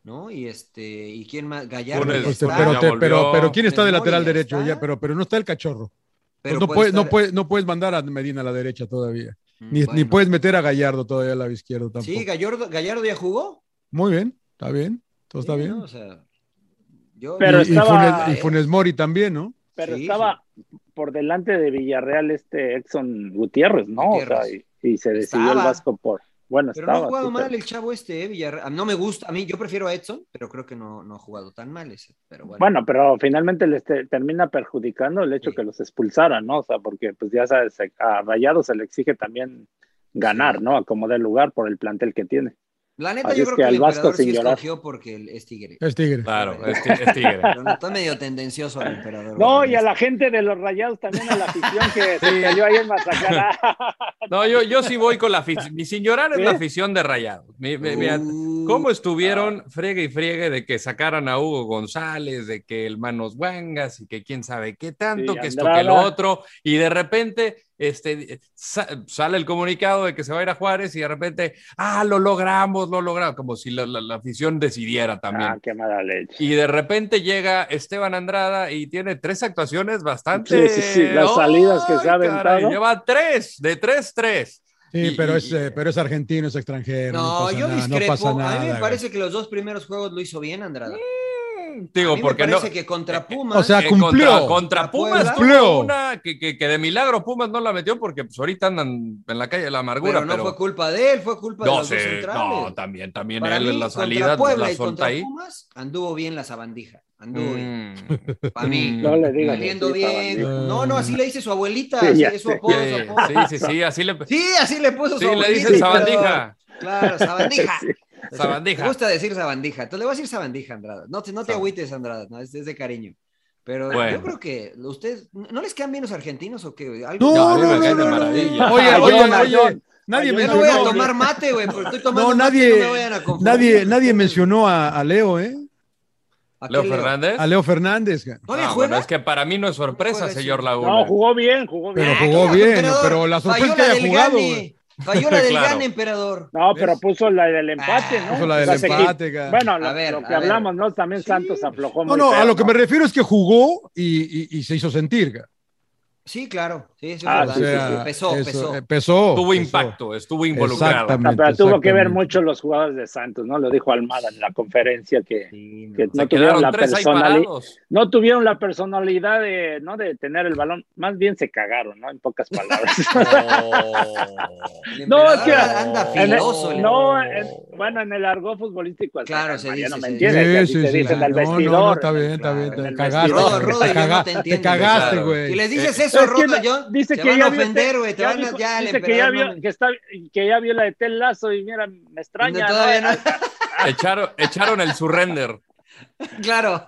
Speaker 3: ¿no? Y este, ¿y quién más? Gallardo.
Speaker 2: Pero,
Speaker 3: ya
Speaker 2: este,
Speaker 3: está.
Speaker 2: pero, te- pero, pero ¿quién está de
Speaker 3: Mori
Speaker 2: lateral
Speaker 3: ya
Speaker 2: derecho?
Speaker 3: está.
Speaker 2: Ya, pero, pero no está el cachorro.
Speaker 3: Pero
Speaker 2: Pues no,
Speaker 3: puede
Speaker 2: puedes, no,
Speaker 3: estar- eh.
Speaker 2: puedes, no puedes mandar a Medina a la derecha todavía.
Speaker 3: Mm,
Speaker 2: Ni, ni
Speaker 3: bueno.
Speaker 2: puedes meter a Gallardo todavía al lado izquierdo tampoco.
Speaker 3: Sí, Gallardo, Gallardo ya jugó.
Speaker 2: Muy bien, está bien. Todo Pues está
Speaker 3: Sí,
Speaker 2: bien.
Speaker 3: ¿no? O sea, yo-
Speaker 1: Pero
Speaker 2: y, y
Speaker 1: estaba-
Speaker 2: Funes, y Funes Mori también, ¿no?
Speaker 1: Pero
Speaker 3: Sí,
Speaker 1: estaba por delante de Villarreal este Exxon Gutiérrez, ¿no? O sea,
Speaker 3: Gutiérrez.
Speaker 1: y, y se decidió
Speaker 3: Estaba.
Speaker 1: el Vasco por. Bueno,
Speaker 3: Pero no
Speaker 1: estaba.
Speaker 3: ha jugado
Speaker 1: sí,
Speaker 3: mal
Speaker 1: pero-
Speaker 3: el chavo este, eh, Villarreal. No me gusta, a mí yo prefiero a Edson, pero creo que no, no ha jugado tan mal ese. Pero bueno.
Speaker 1: Bueno, pero finalmente les te- termina perjudicando el hecho
Speaker 3: Sí.
Speaker 1: que los expulsaran, ¿no? O sea, porque pues ya sabes, a Rayado se le exige también ganar, ¿no? Acomodar el lugar por el plantel que tiene.
Speaker 3: la neta,
Speaker 1: así
Speaker 3: yo
Speaker 1: es
Speaker 3: creo
Speaker 1: que
Speaker 3: que,
Speaker 1: al
Speaker 3: el
Speaker 1: Vasco
Speaker 3: emperador sí
Speaker 1: sin llorar.
Speaker 3: escogió porque el- es tigre.
Speaker 2: Es Tigre.
Speaker 4: Claro, es, ti- es tigre.
Speaker 3: Pero no, está medio tendencioso al emperador.
Speaker 1: No,
Speaker 3: güey.
Speaker 1: y a la gente de los Rayados también, a la afición que se cayó ahí en Mazacará.
Speaker 4: No, yo, yo sí voy con la afición. Mi sin llorar es
Speaker 1: ¿Sí?
Speaker 4: la afición de Rayado. Mi- mi- mira,
Speaker 3: ¿Eh? Uh,
Speaker 4: ¿Cómo estuvieron friegue y friegue de que sacaran a Hugo González, de que el Manos Huangas y que quién sabe qué tanto,
Speaker 1: Sí,
Speaker 4: que esto, que lo
Speaker 1: Andrada.
Speaker 4: otro? Y de repente este, sa- sale el comunicado de que se va a ir a Juárez y de repente, ah, lo logramos, lo logramos, como si la, la- la afición decidiera también.
Speaker 1: Ah, qué mala leche.
Speaker 4: Y de repente llega Esteban Andrada y tiene tres actuaciones bastante.
Speaker 1: Sí, sí, sí, las salidas que se ha
Speaker 4: ¡Ay,
Speaker 1: aventado!
Speaker 4: caray! Lleva tres, de tres, tres.
Speaker 2: Sí,
Speaker 4: Y-
Speaker 2: pero,
Speaker 4: y-
Speaker 2: es, eh, pero es argentino, es extranjero. No,
Speaker 3: No,
Speaker 2: pasa
Speaker 3: yo
Speaker 2: nada, no
Speaker 3: discrepo.
Speaker 2: pasa nada.
Speaker 3: a mí me
Speaker 2: güey.
Speaker 3: parece que los dos primeros juegos lo hizo bien, Andrada.
Speaker 4: Digo,
Speaker 3: a mí
Speaker 4: porque
Speaker 3: me
Speaker 4: no.
Speaker 3: parece que contra Pumas.
Speaker 2: O sea,
Speaker 4: Eh,
Speaker 2: cumplió.
Speaker 4: Contra, contra Pumas
Speaker 3: Puebla.
Speaker 4: tuvo
Speaker 2: Cumplió.
Speaker 4: una que, que- que de milagro Pumas no la metió porque pues, ahorita andan en la calle de la amargura.
Speaker 3: pero
Speaker 4: Pero
Speaker 3: no fue culpa de él, fue culpa de
Speaker 4: No
Speaker 3: los dos
Speaker 4: sé,
Speaker 3: centrales.
Speaker 4: no, también, también
Speaker 3: Para
Speaker 4: él
Speaker 3: mí,
Speaker 4: en la
Speaker 3: contra
Speaker 4: salida
Speaker 3: Puebla
Speaker 4: la
Speaker 3: y contra
Speaker 4: solta ahí.
Speaker 3: Pumas, anduvo bien la sabandija. Anduvo bien.
Speaker 4: Mm.
Speaker 3: Para mí.
Speaker 1: No le digas.
Speaker 3: Saliendo
Speaker 1: así,
Speaker 3: bien.
Speaker 2: sabandija.
Speaker 3: No, no, así le dice su abuelita.
Speaker 1: Sí,
Speaker 3: así
Speaker 1: ya
Speaker 3: es su
Speaker 1: sé.
Speaker 3: apodo,
Speaker 4: Sí,
Speaker 3: su apodo.
Speaker 4: sí, sí, sí, así le,
Speaker 3: Sí, así le puso
Speaker 4: sí,
Speaker 3: su
Speaker 4: le
Speaker 3: abuelita.
Speaker 4: dicen
Speaker 3: pero-
Speaker 4: sabandija.
Speaker 3: Claro, sabandija.
Speaker 1: Sí.
Speaker 4: Sabandija.
Speaker 3: Me gusta decir sabandija. Entonces le voy a decir sabandija, Andrada. No te, no te
Speaker 4: Sab-
Speaker 3: agüites, Andrada. No, es, es de cariño. Pero
Speaker 4: Bueno.
Speaker 3: yo creo que ustedes. ¿No les quedan bien los argentinos o qué? ¿Algo?
Speaker 2: No, no,
Speaker 4: a mí me
Speaker 2: no,
Speaker 4: cae de
Speaker 2: no, no,
Speaker 4: maravilla.
Speaker 2: no. Oye,
Speaker 1: Ayón,
Speaker 2: oye,
Speaker 1: ayón.
Speaker 2: oye, Nadie
Speaker 1: Ayón.
Speaker 3: Yo no voy a
Speaker 2: mencionó,
Speaker 3: tomar mate, güey, porque estoy tomando
Speaker 2: no,
Speaker 3: mate,
Speaker 2: nadie,
Speaker 3: no me vayan a confundir.
Speaker 2: nadie, nadie mencionó a, a Leo, ¿eh?
Speaker 3: ¿A qué
Speaker 4: Leo
Speaker 3: Leo?
Speaker 4: Fernández.
Speaker 2: A Leo Fernández. güey.
Speaker 3: ¿Todavía
Speaker 4: Ah,
Speaker 3: ¿Ah, juega?
Speaker 4: bueno, es que para mí no es sorpresa,
Speaker 3: Juega, sí.
Speaker 4: señor
Speaker 1: No,
Speaker 4: Laguna.
Speaker 1: jugó bien, jugó bien.
Speaker 2: Pero
Speaker 3: Ah,
Speaker 2: jugó
Speaker 3: claro,
Speaker 2: bien,
Speaker 3: emperador.
Speaker 2: pero la sorpresa
Speaker 3: Falló
Speaker 2: es que haya
Speaker 3: del
Speaker 2: jugado,
Speaker 3: Gane.
Speaker 2: güey.
Speaker 3: Falló la del
Speaker 4: Claro.
Speaker 3: Gane, emperador.
Speaker 1: No, pero puso la del empate,
Speaker 3: Ah,
Speaker 1: ¿no?
Speaker 2: Puso la
Speaker 1: O
Speaker 2: del
Speaker 1: sea, se quit-
Speaker 2: empate, güey.
Speaker 1: Bueno, lo,
Speaker 3: A ver,
Speaker 1: lo que
Speaker 3: a ver.
Speaker 1: hablamos, ¿no? También
Speaker 3: Sí.
Speaker 1: Santos aflojó
Speaker 2: No,
Speaker 1: muy
Speaker 2: no, a
Speaker 1: feo,
Speaker 2: lo que me refiero es que jugó y, y- y se hizo sentir. güey.
Speaker 3: Sí, claro. Sí, eso es
Speaker 1: Ah,
Speaker 2: O
Speaker 3: verdad.
Speaker 1: sí, sí,
Speaker 2: sea,
Speaker 1: sí.
Speaker 3: Pesó,
Speaker 2: eso,
Speaker 3: pesó.
Speaker 2: eh, pesó,
Speaker 4: Tuvo
Speaker 2: pesó.
Speaker 4: impacto, estuvo involucrado.
Speaker 1: Ah, pero tuvo que ver
Speaker 2: Exactamente.
Speaker 1: mucho los jugadores de Santos, ¿no? Lo dijo Almada en la conferencia que,
Speaker 3: Sí, no.
Speaker 1: que
Speaker 4: Se
Speaker 1: no, tuvieron la
Speaker 4: quedaron tres ahí
Speaker 1: personali-
Speaker 4: parados.
Speaker 1: no tuvieron la personalidad de, ¿no? de tener el balón. Más bien se cagaron, ¿no? En pocas palabras.
Speaker 4: Oh.
Speaker 3: El
Speaker 1: No, es
Speaker 3: emperador
Speaker 1: que-
Speaker 3: anda
Speaker 1: En el-
Speaker 3: filoso. el-
Speaker 1: no, en- bueno, en el argot futbolístico. así,
Speaker 3: Claro, se
Speaker 1: ya
Speaker 3: dice,
Speaker 1: no
Speaker 3: se
Speaker 1: me
Speaker 3: dice.
Speaker 1: entiendes. que así
Speaker 2: Sí, sí,
Speaker 1: se
Speaker 2: sí,
Speaker 1: dice en el
Speaker 2: claro. No, no,
Speaker 1: vestidor.
Speaker 2: no, está bien, está bien,
Speaker 1: En el
Speaker 2: te cagaste.
Speaker 1: vestidor.
Speaker 3: Rodo, Rodo,
Speaker 2: te,
Speaker 3: yo no te
Speaker 2: caga- te
Speaker 3: entiendo,
Speaker 2: cagaste,
Speaker 4: claro.
Speaker 2: güey.
Speaker 3: Si les dices
Speaker 1: Pero
Speaker 3: eso,
Speaker 1: eh, es que
Speaker 3: Rodo,
Speaker 1: no-
Speaker 3: yo,
Speaker 1: dice
Speaker 3: te
Speaker 1: que
Speaker 3: van
Speaker 1: ya
Speaker 3: a
Speaker 1: vio
Speaker 3: ofender,
Speaker 1: este-
Speaker 3: güey. Te
Speaker 1: ya
Speaker 3: van a...
Speaker 1: dijo-
Speaker 3: Ya, el
Speaker 1: dice que ya
Speaker 3: emperador
Speaker 1: vio,
Speaker 3: no me-
Speaker 1: que está, que ya vio la de Tel Lazo y mira, me
Speaker 3: No,
Speaker 1: extraña. ¿no?
Speaker 3: todavía no.
Speaker 4: Echaron, echaron el surrender.
Speaker 3: Claro.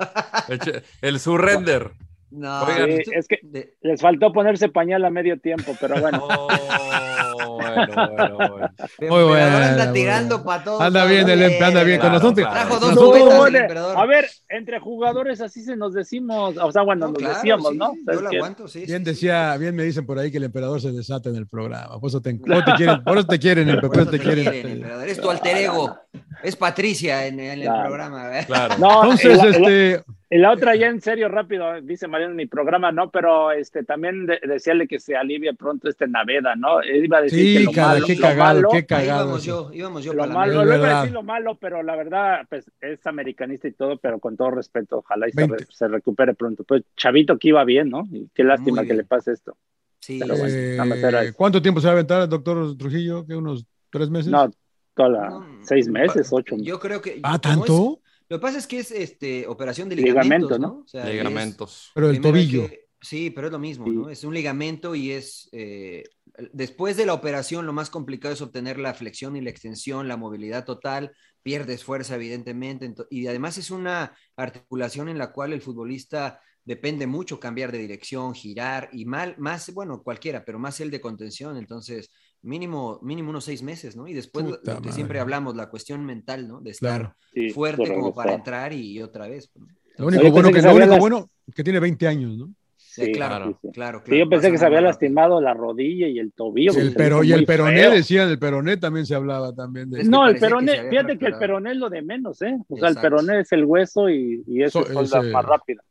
Speaker 4: Eche- El surrender.
Speaker 3: No,
Speaker 4: Oigan,
Speaker 3: pues
Speaker 1: Sí,
Speaker 3: tú-
Speaker 1: es que
Speaker 3: de-
Speaker 1: les faltó ponerse pañal a medio tiempo, pero bueno.
Speaker 4: Oh, bueno, bueno, bueno.
Speaker 2: Muy
Speaker 3: emperador
Speaker 2: buena,
Speaker 3: anda
Speaker 2: muy
Speaker 3: tirando
Speaker 2: buena.
Speaker 3: pa' todos
Speaker 2: Anda
Speaker 3: lados.
Speaker 2: bien, el
Speaker 1: em,
Speaker 2: empe- anda bien con
Speaker 4: Claro,
Speaker 2: nosotros.
Speaker 4: claro.
Speaker 3: Trajo dos
Speaker 2: Nosotros-
Speaker 1: No,
Speaker 3: cubetas el
Speaker 1: hombre.
Speaker 3: emperador.
Speaker 1: A ver, entre jugadores así se nos decimos, o sea, bueno,
Speaker 3: No,
Speaker 1: nos
Speaker 3: claro,
Speaker 1: decíamos,
Speaker 3: sí,
Speaker 1: ¿no? O sea,
Speaker 3: Yo lo
Speaker 1: es que-
Speaker 3: aguanto, sí. sí, sí.
Speaker 2: Bien decía, bien me dicen por ahí que el emperador se desata en el programa. Por eso te, por eso te quieren, por eso te quieren, el
Speaker 3: Por
Speaker 2: emperador
Speaker 3: eso
Speaker 2: te quieren.
Speaker 3: emperador. Es tu alter ego. Es Patricia en, en el
Speaker 1: Claro.
Speaker 3: programa. ¿verdad?
Speaker 4: Claro.
Speaker 1: No,
Speaker 2: Entonces,
Speaker 1: en la- en la-
Speaker 2: este,
Speaker 1: en la otra ya en serio, rápido, dice Mariano en mi programa, no, pero este también de- decíale que se alivie pronto este Naveda, ¿no? Él Iba a decir que
Speaker 2: sí,
Speaker 1: lo
Speaker 2: cara,
Speaker 1: malo,
Speaker 2: qué
Speaker 1: lo
Speaker 2: cagado,
Speaker 1: malo-
Speaker 2: qué
Speaker 3: Ahí
Speaker 2: cagado.
Speaker 3: íbamos yo, íbamos yo
Speaker 1: Lo
Speaker 3: para la
Speaker 1: malo,
Speaker 2: Es
Speaker 1: lo iba
Speaker 2: verdad.
Speaker 1: a decir lo malo, pero la verdad, pues es americanista y todo, pero con todo respeto, ojalá y se,
Speaker 2: Veinte.
Speaker 1: re- se recupere pronto. Pues Chavito que iba bien, ¿no? Y qué lástima
Speaker 3: Muy
Speaker 1: que
Speaker 3: bien.
Speaker 1: le pase esto.
Speaker 3: Sí,
Speaker 1: Pero bueno,
Speaker 2: Eh,
Speaker 1: nada más era eso.
Speaker 2: ¿Cuánto tiempo se va a aventar el doctor Trujillo? ¿Que unos tres meses?
Speaker 1: No, toda la-
Speaker 3: No,
Speaker 1: seis meses, ocho meses.
Speaker 3: yo creo que. como
Speaker 2: ah,
Speaker 3: es-
Speaker 2: tanto.
Speaker 3: lo que pasa es que es este, operación de
Speaker 1: Ligamento,
Speaker 3: ligamentos, ¿no? O sea,
Speaker 4: Ligamentos.
Speaker 2: Pero
Speaker 3: es-
Speaker 2: el
Speaker 3: primero hay
Speaker 2: tobillo.
Speaker 3: que- sí, pero es lo mismo,
Speaker 1: Sí.
Speaker 3: ¿no? Es un ligamento y es. eh, después de la operación, lo más complicado es obtener la flexión y la extensión, la movilidad total. Pierdes fuerza, evidentemente. ento- y además es una articulación en la cual el futbolista depende mucho cambiar de dirección, girar y mal, más, bueno, cualquiera, pero más el de contención, entonces mínimo, mínimo unos seis meses, ¿no? Y después lo que siempre hablamos, la cuestión mental, ¿no? De estar
Speaker 2: Claro.
Speaker 1: Sí,
Speaker 3: fuerte
Speaker 1: de
Speaker 3: como
Speaker 1: regresar.
Speaker 3: para entrar y otra vez. pues, ¿no?
Speaker 2: Lo único,
Speaker 1: Oye,
Speaker 2: bueno,
Speaker 1: pensé
Speaker 2: que,
Speaker 1: que
Speaker 2: lo
Speaker 1: sabía
Speaker 2: único
Speaker 1: las-
Speaker 2: bueno que tiene 20 años, ¿no?
Speaker 3: Sí, claro,
Speaker 4: claro.
Speaker 3: claro, claro,
Speaker 1: Sí, yo pensé
Speaker 3: pasa
Speaker 1: que se había
Speaker 3: muy rápido.
Speaker 1: lastimado la rodilla y el tobillo.
Speaker 2: Sí,
Speaker 1: porque
Speaker 2: el
Speaker 1: se
Speaker 2: pero,
Speaker 1: hizo
Speaker 2: y el
Speaker 1: Pues, muy
Speaker 2: peroné,
Speaker 1: feo.
Speaker 2: decían, el peroné también se hablaba también de...
Speaker 3: Es
Speaker 1: Pues, No,
Speaker 3: parecía
Speaker 1: el
Speaker 3: que se
Speaker 1: peroné,
Speaker 3: había
Speaker 1: fíjate que el
Speaker 3: fracturado.
Speaker 1: peroné es lo de menos, ¿eh? O sea, el
Speaker 3: Exacto.
Speaker 1: peroné es el hueso y, y eso
Speaker 2: So-
Speaker 1: es la
Speaker 2: ese-
Speaker 1: más rápida.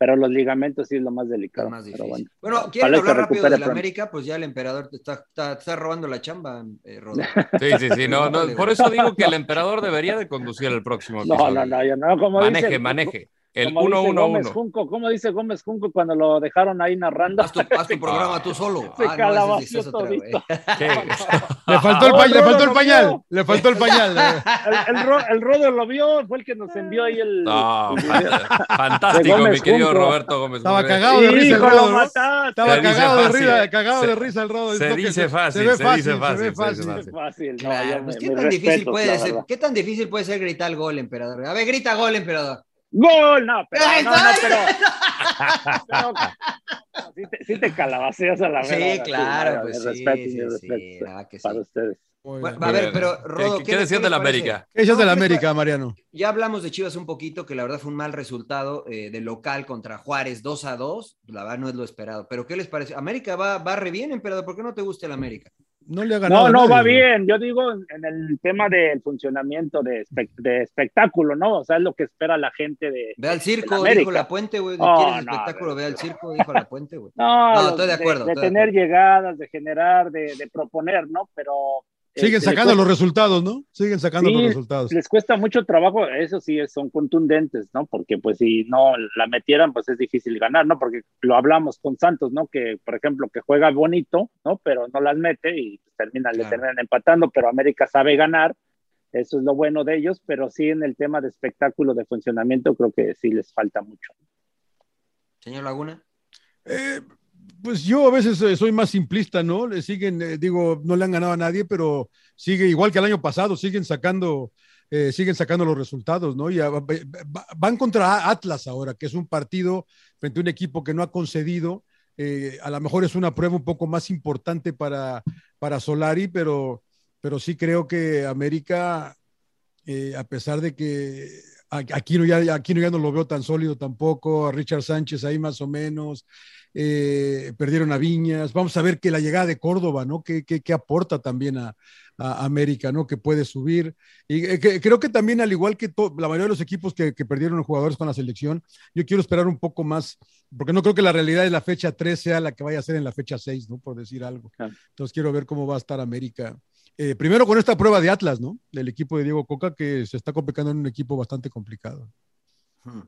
Speaker 1: Pero los ligamentos sí es lo más
Speaker 3: Está
Speaker 1: delicado.
Speaker 3: más
Speaker 1: pero
Speaker 3: difícil.
Speaker 1: bueno.
Speaker 3: Bueno,
Speaker 1: Ojalá
Speaker 3: quieren
Speaker 1: se
Speaker 3: hablar rápido
Speaker 1: recupere
Speaker 3: de la
Speaker 1: pronto.
Speaker 3: América, pues ya el emperador te está, está, está robando la chamba, eh, Rodo.
Speaker 4: Sí, sí, sí. No, no, por eso digo que el emperador debería de conducir el próximo
Speaker 1: No,
Speaker 4: episodio.
Speaker 1: no, no, yo no, como dice,
Speaker 4: Maneje, maneje. El
Speaker 1: como dice Gómez
Speaker 4: 1-1-1.
Speaker 1: Junco, ¿cómo dice Gómez Junco cuando lo dejaron ahí narrando?
Speaker 3: Haz tu, haz tu programa tú solo.
Speaker 1: Ah, Se
Speaker 3: Ah, no,
Speaker 1: calabació
Speaker 3: ese es- ese es otra, güey.
Speaker 1: todito.
Speaker 2: Le faltó el,
Speaker 1: No,
Speaker 2: pa- le
Speaker 1: no,
Speaker 2: faltó
Speaker 1: no,
Speaker 2: el
Speaker 1: no,
Speaker 2: pañal,
Speaker 1: no.
Speaker 2: le faltó el pañal. eh.
Speaker 1: El, el, Ro- el Rodo lo vio, fue el que nos envió ahí el.
Speaker 4: No,
Speaker 1: el video.
Speaker 4: fant- fantástico, mi
Speaker 1: Gómez
Speaker 4: querido
Speaker 1: Junco.
Speaker 4: Roberto Gómez.
Speaker 2: Estaba
Speaker 4: Junco.
Speaker 2: cagado de risa el
Speaker 1: Hijo,
Speaker 2: Rodo,
Speaker 1: lo
Speaker 2: ¿no?
Speaker 1: mataste.
Speaker 2: Estaba
Speaker 4: Se dice
Speaker 2: cagado de
Speaker 4: fácil. eh.
Speaker 2: risa, cagado
Speaker 4: Se-
Speaker 2: de risa el rodo. es
Speaker 4: se
Speaker 2: lo que
Speaker 4: dice fácil,
Speaker 2: ve
Speaker 4: se dice
Speaker 2: se ve
Speaker 4: fácil, se dice
Speaker 2: fácil.
Speaker 4: fácil.
Speaker 1: Fácil, no,
Speaker 3: Nah,
Speaker 1: yo
Speaker 3: pues,
Speaker 1: me-
Speaker 3: ¿qué,
Speaker 1: mis
Speaker 3: tan difícil
Speaker 1: respetos, la
Speaker 3: puede ser,
Speaker 1: verdad.
Speaker 3: ¿Qué tan difícil puede ser gritar gol, emperador? A ver, grita gol, emperador.
Speaker 1: ¡Gol! No, pero.
Speaker 3: ¡Ay,
Speaker 1: No, no,
Speaker 3: ay!
Speaker 1: pero. pero- sí, te, sí te calabaceas a la
Speaker 3: Sí,
Speaker 1: vera,
Speaker 3: claro,
Speaker 1: no,
Speaker 3: pues
Speaker 1: mis
Speaker 3: sí,
Speaker 1: respetos,
Speaker 3: sí,
Speaker 1: mis
Speaker 3: sí,
Speaker 1: respetos
Speaker 3: la verdad que sí.
Speaker 1: Para ustedes.
Speaker 2: Muy
Speaker 3: Bueno,
Speaker 2: bien.
Speaker 3: a ver,
Speaker 4: Bien.
Speaker 3: pero
Speaker 4: ¿Qué-
Speaker 3: Rodo,
Speaker 4: ¿Qué, qué decías
Speaker 3: les
Speaker 4: de la
Speaker 3: parece?
Speaker 4: América?
Speaker 2: ¿Qué echas de la
Speaker 3: No, pues,
Speaker 2: América, Mariano?
Speaker 3: Ya hablamos de Chivas un poquito, que la verdad fue un mal resultado eh, de local contra Juárez 2 a 2. La verdad no es lo esperado. Pero ¿qué les parece? América va, va re bien, emperador. ¿Por qué no te gusta el América?
Speaker 2: No le ha ganado.
Speaker 1: No,
Speaker 2: a
Speaker 1: no,
Speaker 2: nadie,
Speaker 1: va
Speaker 2: güey.
Speaker 1: bien. Yo digo en- en el tema del funcionamiento de, espe- de espectáculo, ¿no? O sea, es lo que espera la gente de.
Speaker 3: Ve al circo,
Speaker 1: América.
Speaker 3: dijo la puente, güey.
Speaker 1: Oh,
Speaker 3: ¿Quieres
Speaker 1: no,
Speaker 3: espectáculo?
Speaker 1: pero-
Speaker 3: Ve al circo, dijo la puente, güey. No,
Speaker 1: No, los-
Speaker 3: estoy de acuerdo,
Speaker 1: De,
Speaker 3: estoy de
Speaker 1: tener
Speaker 3: acuerdo.
Speaker 1: llegadas, de generar, de, de proponer, ¿no? Pero.
Speaker 2: Siguen
Speaker 1: este,
Speaker 2: sacando
Speaker 1: pues,
Speaker 2: los resultados, ¿no? Siguen sacando
Speaker 1: Sí,
Speaker 2: los
Speaker 4: Pues,
Speaker 2: resultados.
Speaker 1: Les cuesta mucho trabajo, eso sí, es- son contundentes, ¿no? Porque pues si no la metieran, pues es difícil ganar, ¿no? Porque lo hablamos con Santos, ¿no? Que, por ejemplo, que juega bonito, ¿no? Pero no las mete y terminan, le
Speaker 4: Claro.
Speaker 1: terminan empatando, pero América sabe ganar, eso es lo bueno de ellos, pero sí en el tema de espectáculo, de funcionamiento, creo que sí les falta mucho.
Speaker 3: Señor Laguna.
Speaker 2: Eh, pues yo a veces eh, soy más simplista, ¿no? Le siguen, eh, digo, no le han ganado a nadie, pero sigue igual que el año pasado, siguen sacando, eh, siguen sacando los resultados, ¿no? Y a- va- va- van contra Atlas ahora, que es un partido frente a un equipo que no ha concedido. eh, a lo mejor es una prueba un poco más importante para, para Solari, pero, pero sí creo que América, eh, a pesar de que a- Aquino ya, Aquino ya no lo veo tan sólido tampoco, a Richard Sánchez ahí más o menos, eh, perdieron a Viñas. Vamos a ver que la llegada de Córdoba, ¿no? Que, que- que aporta también a, a América, ¿no? Que puede subir. Y eh, que- creo que también, al igual que to- la mayoría de los equipos que, que perdieron jugadores con la selección, yo quiero esperar un poco más, porque no creo que la realidad de la fecha 3 sea la que vaya a ser en la fecha 6, ¿no? Por decir algo.
Speaker 1: Claro.
Speaker 2: Entonces quiero ver cómo va a estar América. Eh, primero con esta prueba de Atlas, ¿no? Del equipo de Diego Coca, que se está complicando en un equipo bastante complicado.
Speaker 3: Hmm.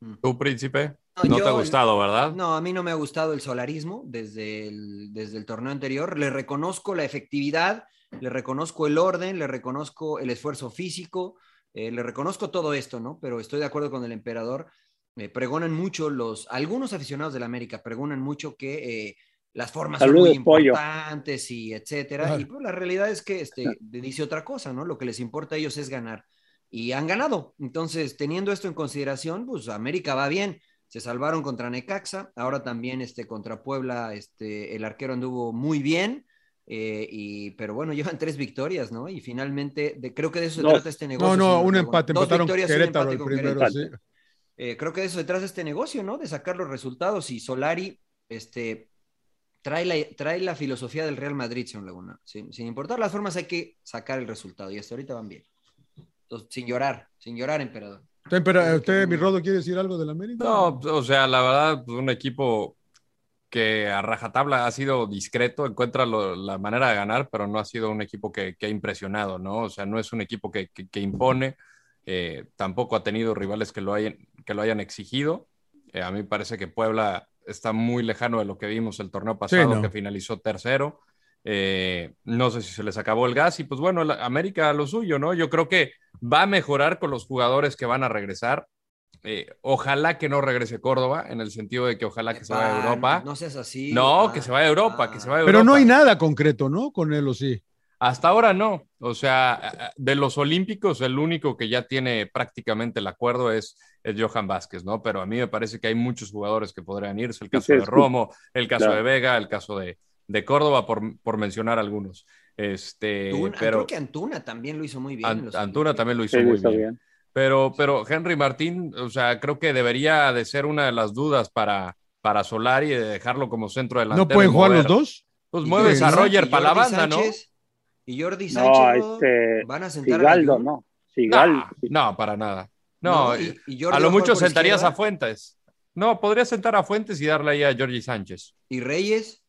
Speaker 3: Hmm.
Speaker 4: ¿Tú, príncipe?
Speaker 3: No,
Speaker 4: No te
Speaker 3: yo-
Speaker 4: ha gustado, ¿verdad?
Speaker 3: No, a mí no me ha gustado el solarismo desde el, desde el torneo anterior. Le reconozco la efectividad, le reconozco el orden, le reconozco el esfuerzo físico, eh, le reconozco todo esto, ¿no? Pero estoy de acuerdo con el emperador. Me pregonan mucho los, algunos aficionados de la América pregonan mucho que eh, las formas
Speaker 1: Saludos,
Speaker 3: son muy
Speaker 1: pollo.
Speaker 3: importantes y etcétera.
Speaker 2: Claro.
Speaker 3: Y pues, la realidad es que este, dice otra cosa, ¿no? Lo que les importa a ellos es ganar. Y han ganado. Entonces, teniendo esto en consideración, pues América va bien se salvaron contra Necaxa, ahora también este, contra Puebla, este, el arquero anduvo muy bien, eh, y, pero bueno, llevan tres victorias, ¿no? Y finalmente, de- creo que de eso se
Speaker 1: Dos.
Speaker 3: trata este negocio.
Speaker 2: No, no,
Speaker 3: señor
Speaker 2: un
Speaker 3: Obregón.
Speaker 2: empate.
Speaker 3: Dos
Speaker 2: Empataron
Speaker 3: victorias y un
Speaker 2: Querétaro
Speaker 3: empate
Speaker 2: el
Speaker 3: con
Speaker 2: primero,
Speaker 3: Querétaro.
Speaker 2: sí.
Speaker 3: Eh, creo que de eso se trata este negocio, ¿no? De sacar los resultados y Solari, este, trae la, trae la filosofía del Real Madrid, señor Laguna. Sin, sin importar las formas, hay que sacar el resultado, y hasta ahorita van bien. Entonces, sin llorar, sin llorar, emperador.
Speaker 2: Usted, pero, eh, usted, mi Rodo, ¿quiere decir algo del América?
Speaker 4: No, o sea, la verdad, pues, un equipo que a rajatabla ha sido discreto, encuentra lo- la manera de ganar, pero no ha sido un equipo que, que ha impresionado, ¿no? O sea, no es un equipo que, que- que impone, eh, tampoco ha tenido rivales que lo hayan, que lo hayan exigido. Eh, a mí me parece que Puebla está muy lejano de lo que vimos el torneo pasado,
Speaker 2: no.
Speaker 4: que finalizó tercero. Eh, no sé si se les acabó el gas y pues bueno, la- América lo suyo, ¿no? Yo creo que va a mejorar con los jugadores que van a regresar. Eh, ojalá que no regrese Córdoba, en el sentido de que ojalá que se vaya a
Speaker 3: Epa,
Speaker 4: Europa.
Speaker 3: No seas así.
Speaker 4: No,
Speaker 3: epa.
Speaker 4: que se vaya a Europa,
Speaker 3: Ah.
Speaker 4: que se vaya a Europa.
Speaker 2: Pero no hay nada concreto, ¿no? Con él o sí.
Speaker 4: Hasta ahora no. O sea, eh, de los olímpicos, el único que ya tiene prácticamente el acuerdo es, es Johan Vázquez, ¿no? Pero a mí me parece que hay muchos jugadores que podrían irse. El caso de Romo, el caso
Speaker 1: Claro.
Speaker 4: de Vega, el caso de, de Córdoba, por, por mencionar algunos. Este,
Speaker 3: Antuna-
Speaker 4: pero
Speaker 3: Eh, Creo que Antuna también lo hizo muy bien. en
Speaker 4: An-
Speaker 3: los-
Speaker 4: Antuna también lo hizo
Speaker 1: Sí,
Speaker 4: muy
Speaker 1: está
Speaker 4: bien.
Speaker 1: bien.
Speaker 4: Pero, pero Henry Martín, o sea, creo que debería de ser una de las dudas para, para Solari de dejarlo como centro delantero.
Speaker 2: ¿No pueden
Speaker 4: y
Speaker 2: jugar
Speaker 4: mover.
Speaker 2: los dos?
Speaker 4: Pues mueves
Speaker 3: Y
Speaker 4: a
Speaker 3: Jordi-
Speaker 4: Roger
Speaker 3: y
Speaker 4: para la
Speaker 3: Jordi
Speaker 4: banda, ¿no?
Speaker 3: Sánchez- Y Jordi Sánchez
Speaker 1: No,
Speaker 3: ¿no?
Speaker 1: este.
Speaker 3: van a sentar a
Speaker 1: Sigaldo,
Speaker 3: Gallo.
Speaker 1: no.
Speaker 4: No,
Speaker 1: Sigaldo.
Speaker 4: no, para nada. No, eh,
Speaker 3: y- y Jordi
Speaker 4: a
Speaker 3: va
Speaker 4: lo
Speaker 3: jugar
Speaker 4: mucho
Speaker 3: por
Speaker 4: sentarías
Speaker 3: izquierda.
Speaker 4: a Fuentes. No, podrías sentar a Fuentes y darle ahí a Jorge Sánchez.
Speaker 3: Y Reyes.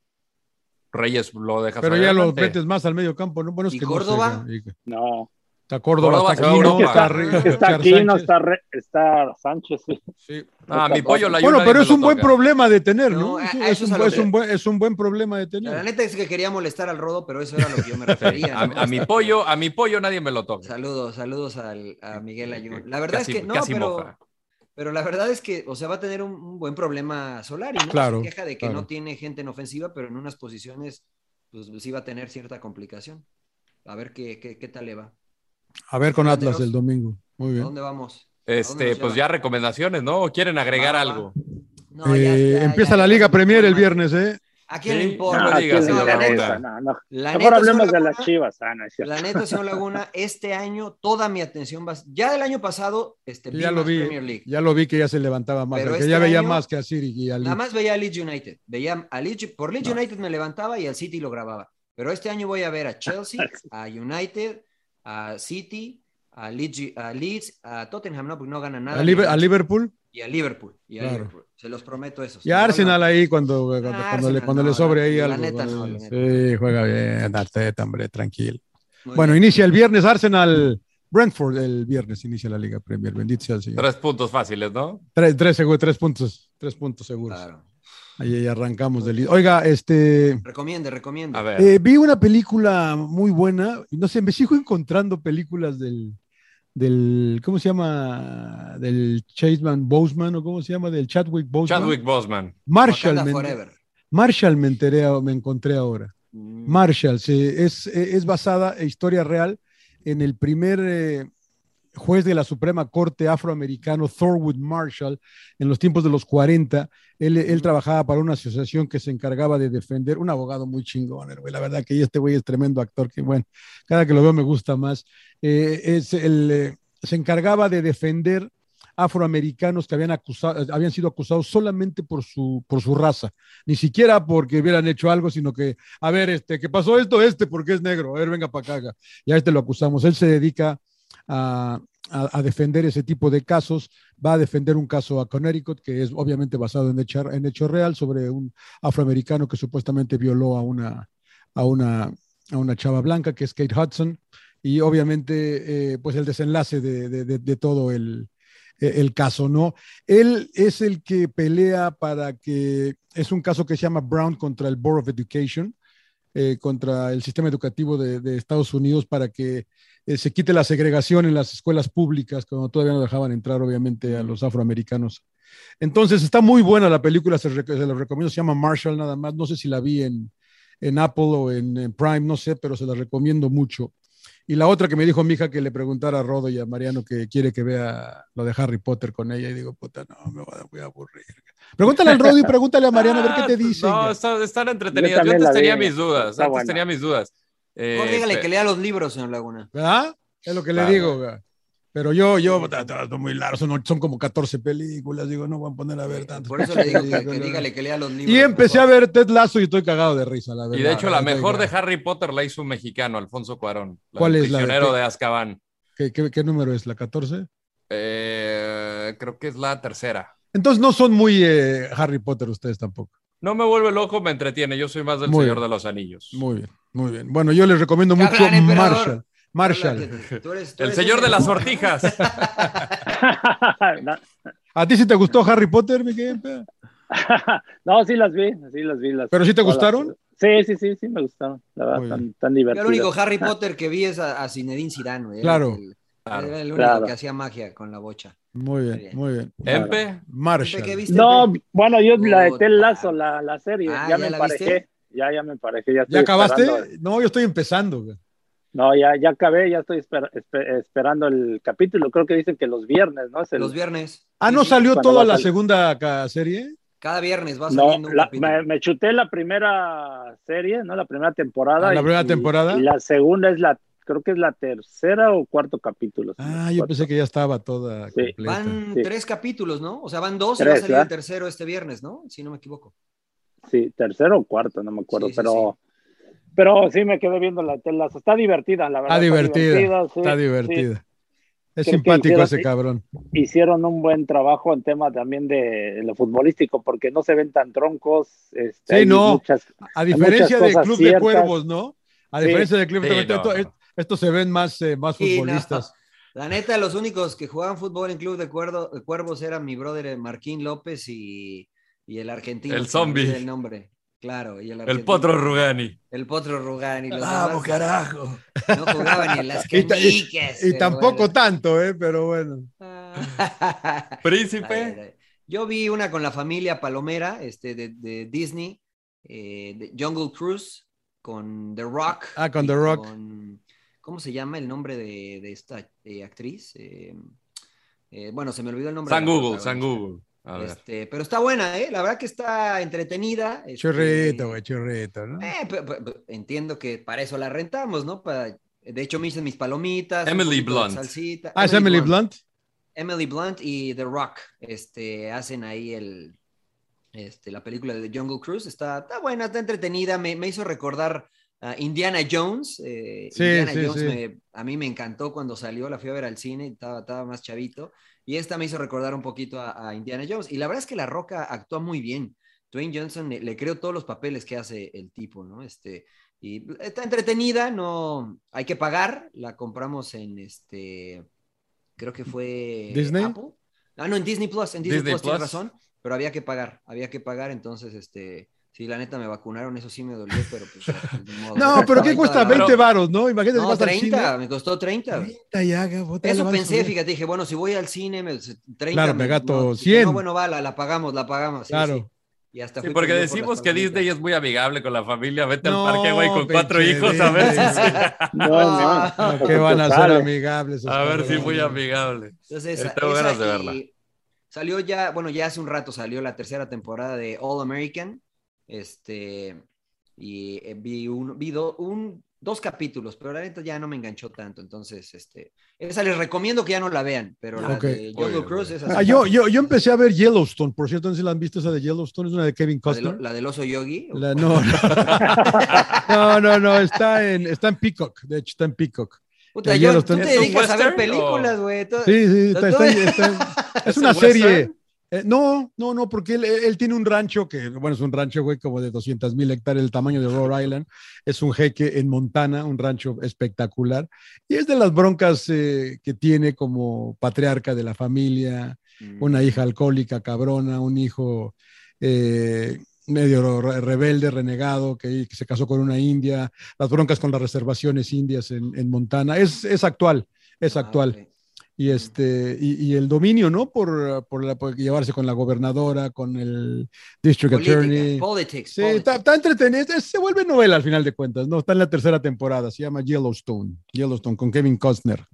Speaker 4: Reyes lo dejas
Speaker 2: Pero ya los
Speaker 4: adelante.
Speaker 2: metes más al medio campo, ¿no? Bueno, es
Speaker 3: ¿Y
Speaker 2: que no sé,
Speaker 3: Córdoba?
Speaker 2: ya. Y-
Speaker 1: No.
Speaker 2: Está Córdoba,
Speaker 4: Córdoba se
Speaker 2: está
Speaker 4: va a
Speaker 2: Aquino,
Speaker 4: Europa.
Speaker 2: está, Re-
Speaker 1: Es que está
Speaker 2: Richard
Speaker 1: aquí, no
Speaker 2: Sánchez.
Speaker 1: está, Re- está Sánchez. sí.
Speaker 2: Sí.
Speaker 4: Ah, mi pollo la
Speaker 2: Bueno,
Speaker 4: ayuda,
Speaker 2: pero
Speaker 4: me
Speaker 2: es
Speaker 4: lo
Speaker 2: un buen
Speaker 4: toca.
Speaker 2: problema de tener,
Speaker 3: No,
Speaker 2: ¿no? Es, un-
Speaker 3: a- a
Speaker 2: es
Speaker 3: eso es
Speaker 2: un,
Speaker 3: a lo
Speaker 2: es
Speaker 3: que-
Speaker 2: un buen, es un buen problema de tener.
Speaker 3: La neta es que quería molestar al Rodo, pero eso era lo que yo me
Speaker 4: Sí,
Speaker 3: refería.
Speaker 4: a,
Speaker 3: ¿no?
Speaker 4: a mi pollo, a mi pollo nadie me lo toca.
Speaker 3: Saludos, saludos al, a Miguel Ayun. La verdad
Speaker 4: Casi-
Speaker 3: es que no,
Speaker 4: casi
Speaker 3: pero,
Speaker 4: moja.
Speaker 3: pero la verdad es que, o sea, va a tener un, un buen problema Solari, ¿no?
Speaker 2: Claro,
Speaker 3: Se queja de que
Speaker 2: claro.
Speaker 3: no tiene gente en ofensiva, pero en unas posiciones, pues sí va a tener cierta complicación. A ver qué, qué, qué tal le va. este
Speaker 2: A ver con Atlas
Speaker 3: Banderos.
Speaker 2: el domingo. Muy
Speaker 3: ¿A
Speaker 2: bien.
Speaker 3: dónde vamos? ¿A dónde
Speaker 4: Este,
Speaker 3: nos
Speaker 4: pues
Speaker 3: lleva?
Speaker 4: ya recomendaciones, ¿no? ¿O quieren agregar
Speaker 3: Va, va.
Speaker 4: algo?
Speaker 3: No, ya
Speaker 2: Eh,
Speaker 3: está,
Speaker 2: empieza
Speaker 3: ya,
Speaker 2: la
Speaker 3: ya
Speaker 2: Liga
Speaker 3: está.
Speaker 2: Premier el viernes, ¿eh?
Speaker 3: ¿A quién le
Speaker 4: Sí,
Speaker 3: importa?
Speaker 4: no
Speaker 1: Ah,
Speaker 4: digas,
Speaker 1: ¿quién le
Speaker 4: señor
Speaker 3: la
Speaker 1: interesa?
Speaker 4: Laguna.
Speaker 3: neta,
Speaker 1: No, no.
Speaker 3: la neta,
Speaker 1: Mejor hablemos
Speaker 3: señor
Speaker 1: de las
Speaker 3: Laguna,
Speaker 1: chivas. Ah, no, es cierto.
Speaker 3: La neta, señor Laguna, este año toda mi atención va. Ya el año pasado, este, vi
Speaker 2: Ya lo
Speaker 3: más
Speaker 2: vi.
Speaker 3: Premier League.
Speaker 2: Ya lo vi que ya se levantaba más,
Speaker 3: Pero
Speaker 2: que
Speaker 3: este
Speaker 2: ya veía
Speaker 3: año-
Speaker 2: más que a Siri y a Lee.
Speaker 3: Nada más veía a Leeds United. Veía a Leeds, por Leeds United me levantaba y al City lo grababa. Pero este año voy a ver a Chelsea, a United, a City, a Leeds, a, Leeds, a Tottenham, no, porque no gana nada.
Speaker 2: A, Liber- a Liverpool
Speaker 3: y a Liverpool. Y a
Speaker 2: Claro.
Speaker 3: Liverpool. Se los prometo eso.
Speaker 2: y a Arsenal ahí cuando, cuando,
Speaker 3: pues, Ah,
Speaker 2: cuando le,
Speaker 3: Arsenal,
Speaker 2: cuando
Speaker 3: no,
Speaker 2: le sobre
Speaker 3: la-
Speaker 2: ahí
Speaker 3: la
Speaker 2: algo.
Speaker 3: neta no,
Speaker 2: cuando-
Speaker 3: la
Speaker 2: sí, juega bien, Arteta, hombre, tranquilo. Bueno, inicia el viernes Arsenal. Brentford el viernes inicia la Liga Premier. Bendito sea el Señor.
Speaker 4: Tres puntos fáciles, ¿no?
Speaker 2: Tres, tres, segu- tres puntos, tres puntos seguros. Ahí, ahí arrancamos del. Oiga, este.
Speaker 3: Recomiende, recomiende.
Speaker 4: A ver.
Speaker 2: Eh, vi una película muy buena, y no sé, me sigo encontrando películas del, del ¿cómo se llama? Del Chaseman Boseman, o ¿cómo se llama? Del Chadwick Boseman.
Speaker 4: Chadwick Bosman.
Speaker 2: Marshall,
Speaker 3: Wakanda
Speaker 2: me,
Speaker 3: Forever.
Speaker 2: Marshall me enteré, a- me encontré ahora.
Speaker 4: Mm,
Speaker 2: Marshall, sí, es, es basada en historia real en el primer eh, juez de la Suprema Corte afroamericano, Thorwood Marshall, en los tiempos de los 40. Él, él trabajaba para una asociación que se encargaba de defender, un abogado muy chingón, el güey. La verdad que este güey es tremendo actor, que bueno, cada que lo veo me gusta más. Eh, es el, eh, se encargaba de defender afroamericanos que habían, acusado, habían sido acusados solamente por su, por su raza, ni siquiera porque hubieran hecho algo, sino que, a ver, este, ¿qué pasó esto? Este, porque es negro, a ver, venga para acá, ya este lo acusamos. Él se dedica a, a- a defender ese tipo de casos, va a defender un caso a Connecticut, que es obviamente basado en hecho, en hecho real, sobre un afroamericano que supuestamente violó a una, a una, a una chava blanca, que es Kate Hudson, y obviamente, eh, pues el desenlace de- de- de- de todo el, eh, el caso, ¿no? Él es el que pelea para que, es un caso que se llama Brown contra el Board of Education, eh, contra el sistema educativo de, de Estados Unidos para que eh, se quite la segregación en las escuelas públicas, cuando todavía no dejaban entrar, obviamente, a los afroamericanos. Entonces, está muy buena la película, se, rec- se la recomiendo, se llama Marshall nada más, no sé si la vi en, en Apple o en, en Prime, no sé, pero se la recomiendo mucho. Y la otra que me dijo mi hija que le preguntara a Rodo y a Mariano que quiere que vea lo de Harry Potter con ella. Y digo, puta, no, me voy a, voy a aburrir. Pregúntale al Rodo y pregúntale a Mariano a ver qué
Speaker 4: Ah,
Speaker 2: te dice.
Speaker 4: No, está- están entretenidas. Yo
Speaker 1: también
Speaker 4: antes
Speaker 1: la
Speaker 4: tenía
Speaker 1: vi.
Speaker 4: mis dudas.
Speaker 1: Está
Speaker 4: antes
Speaker 1: buena.
Speaker 4: tenía mis dudas. Eh,
Speaker 3: Mejor dígale
Speaker 4: pe-
Speaker 3: que lea los libros, señor Laguna.
Speaker 2: ¿Verdad? Es lo que le
Speaker 4: Claro.
Speaker 2: digo, güey. Pero yo, yo, ta- ta- ta- muy largo, son, son como 14 películas, digo, no voy a poner a ver tantas.
Speaker 3: Por eso le digo que, que
Speaker 2: películas.
Speaker 3: dígale que lea los libros.
Speaker 2: Y empecé a
Speaker 3: por favor.
Speaker 2: ver Ted Lasso y estoy cagado de risa, la verdad.
Speaker 4: Y de hecho, la
Speaker 2: Estoy
Speaker 4: mejor de
Speaker 2: cagado.
Speaker 4: Harry Potter la hizo un mexicano, Alfonso Cuarón. La
Speaker 2: ¿Cuál
Speaker 4: del
Speaker 2: es la de-
Speaker 4: Prisionero de Azkaban.
Speaker 2: ¿Qué, qué, qué número es? ¿La 14?
Speaker 4: Eh, creo que es la tercera.
Speaker 2: Entonces no son muy eh, Harry Potter ustedes tampoco.
Speaker 4: No me vuelve loco, me entretiene. Yo soy más del
Speaker 2: Muy
Speaker 4: Señor
Speaker 2: bien.
Speaker 4: de los Anillos.
Speaker 2: Muy bien, muy bien. Bueno, yo les recomiendo
Speaker 3: Ya
Speaker 2: mucho
Speaker 3: hablan, emperador.
Speaker 2: Marshall. Marshall.
Speaker 3: Háblate, tú eres- tú
Speaker 4: El
Speaker 3: eres
Speaker 4: Señor
Speaker 3: ese-
Speaker 4: de las Sortijas.
Speaker 1: no,
Speaker 2: ¿A ti sí te gustó Harry Potter, Miguel?
Speaker 1: no, sí las vi, sí las vi. Las,
Speaker 2: ¿Pero sí te
Speaker 1: todas las-
Speaker 2: gustaron?
Speaker 1: Sí, sí, sí, sí me gustaron. La verdad,
Speaker 2: Muy
Speaker 1: tan,
Speaker 2: bien.
Speaker 1: tan
Speaker 3: Yo el
Speaker 1: divertidas.
Speaker 3: único Harry Potter que vi es a, a Zinedine Zidane. güey. Era
Speaker 2: Claro.
Speaker 3: El,
Speaker 4: Claro.
Speaker 3: era el único
Speaker 1: Claro.
Speaker 3: que hacía magia con la bocha.
Speaker 2: Muy bien,
Speaker 3: bien.
Speaker 2: muy bien.
Speaker 4: Empe,
Speaker 2: Marshall.
Speaker 3: ¿Qué viste?
Speaker 1: No,
Speaker 3: Empe?
Speaker 1: bueno, yo la de
Speaker 3: Puta.
Speaker 1: Tel Lazo, la, la serie,
Speaker 3: Ah, ¿ya
Speaker 1: ya me
Speaker 3: la viste?
Speaker 1: emparejé. Ya, ya me emparejé. ¿Ya, estoy
Speaker 2: ¿Ya acabaste?
Speaker 1: esperando.
Speaker 2: No, yo estoy empezando. güey.
Speaker 1: No, ya, ya acabé, ya estoy esper- esper- esperando el capítulo. Creo que dicen que los viernes, ¿no? Es el-
Speaker 3: Los viernes.
Speaker 2: Ah, ¿no
Speaker 1: Sí,
Speaker 2: salió
Speaker 1: cuando
Speaker 2: toda
Speaker 1: va a
Speaker 2: la
Speaker 1: salir.
Speaker 2: segunda ca- serie?
Speaker 3: Cada viernes va
Speaker 1: No,
Speaker 3: saliendo un
Speaker 1: la-
Speaker 3: capítulo.
Speaker 1: me, me chuté la primera serie, ¿no? La primera temporada.
Speaker 2: Ah, la
Speaker 1: y-
Speaker 2: primera
Speaker 1: y-
Speaker 2: temporada.
Speaker 1: y la segunda es la, creo que es la tercera o cuarto capítulo. si no
Speaker 2: Ah,
Speaker 1: me
Speaker 2: yo
Speaker 1: acuerdo.
Speaker 2: pensé que ya estaba toda
Speaker 1: Sí.
Speaker 2: completa.
Speaker 3: Van
Speaker 1: Sí.
Speaker 3: tres capítulos, ¿no? O sea, van dos y
Speaker 1: Tres,
Speaker 3: va a salir el
Speaker 1: ¿verdad?
Speaker 3: tercero este viernes, ¿no? Si no me equivoco.
Speaker 1: Sí, tercero o cuarto, no me acuerdo,
Speaker 3: Sí, sí,
Speaker 1: pero, pero sí me quedé viendo las telas. Está divertida, la verdad.
Speaker 2: Está divertida,
Speaker 1: sí,
Speaker 2: está
Speaker 1: sí.
Speaker 2: divertida. Es
Speaker 1: Que- que
Speaker 2: simpático
Speaker 1: hicieron-
Speaker 2: ese cabrón.
Speaker 1: Hicieron un buen trabajo en temas también de lo futbolístico, porque no se ven tan troncos. este,
Speaker 2: Sí,
Speaker 1: hay
Speaker 2: no.
Speaker 1: muchas-
Speaker 2: A diferencia
Speaker 1: muchas
Speaker 2: del
Speaker 1: cosas
Speaker 2: Club de
Speaker 1: ciertas.
Speaker 2: Cuervos, ¿no? A
Speaker 1: Sí.
Speaker 2: diferencia del Club de
Speaker 4: Sí,
Speaker 2: Cuervos,
Speaker 4: no,
Speaker 2: esto-
Speaker 4: no.
Speaker 2: esto- estos se ven más, eh, más
Speaker 3: Sí, no.
Speaker 2: futbolistas.
Speaker 3: La neta, los únicos que jugaban fútbol en Club de, Cuerdo- de Cuervos eran mi brother Marquín López y, y el argentino.
Speaker 4: El
Speaker 3: que se me olvida
Speaker 4: zombie.
Speaker 3: El nombre. Claro, y el,
Speaker 4: El
Speaker 3: argentino.
Speaker 4: potro Rugani.
Speaker 3: El potro Rugani. Los
Speaker 5: ¡Vamos,
Speaker 3: demás
Speaker 5: carajo!
Speaker 3: no jugaban ni en las
Speaker 2: Ah, Y ta- y-
Speaker 3: canicas.
Speaker 2: Y
Speaker 3: pero
Speaker 2: tampoco
Speaker 3: bueno.
Speaker 2: tanto, ¿eh? Pero bueno.
Speaker 3: Ah. Ay, ay,
Speaker 4: Príncipe.
Speaker 3: ay. Yo vi una con la familia Palomera, este, de, de Disney, eh, de Jungle Cruise, con The Rock.
Speaker 2: Ah, con
Speaker 3: y
Speaker 2: The Rock.
Speaker 3: con- ¿Cómo se llama el nombre de, de esta eh, actriz? Eh, eh, bueno, se me olvidó el nombre. de
Speaker 4: San
Speaker 3: la
Speaker 4: Google,
Speaker 3: protagonista.
Speaker 4: San Google. A ver.
Speaker 3: Este, pero está buena, ¿eh? La verdad que está entretenida. este,
Speaker 2: Chorrito, güey, chorrito, ¿no?
Speaker 3: eh, pe- pe- pe- entiendo que para eso la rentamos, ¿no? Para, de hecho, me hice mis palomitas. un
Speaker 4: Emily
Speaker 3: poquito de
Speaker 4: Blunt.
Speaker 3: salsita.
Speaker 2: Ah, es Emily Blunt.
Speaker 3: Emily Blunt y The Rock este, hacen ahí el, este, la película de Jungle Cruise. Está, está buena, está entretenida. Me, me hizo recordar a Indiana Jones. eh,
Speaker 2: Sí,
Speaker 3: Indiana
Speaker 2: sí,
Speaker 3: Jones
Speaker 2: sí.
Speaker 3: me- a mí me encantó cuando salió, la fui a ver al cine, estaba, estaba más chavito. Y esta me hizo recordar un poquito a, a Indiana Jones. Y la verdad es que La Roca actúa muy bien. Dwayne Johnson le, le creo todos los papeles que hace el tipo, ¿no? Este, y está entretenida, no hay que pagar. La compramos en este, creo que fue
Speaker 2: ¿Disney?
Speaker 3: Apple. Ah, no, en Disney Plus, en Disney,
Speaker 4: Disney
Speaker 3: Plus, tienes
Speaker 4: Plus.
Speaker 3: razón, pero había que pagar, había que pagar, entonces, este, sí, la neta me vacunaron, eso sí me dolió, pero pues, ni modo.
Speaker 2: No, pero ¿qué
Speaker 3: Ahí
Speaker 2: cuesta?
Speaker 3: toda la-
Speaker 2: 20 varos, ¿no? Imagínate,
Speaker 3: No,
Speaker 2: vas al
Speaker 3: 30, me costó 30.
Speaker 2: cine. 30 ya, cabrón, te la
Speaker 3: Eso
Speaker 2: vas a
Speaker 3: pensé,
Speaker 2: subir.
Speaker 3: fíjate, dije, bueno, si voy al cine, me, 30.
Speaker 2: Claro,
Speaker 3: me
Speaker 2: me gasto
Speaker 3: no, dije,
Speaker 2: 100.
Speaker 3: No, bueno, va, la, la pagamos, la pagamos. sí, sí.
Speaker 2: Claro.
Speaker 3: Y hasta
Speaker 4: Sí,
Speaker 3: fui
Speaker 4: porque
Speaker 3: con Diego por
Speaker 4: decimos
Speaker 3: las
Speaker 4: que Disney
Speaker 3: palomitas.
Speaker 4: es muy amigable con la familia. Vete
Speaker 2: No,
Speaker 4: al parque, güey, con cuatro
Speaker 2: pinche
Speaker 4: hijos a ver si,
Speaker 2: Disney.
Speaker 1: No, no,
Speaker 3: Ah,
Speaker 2: ¿Qué van a ser
Speaker 1: Sale.
Speaker 2: amigables? esos
Speaker 4: a ver si
Speaker 2: cabrones?
Speaker 4: muy amigable.
Speaker 3: Entonces,
Speaker 4: Eh,
Speaker 3: esa-
Speaker 4: tengo
Speaker 3: esa
Speaker 4: ganas de
Speaker 3: y-
Speaker 4: verla.
Speaker 3: Salió ya, bueno, ya hace un rato salió la tercera temporada de All American. Este, y eh, vi, un, vi do- un- dos capítulos, pero la neta ya no me enganchó tanto. Entonces, este, esa les recomiendo que ya no la vean, pero la
Speaker 2: Ok.
Speaker 3: de
Speaker 4: Muy
Speaker 3: Jungle
Speaker 4: bien,
Speaker 3: Cruise,
Speaker 4: muy
Speaker 3: esa sí.
Speaker 2: Ah, yo, yo, yo empecé a ver Yellowstone, por cierto, no sé si la han visto esa de Yellowstone, es una de Kevin
Speaker 4: Ah,
Speaker 3: la, del-
Speaker 2: Costner.
Speaker 3: la del oso yogi.
Speaker 2: La- no, no. no, no, no, está en, está en Peacock, de hecho, está en Peacock.
Speaker 3: Puta,
Speaker 2: la
Speaker 3: yo- tú
Speaker 2: Yellowstone.
Speaker 3: te
Speaker 4: ¿Es un
Speaker 3: dedicas a ver
Speaker 4: western
Speaker 3: películas, güey. todo-
Speaker 2: Sí, sí, está- está- está- es una
Speaker 4: el
Speaker 2: serie.
Speaker 4: western?
Speaker 2: Eh, no, no, no, porque él, él tiene un rancho que, bueno, es un rancho, güey, como de 200 mil hectáreas, el tamaño de Rhode Island. Es un jeque en Montana, un rancho espectacular. Y es de las broncas eh, que tiene como patriarca de la familia, una hija alcohólica, cabrona, un hijo eh, medio re- rebelde, renegado, que, que se casó con una india, las broncas con las reservaciones indias en, en Montana. Es, es actual, es
Speaker 3: Ah,
Speaker 2: actual
Speaker 3: ok.
Speaker 2: y este y, y el dominio no por, por, la- por llevarse con la gobernadora con el district
Speaker 3: Política,
Speaker 2: attorney
Speaker 3: politics,
Speaker 2: sí
Speaker 3: politics.
Speaker 2: está, está entretenida es- se vuelve novela al final de cuentas no está en la tercera temporada se llama Yellowstone Yellowstone con Kevin Costner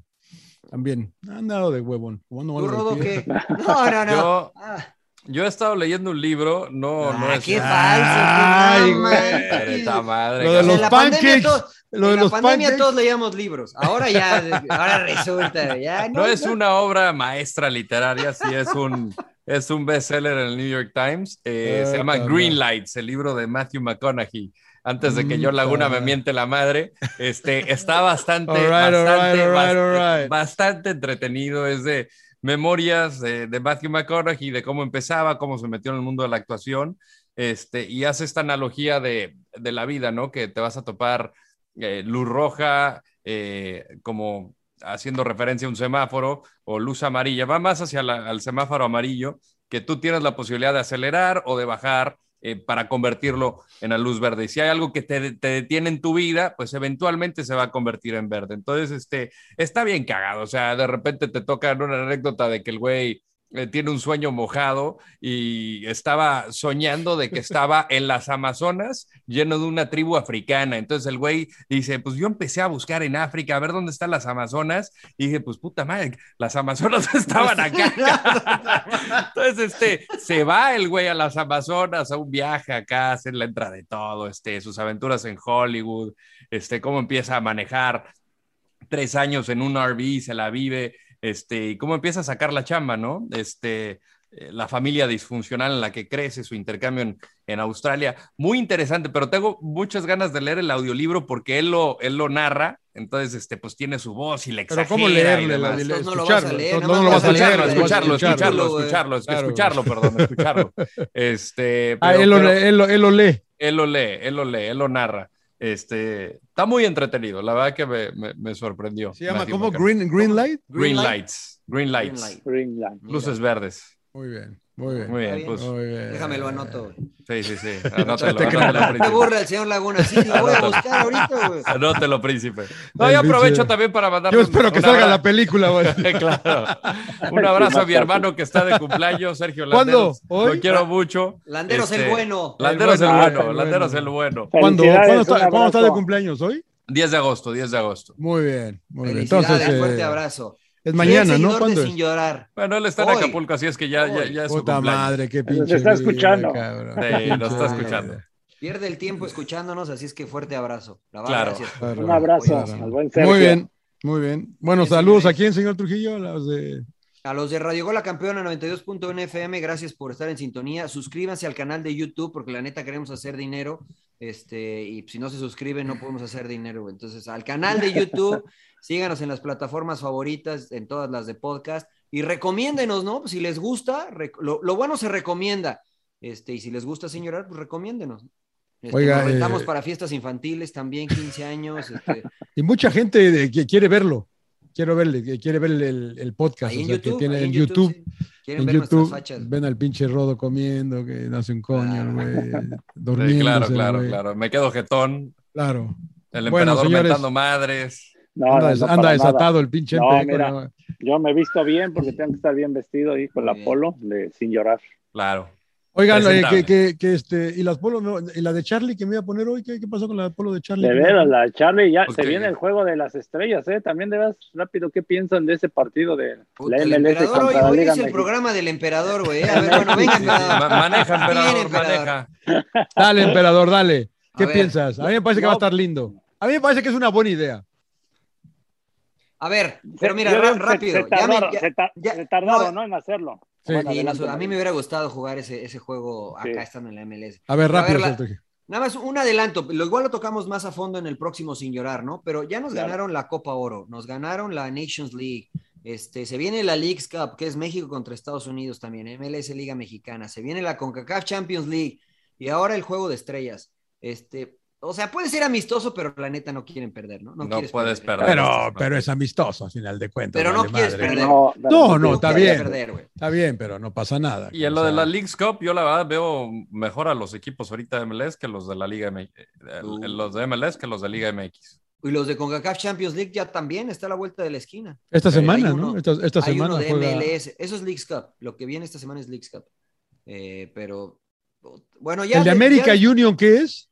Speaker 2: también andado de huevón Bueno,
Speaker 3: ¿Tú,
Speaker 2: algo
Speaker 3: Rodo,
Speaker 2: de-
Speaker 3: qué? No, no, no.
Speaker 4: Yo-
Speaker 3: Ah.
Speaker 4: Yo he estado leyendo un libro, no, no
Speaker 3: Ah,
Speaker 4: es.
Speaker 3: qué
Speaker 2: Ay,
Speaker 3: falso, qué
Speaker 4: Eh, esta madre.
Speaker 2: Lo de
Speaker 3: En
Speaker 4: cabrón.
Speaker 2: los
Speaker 3: la pandemia
Speaker 2: pancakes,
Speaker 3: todos-
Speaker 2: lo de
Speaker 3: en la
Speaker 2: los
Speaker 3: pandemia
Speaker 2: pancakes.
Speaker 3: todos leíamos libros. Ahora ya, ahora resulta, ya no.
Speaker 4: No es
Speaker 3: no.
Speaker 4: una obra maestra literaria, sí es un, es un bestseller en el New York Times. Eh, se
Speaker 2: Ah,
Speaker 4: llama
Speaker 2: cabrón.
Speaker 4: Green Lights, el libro de Matthew McConaughey. Antes de
Speaker 2: Mm,
Speaker 4: que yo Laguna me
Speaker 2: Puta.
Speaker 4: miente la madre, este, está bastante,
Speaker 2: All right, all
Speaker 4: bastante,
Speaker 2: right, all right, all
Speaker 4: bast-
Speaker 2: right.
Speaker 4: bastante entretenido. Es de memorias de, de Matthew McConaughey, de cómo empezaba, cómo se metió en el mundo de la actuación. Este, y hace esta analogía de, de la vida, ¿no? Que te vas a topar eh, luz roja, eh, como haciendo referencia a un semáforo o luz amarilla, va más hacia la- al semáforo amarillo, que tú tienes la posibilidad de acelerar o de bajar eh, para convertirlo en la luz verde. Y si hay algo que te, te detiene en tu vida, pues eventualmente se va a convertir en verde. Entonces, este, está bien cagado. O sea, de repente te tocan una anécdota de que el güey eh, tiene un sueño mojado y estaba soñando de que estaba en las Amazonas lleno de una tribu africana. Entonces el güey dice, pues yo empecé a buscar en África, a ver dónde están las Amazonas. Y dije, pues puta madre, las Amazonas estaban acá. Entonces este, se va el güey a las Amazonas, a un viaje acá, hace la entrada de todo, este, sus aventuras en Hollywood, este, cómo empieza a manejar tres años en un RV, se la vive este, y cómo empieza a sacar la chamba, ¿no? Este, eh, la familia disfuncional en la que crece, su intercambio en, en, Australia. Muy interesante, pero tengo muchas ganas de leer el audiolibro porque él lo, él lo narra, entonces, este, pues tiene su voz y le
Speaker 2: Pero
Speaker 4: exagera.
Speaker 2: ¿cómo leerle?
Speaker 4: y demás.
Speaker 2: Le- le-
Speaker 3: No lo vas a
Speaker 2: escucharlo,
Speaker 3: leer,
Speaker 2: no-
Speaker 3: nada
Speaker 2: no
Speaker 3: más
Speaker 2: lo vas
Speaker 3: vas
Speaker 2: a
Speaker 3: a
Speaker 2: leer,
Speaker 4: Escucharlo,
Speaker 3: leer,
Speaker 2: vas a
Speaker 4: escucharlo, escucharlo,
Speaker 3: güey.
Speaker 4: escucharlo, es que
Speaker 2: Claro.
Speaker 4: escucharlo, perdón, escucharlo. Este,
Speaker 2: Ah,
Speaker 4: pero-
Speaker 2: él, lo,
Speaker 4: pero-
Speaker 2: lee, él, lo, él lo lee.
Speaker 4: él lo lee, él lo lee, él lo narra. Este, está muy entretenido, la verdad que me, me- me sorprendió.
Speaker 2: Se llama
Speaker 4: Matthew
Speaker 2: como
Speaker 4: McConaughey.
Speaker 2: Green, Green Light.
Speaker 4: Green,
Speaker 3: Green Light.
Speaker 4: Lights.
Speaker 3: Green
Speaker 4: Green Lights.
Speaker 3: Light.
Speaker 1: Greenland.
Speaker 4: Luces verdes.
Speaker 2: Muy bien, muy bien.
Speaker 4: Muy bien,
Speaker 3: bien.
Speaker 4: pues.
Speaker 2: Muy bien.
Speaker 3: Déjame lo anoto, güey.
Speaker 4: Sí, sí, sí. Anótelo,
Speaker 2: Te creo.
Speaker 3: No
Speaker 4: anótelo,
Speaker 3: me
Speaker 4: príncipe.
Speaker 3: burla el señor Laguna, sí, lo voy a buscar ahorita, güey.
Speaker 4: Anótelo, príncipe. No,
Speaker 2: El
Speaker 4: yo aprovecho
Speaker 2: pinche-
Speaker 4: también para mandar.
Speaker 2: Yo espero que salga la película, güey.
Speaker 4: Claro. Un abrazo a mi hermano que está de cumpleaños, Sergio
Speaker 2: ¿Cuándo?
Speaker 4: Landeros.
Speaker 2: ¿Hoy?
Speaker 4: Lo quiero mucho.
Speaker 3: Landeros el
Speaker 4: Este,
Speaker 3: bueno.
Speaker 4: Landeros el
Speaker 1: bueno,
Speaker 2: el
Speaker 4: bueno,
Speaker 2: bueno.
Speaker 4: Landeros el bueno.
Speaker 2: ¿Cuándo,
Speaker 1: Felicidades,
Speaker 2: ¿cuándo
Speaker 1: un
Speaker 2: está,
Speaker 1: abrazo.
Speaker 2: ¿cuándo está de cumpleaños hoy?
Speaker 4: 10 de agosto, 10 de agosto.
Speaker 2: Muy bien, muy bien.
Speaker 3: Felicidades,
Speaker 2: Entonces, eh,
Speaker 3: fuerte abrazo.
Speaker 2: es
Speaker 3: Y
Speaker 2: mañana,
Speaker 3: el
Speaker 2: ¿no?
Speaker 3: seguidor de
Speaker 2: ¿Cuándo
Speaker 3: Sin
Speaker 2: es?
Speaker 3: llorar.
Speaker 4: Bueno, él está
Speaker 3: Hoy.
Speaker 4: en Acapulco, así es que ya, ya, ya es su
Speaker 2: Puta
Speaker 4: cumpleaños.
Speaker 2: madre, qué pinche.
Speaker 1: está
Speaker 2: vida,
Speaker 1: escuchando.
Speaker 2: cabrón.
Speaker 4: Sí,
Speaker 2: Qué
Speaker 4: nos
Speaker 2: pinche
Speaker 4: está
Speaker 2: vida.
Speaker 4: escuchando.
Speaker 3: Pierde el tiempo escuchándonos, así es que fuerte abrazo. La
Speaker 4: Claro.
Speaker 2: Claro,
Speaker 1: Un abrazo
Speaker 2: claro.
Speaker 1: al buen Sergio.
Speaker 2: Muy bien, muy bien. Bueno,
Speaker 3: Bien,
Speaker 2: saludos
Speaker 3: señores.
Speaker 2: aquí en señor Trujillo, a los de
Speaker 3: A los de Radio Gol, la campeona 92.1 FM, gracias por estar en sintonía. Suscríbanse al canal de YouTube porque la neta queremos hacer dinero. Este, y si no se suscriben, no podemos hacer dinero. güey. Entonces, al canal de YouTube, síganos en las plataformas favoritas, en todas las de podcast y recomiéndenos, ¿no? Si les gusta, rec- lo, lo bueno se recomienda. Este, y si les gusta sin llorar, pues recomiéndenos. Este,
Speaker 2: Oiga,
Speaker 3: nos rentamos
Speaker 2: eh,
Speaker 3: para fiestas infantiles también, 15 años. este,
Speaker 2: Y mucha gente de- que quiere verlo. Quiero verle, que quiere ver el, el podcast,
Speaker 3: ahí
Speaker 2: o
Speaker 3: en
Speaker 2: sea, que
Speaker 3: YouTube.
Speaker 2: tiene
Speaker 3: ahí
Speaker 2: en YouTube.
Speaker 3: sí. Quieren
Speaker 2: En
Speaker 3: ver nuestras
Speaker 2: YouTube
Speaker 3: fachas.
Speaker 2: ven al pinche rodo comiendo, que nace un coño, el güey.
Speaker 4: Sí,
Speaker 2: Durmiendo.
Speaker 4: claro, claro, claro. Me quedo jetón.
Speaker 2: Claro.
Speaker 4: El
Speaker 2: Bueno,
Speaker 4: emperador
Speaker 2: señores.
Speaker 4: mentando madres.
Speaker 1: No,
Speaker 2: Anda,
Speaker 1: no,
Speaker 2: des-
Speaker 1: no,
Speaker 2: anda
Speaker 1: para nada.
Speaker 2: desatado el pinche
Speaker 1: No,
Speaker 2: empe,
Speaker 1: mira.
Speaker 2: güey.
Speaker 1: Yo me he visto bien porque tengo que estar bien vestido y con la
Speaker 3: Muy bien.
Speaker 1: polo de- sin llorar.
Speaker 4: Claro.
Speaker 2: Oigan, oye,
Speaker 4: Presentable.
Speaker 2: que, que, que este, y las polo, no, y la de Charlie que me iba a poner hoy, ¿qué, qué pasó con la polo de Charlie?
Speaker 1: De veras, la Charlie, ya
Speaker 4: Pues
Speaker 1: se
Speaker 4: que-
Speaker 1: viene el juego de las estrellas, ¿eh? También de veras, rápido, ¿qué piensan de ese partido de
Speaker 3: Puta,
Speaker 1: la
Speaker 3: el
Speaker 1: MLS
Speaker 3: emperador hoy,
Speaker 1: contra la
Speaker 3: hoy
Speaker 1: Liga
Speaker 3: es el
Speaker 1: Mexicana?
Speaker 3: programa del emperador, güey. eh. A ver, bueno, venga,
Speaker 4: Sí, sí, ma-
Speaker 3: emperador.
Speaker 4: maneja, emperador,
Speaker 3: Bien, emperador.
Speaker 4: maneja.
Speaker 2: Dale, emperador, dale.
Speaker 3: A
Speaker 2: ¿Qué
Speaker 3: ver.
Speaker 2: piensas? A mí me parece que va a
Speaker 1: No.
Speaker 2: estar lindo. A mí me parece que es una buena idea.
Speaker 3: A ver, pero mira,
Speaker 1: Yo
Speaker 3: ra-
Speaker 1: digo que se-
Speaker 3: rápido.
Speaker 1: Se,
Speaker 3: ya me-
Speaker 1: tardaron,
Speaker 3: ya-
Speaker 1: se ta-
Speaker 3: ya-
Speaker 1: se tardaron,
Speaker 3: no,
Speaker 1: no, En hacerlo.
Speaker 2: Sí.
Speaker 1: Bueno,
Speaker 3: Sí,
Speaker 1: adelante.
Speaker 3: nos- a mí me hubiera gustado jugar ese, ese juego acá
Speaker 1: Sí.
Speaker 3: estando en la MLS.
Speaker 2: A ver,
Speaker 3: A ver,
Speaker 2: rápido.
Speaker 3: la-
Speaker 2: Sergio Trujillo.
Speaker 3: Nada más un adelanto, lo igual lo tocamos más a fondo en el próximo sin llorar, ¿no? Pero ya nos
Speaker 1: Claro.
Speaker 3: ganaron la Copa Oro, nos ganaron la Nations League, este, se viene la Leagues Cup, que es México contra Estados Unidos también, MLS Liga Mexicana, se viene la CONCACAF Champions League y ahora el Juego de Estrellas. Este, o sea, puede ser amistoso, pero la neta no quieren perder, ¿no? No,
Speaker 4: No
Speaker 3: quieres
Speaker 4: puedes perder.
Speaker 2: Pero, pero es amistoso, a final de cuentas.
Speaker 3: Pero no
Speaker 2: vale
Speaker 3: quieres
Speaker 2: madre.
Speaker 3: perder.
Speaker 1: No,
Speaker 2: No, no, está
Speaker 3: quieres
Speaker 2: bien.
Speaker 3: perder, güey.
Speaker 2: Está bien, pero no pasa nada.
Speaker 4: Y en
Speaker 2: O
Speaker 4: lo de
Speaker 2: sea,
Speaker 4: la Leagues Cup, yo la verdad veo mejor a los equipos ahorita de MLS que los de la Liga MX. eh,
Speaker 3: Uh.
Speaker 4: Los de MLS que los de Liga MX.
Speaker 3: Y los de CONCACAF Champions League ya también está a la vuelta de la esquina.
Speaker 2: Esta
Speaker 4: Eh,
Speaker 2: semana,
Speaker 3: hay
Speaker 2: ¿no?
Speaker 3: uno-
Speaker 2: Esta, esta
Speaker 3: Hay
Speaker 2: semana
Speaker 3: uno de
Speaker 2: juega-
Speaker 3: MLS. Eso es Leagues Cup. Lo que viene esta semana es Leagues Cup. Eh, pero, bueno, ya.
Speaker 2: ¿El de
Speaker 3: ya-
Speaker 2: América Union qué es?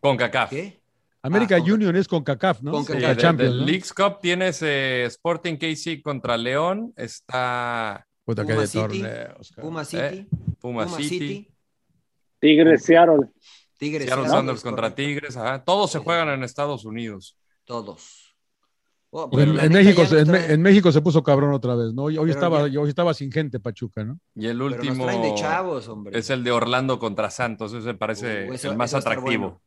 Speaker 4: Con CACAF.
Speaker 3: ¿Qué?
Speaker 2: América
Speaker 3: Ah, con-
Speaker 2: Union es con CACAF, ¿no?
Speaker 3: con
Speaker 4: Sí,
Speaker 2: Con
Speaker 3: CONCACAF.
Speaker 4: de-
Speaker 2: la
Speaker 4: de
Speaker 2: Champions. ¿no?
Speaker 4: Leagues Cup tienes eh, Sporting KC contra León, está
Speaker 2: Puta, que hay
Speaker 3: Puma
Speaker 2: de
Speaker 3: City.
Speaker 2: torneos, cabrón.
Speaker 3: Puma City.
Speaker 4: Eh, Puma,
Speaker 3: Puma,
Speaker 4: City,
Speaker 3: City.
Speaker 1: Tigres, Seattle.
Speaker 3: Tigres.
Speaker 4: Seattle
Speaker 3: Seattle,
Speaker 4: Sanders
Speaker 3: es
Speaker 4: contra
Speaker 3: correcto.
Speaker 4: Tigres, ajá. todos se
Speaker 3: Sí.
Speaker 4: juegan en Estados Unidos.
Speaker 3: Todos. Oh,
Speaker 2: Porque
Speaker 3: pero
Speaker 2: en,
Speaker 3: la
Speaker 2: en
Speaker 3: neta
Speaker 2: México,
Speaker 3: ya
Speaker 2: se-
Speaker 3: nos
Speaker 2: en, Me-
Speaker 3: traen-
Speaker 2: en México se puso cabrón otra vez, ¿no? Hoy, hoy
Speaker 3: Pero
Speaker 2: estaba,
Speaker 3: ya-
Speaker 2: hoy estaba sin gente Pachuca, ¿no?
Speaker 4: Y el
Speaker 3: pero nos traen de
Speaker 4: último
Speaker 3: chavos, hombre.
Speaker 4: es el de Orlando contra Santos, ese parece
Speaker 3: Uh, eso-
Speaker 4: el más
Speaker 3: eso va a estar
Speaker 4: atractivo.
Speaker 3: bueno.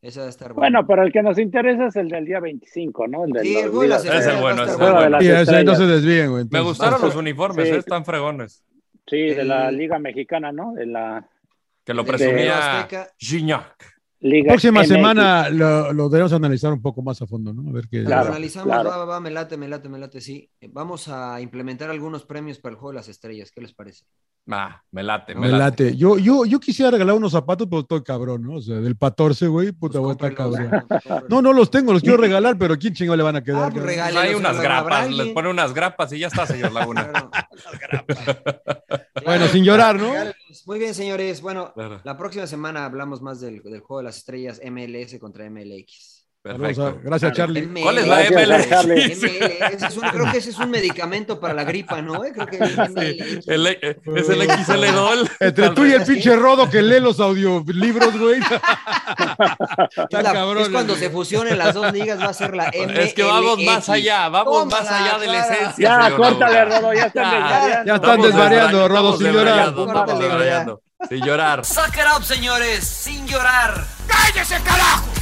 Speaker 3: Ese va a estar bueno.
Speaker 1: Bueno, pero el que nos interesa es el del día 25, ¿no? El del
Speaker 3: Sí, el
Speaker 1: los
Speaker 3: juego de las
Speaker 1: días-
Speaker 4: Ese es
Speaker 3: estrellas
Speaker 4: el
Speaker 3: va a
Speaker 4: bueno,
Speaker 3: estar
Speaker 4: ese es el
Speaker 3: bueno.
Speaker 1: bueno. Las
Speaker 2: Y ese- no
Speaker 1: estrellas.
Speaker 2: se desvíen, güey.
Speaker 4: Me
Speaker 2: entonces.
Speaker 4: gustaron
Speaker 1: Sí.
Speaker 4: los uniformes,
Speaker 1: Sí.
Speaker 4: eh, están fregones,
Speaker 1: Sí, de la
Speaker 3: El-
Speaker 1: Liga Mexicana, ¿no? De la
Speaker 4: que lo
Speaker 3: El de Guerrero
Speaker 4: presumía
Speaker 3: Azteca.
Speaker 4: Gignac.
Speaker 1: Liga
Speaker 2: próxima
Speaker 1: MX.
Speaker 2: semana lo, lo debemos analizar un poco más a fondo, ¿no? A ver qué.
Speaker 1: Claro,
Speaker 3: Lo analizamos,
Speaker 1: claro.
Speaker 3: va, va, va, me late, me late, me late, sí. Eh, Vamos a implementar algunos premios para el juego de las estrellas, ¿qué les parece?
Speaker 4: Ah, me late, me,
Speaker 2: Me
Speaker 4: late.
Speaker 2: late. Yo, yo, yo quisiera regalar unos zapatos, pero estoy cabrón, ¿no? O sea, del 14, güey,
Speaker 3: Pues
Speaker 2: puta,
Speaker 4: Pues
Speaker 2: voy a estar
Speaker 3: Cómprenlos,
Speaker 2: cabrón.
Speaker 3: cómprenlos.
Speaker 2: No, no los tengo, los quiero regalar, pero ¿quién chingado le van a
Speaker 3: Ah,
Speaker 2: quedar?
Speaker 3: pues
Speaker 2: cabrón?
Speaker 3: regálenlos,
Speaker 4: Hay unas
Speaker 3: se los habrá
Speaker 4: grapas,
Speaker 3: alguien.
Speaker 4: les pone unas grapas y ya está, señor Laguna.
Speaker 3: Claro.
Speaker 2: bueno, sin llorar, ¿no?
Speaker 3: Regálenlos. Muy bien, señores. Bueno,
Speaker 4: Claro.
Speaker 3: la próxima semana hablamos más del, del juego de las estrellas MLS contra MLX.
Speaker 2: Saludos
Speaker 4: Perfecto.
Speaker 2: a- gracias, Charlie.
Speaker 3: MLS.
Speaker 4: ¿Cuál es la
Speaker 1: Gracias, Charlie.
Speaker 3: MLS, es un- creo que ese es un medicamento para la gripa, ¿no? Eh, Creo que MLX.
Speaker 4: El- eh, es el XL2.
Speaker 2: Entre tú y el pinche rodo que lee los audiolibros, güey. Está
Speaker 3: Es la-
Speaker 2: cabrón.
Speaker 3: es cuando
Speaker 2: güey.
Speaker 3: se fusionen las dos ligas, va a ser la MLS.
Speaker 4: Es que vamos más allá, vamos más allá de la esencia.
Speaker 1: Ya,
Speaker 4: señor
Speaker 1: córtale,
Speaker 4: Laguna.
Speaker 1: Rodo, ya están
Speaker 4: Ya,
Speaker 1: desvariando.
Speaker 2: ya están
Speaker 4: Estamos
Speaker 2: desvariando,
Speaker 4: desvariando,
Speaker 2: Rodo,
Speaker 4: estamos
Speaker 2: sin llorar.
Speaker 4: desvariando, Estamos
Speaker 3: Córtale, ya.
Speaker 4: desvariando, sin llorar.
Speaker 3: Suck it up, señores, sin llorar.
Speaker 6: ¡Cállese, carajo!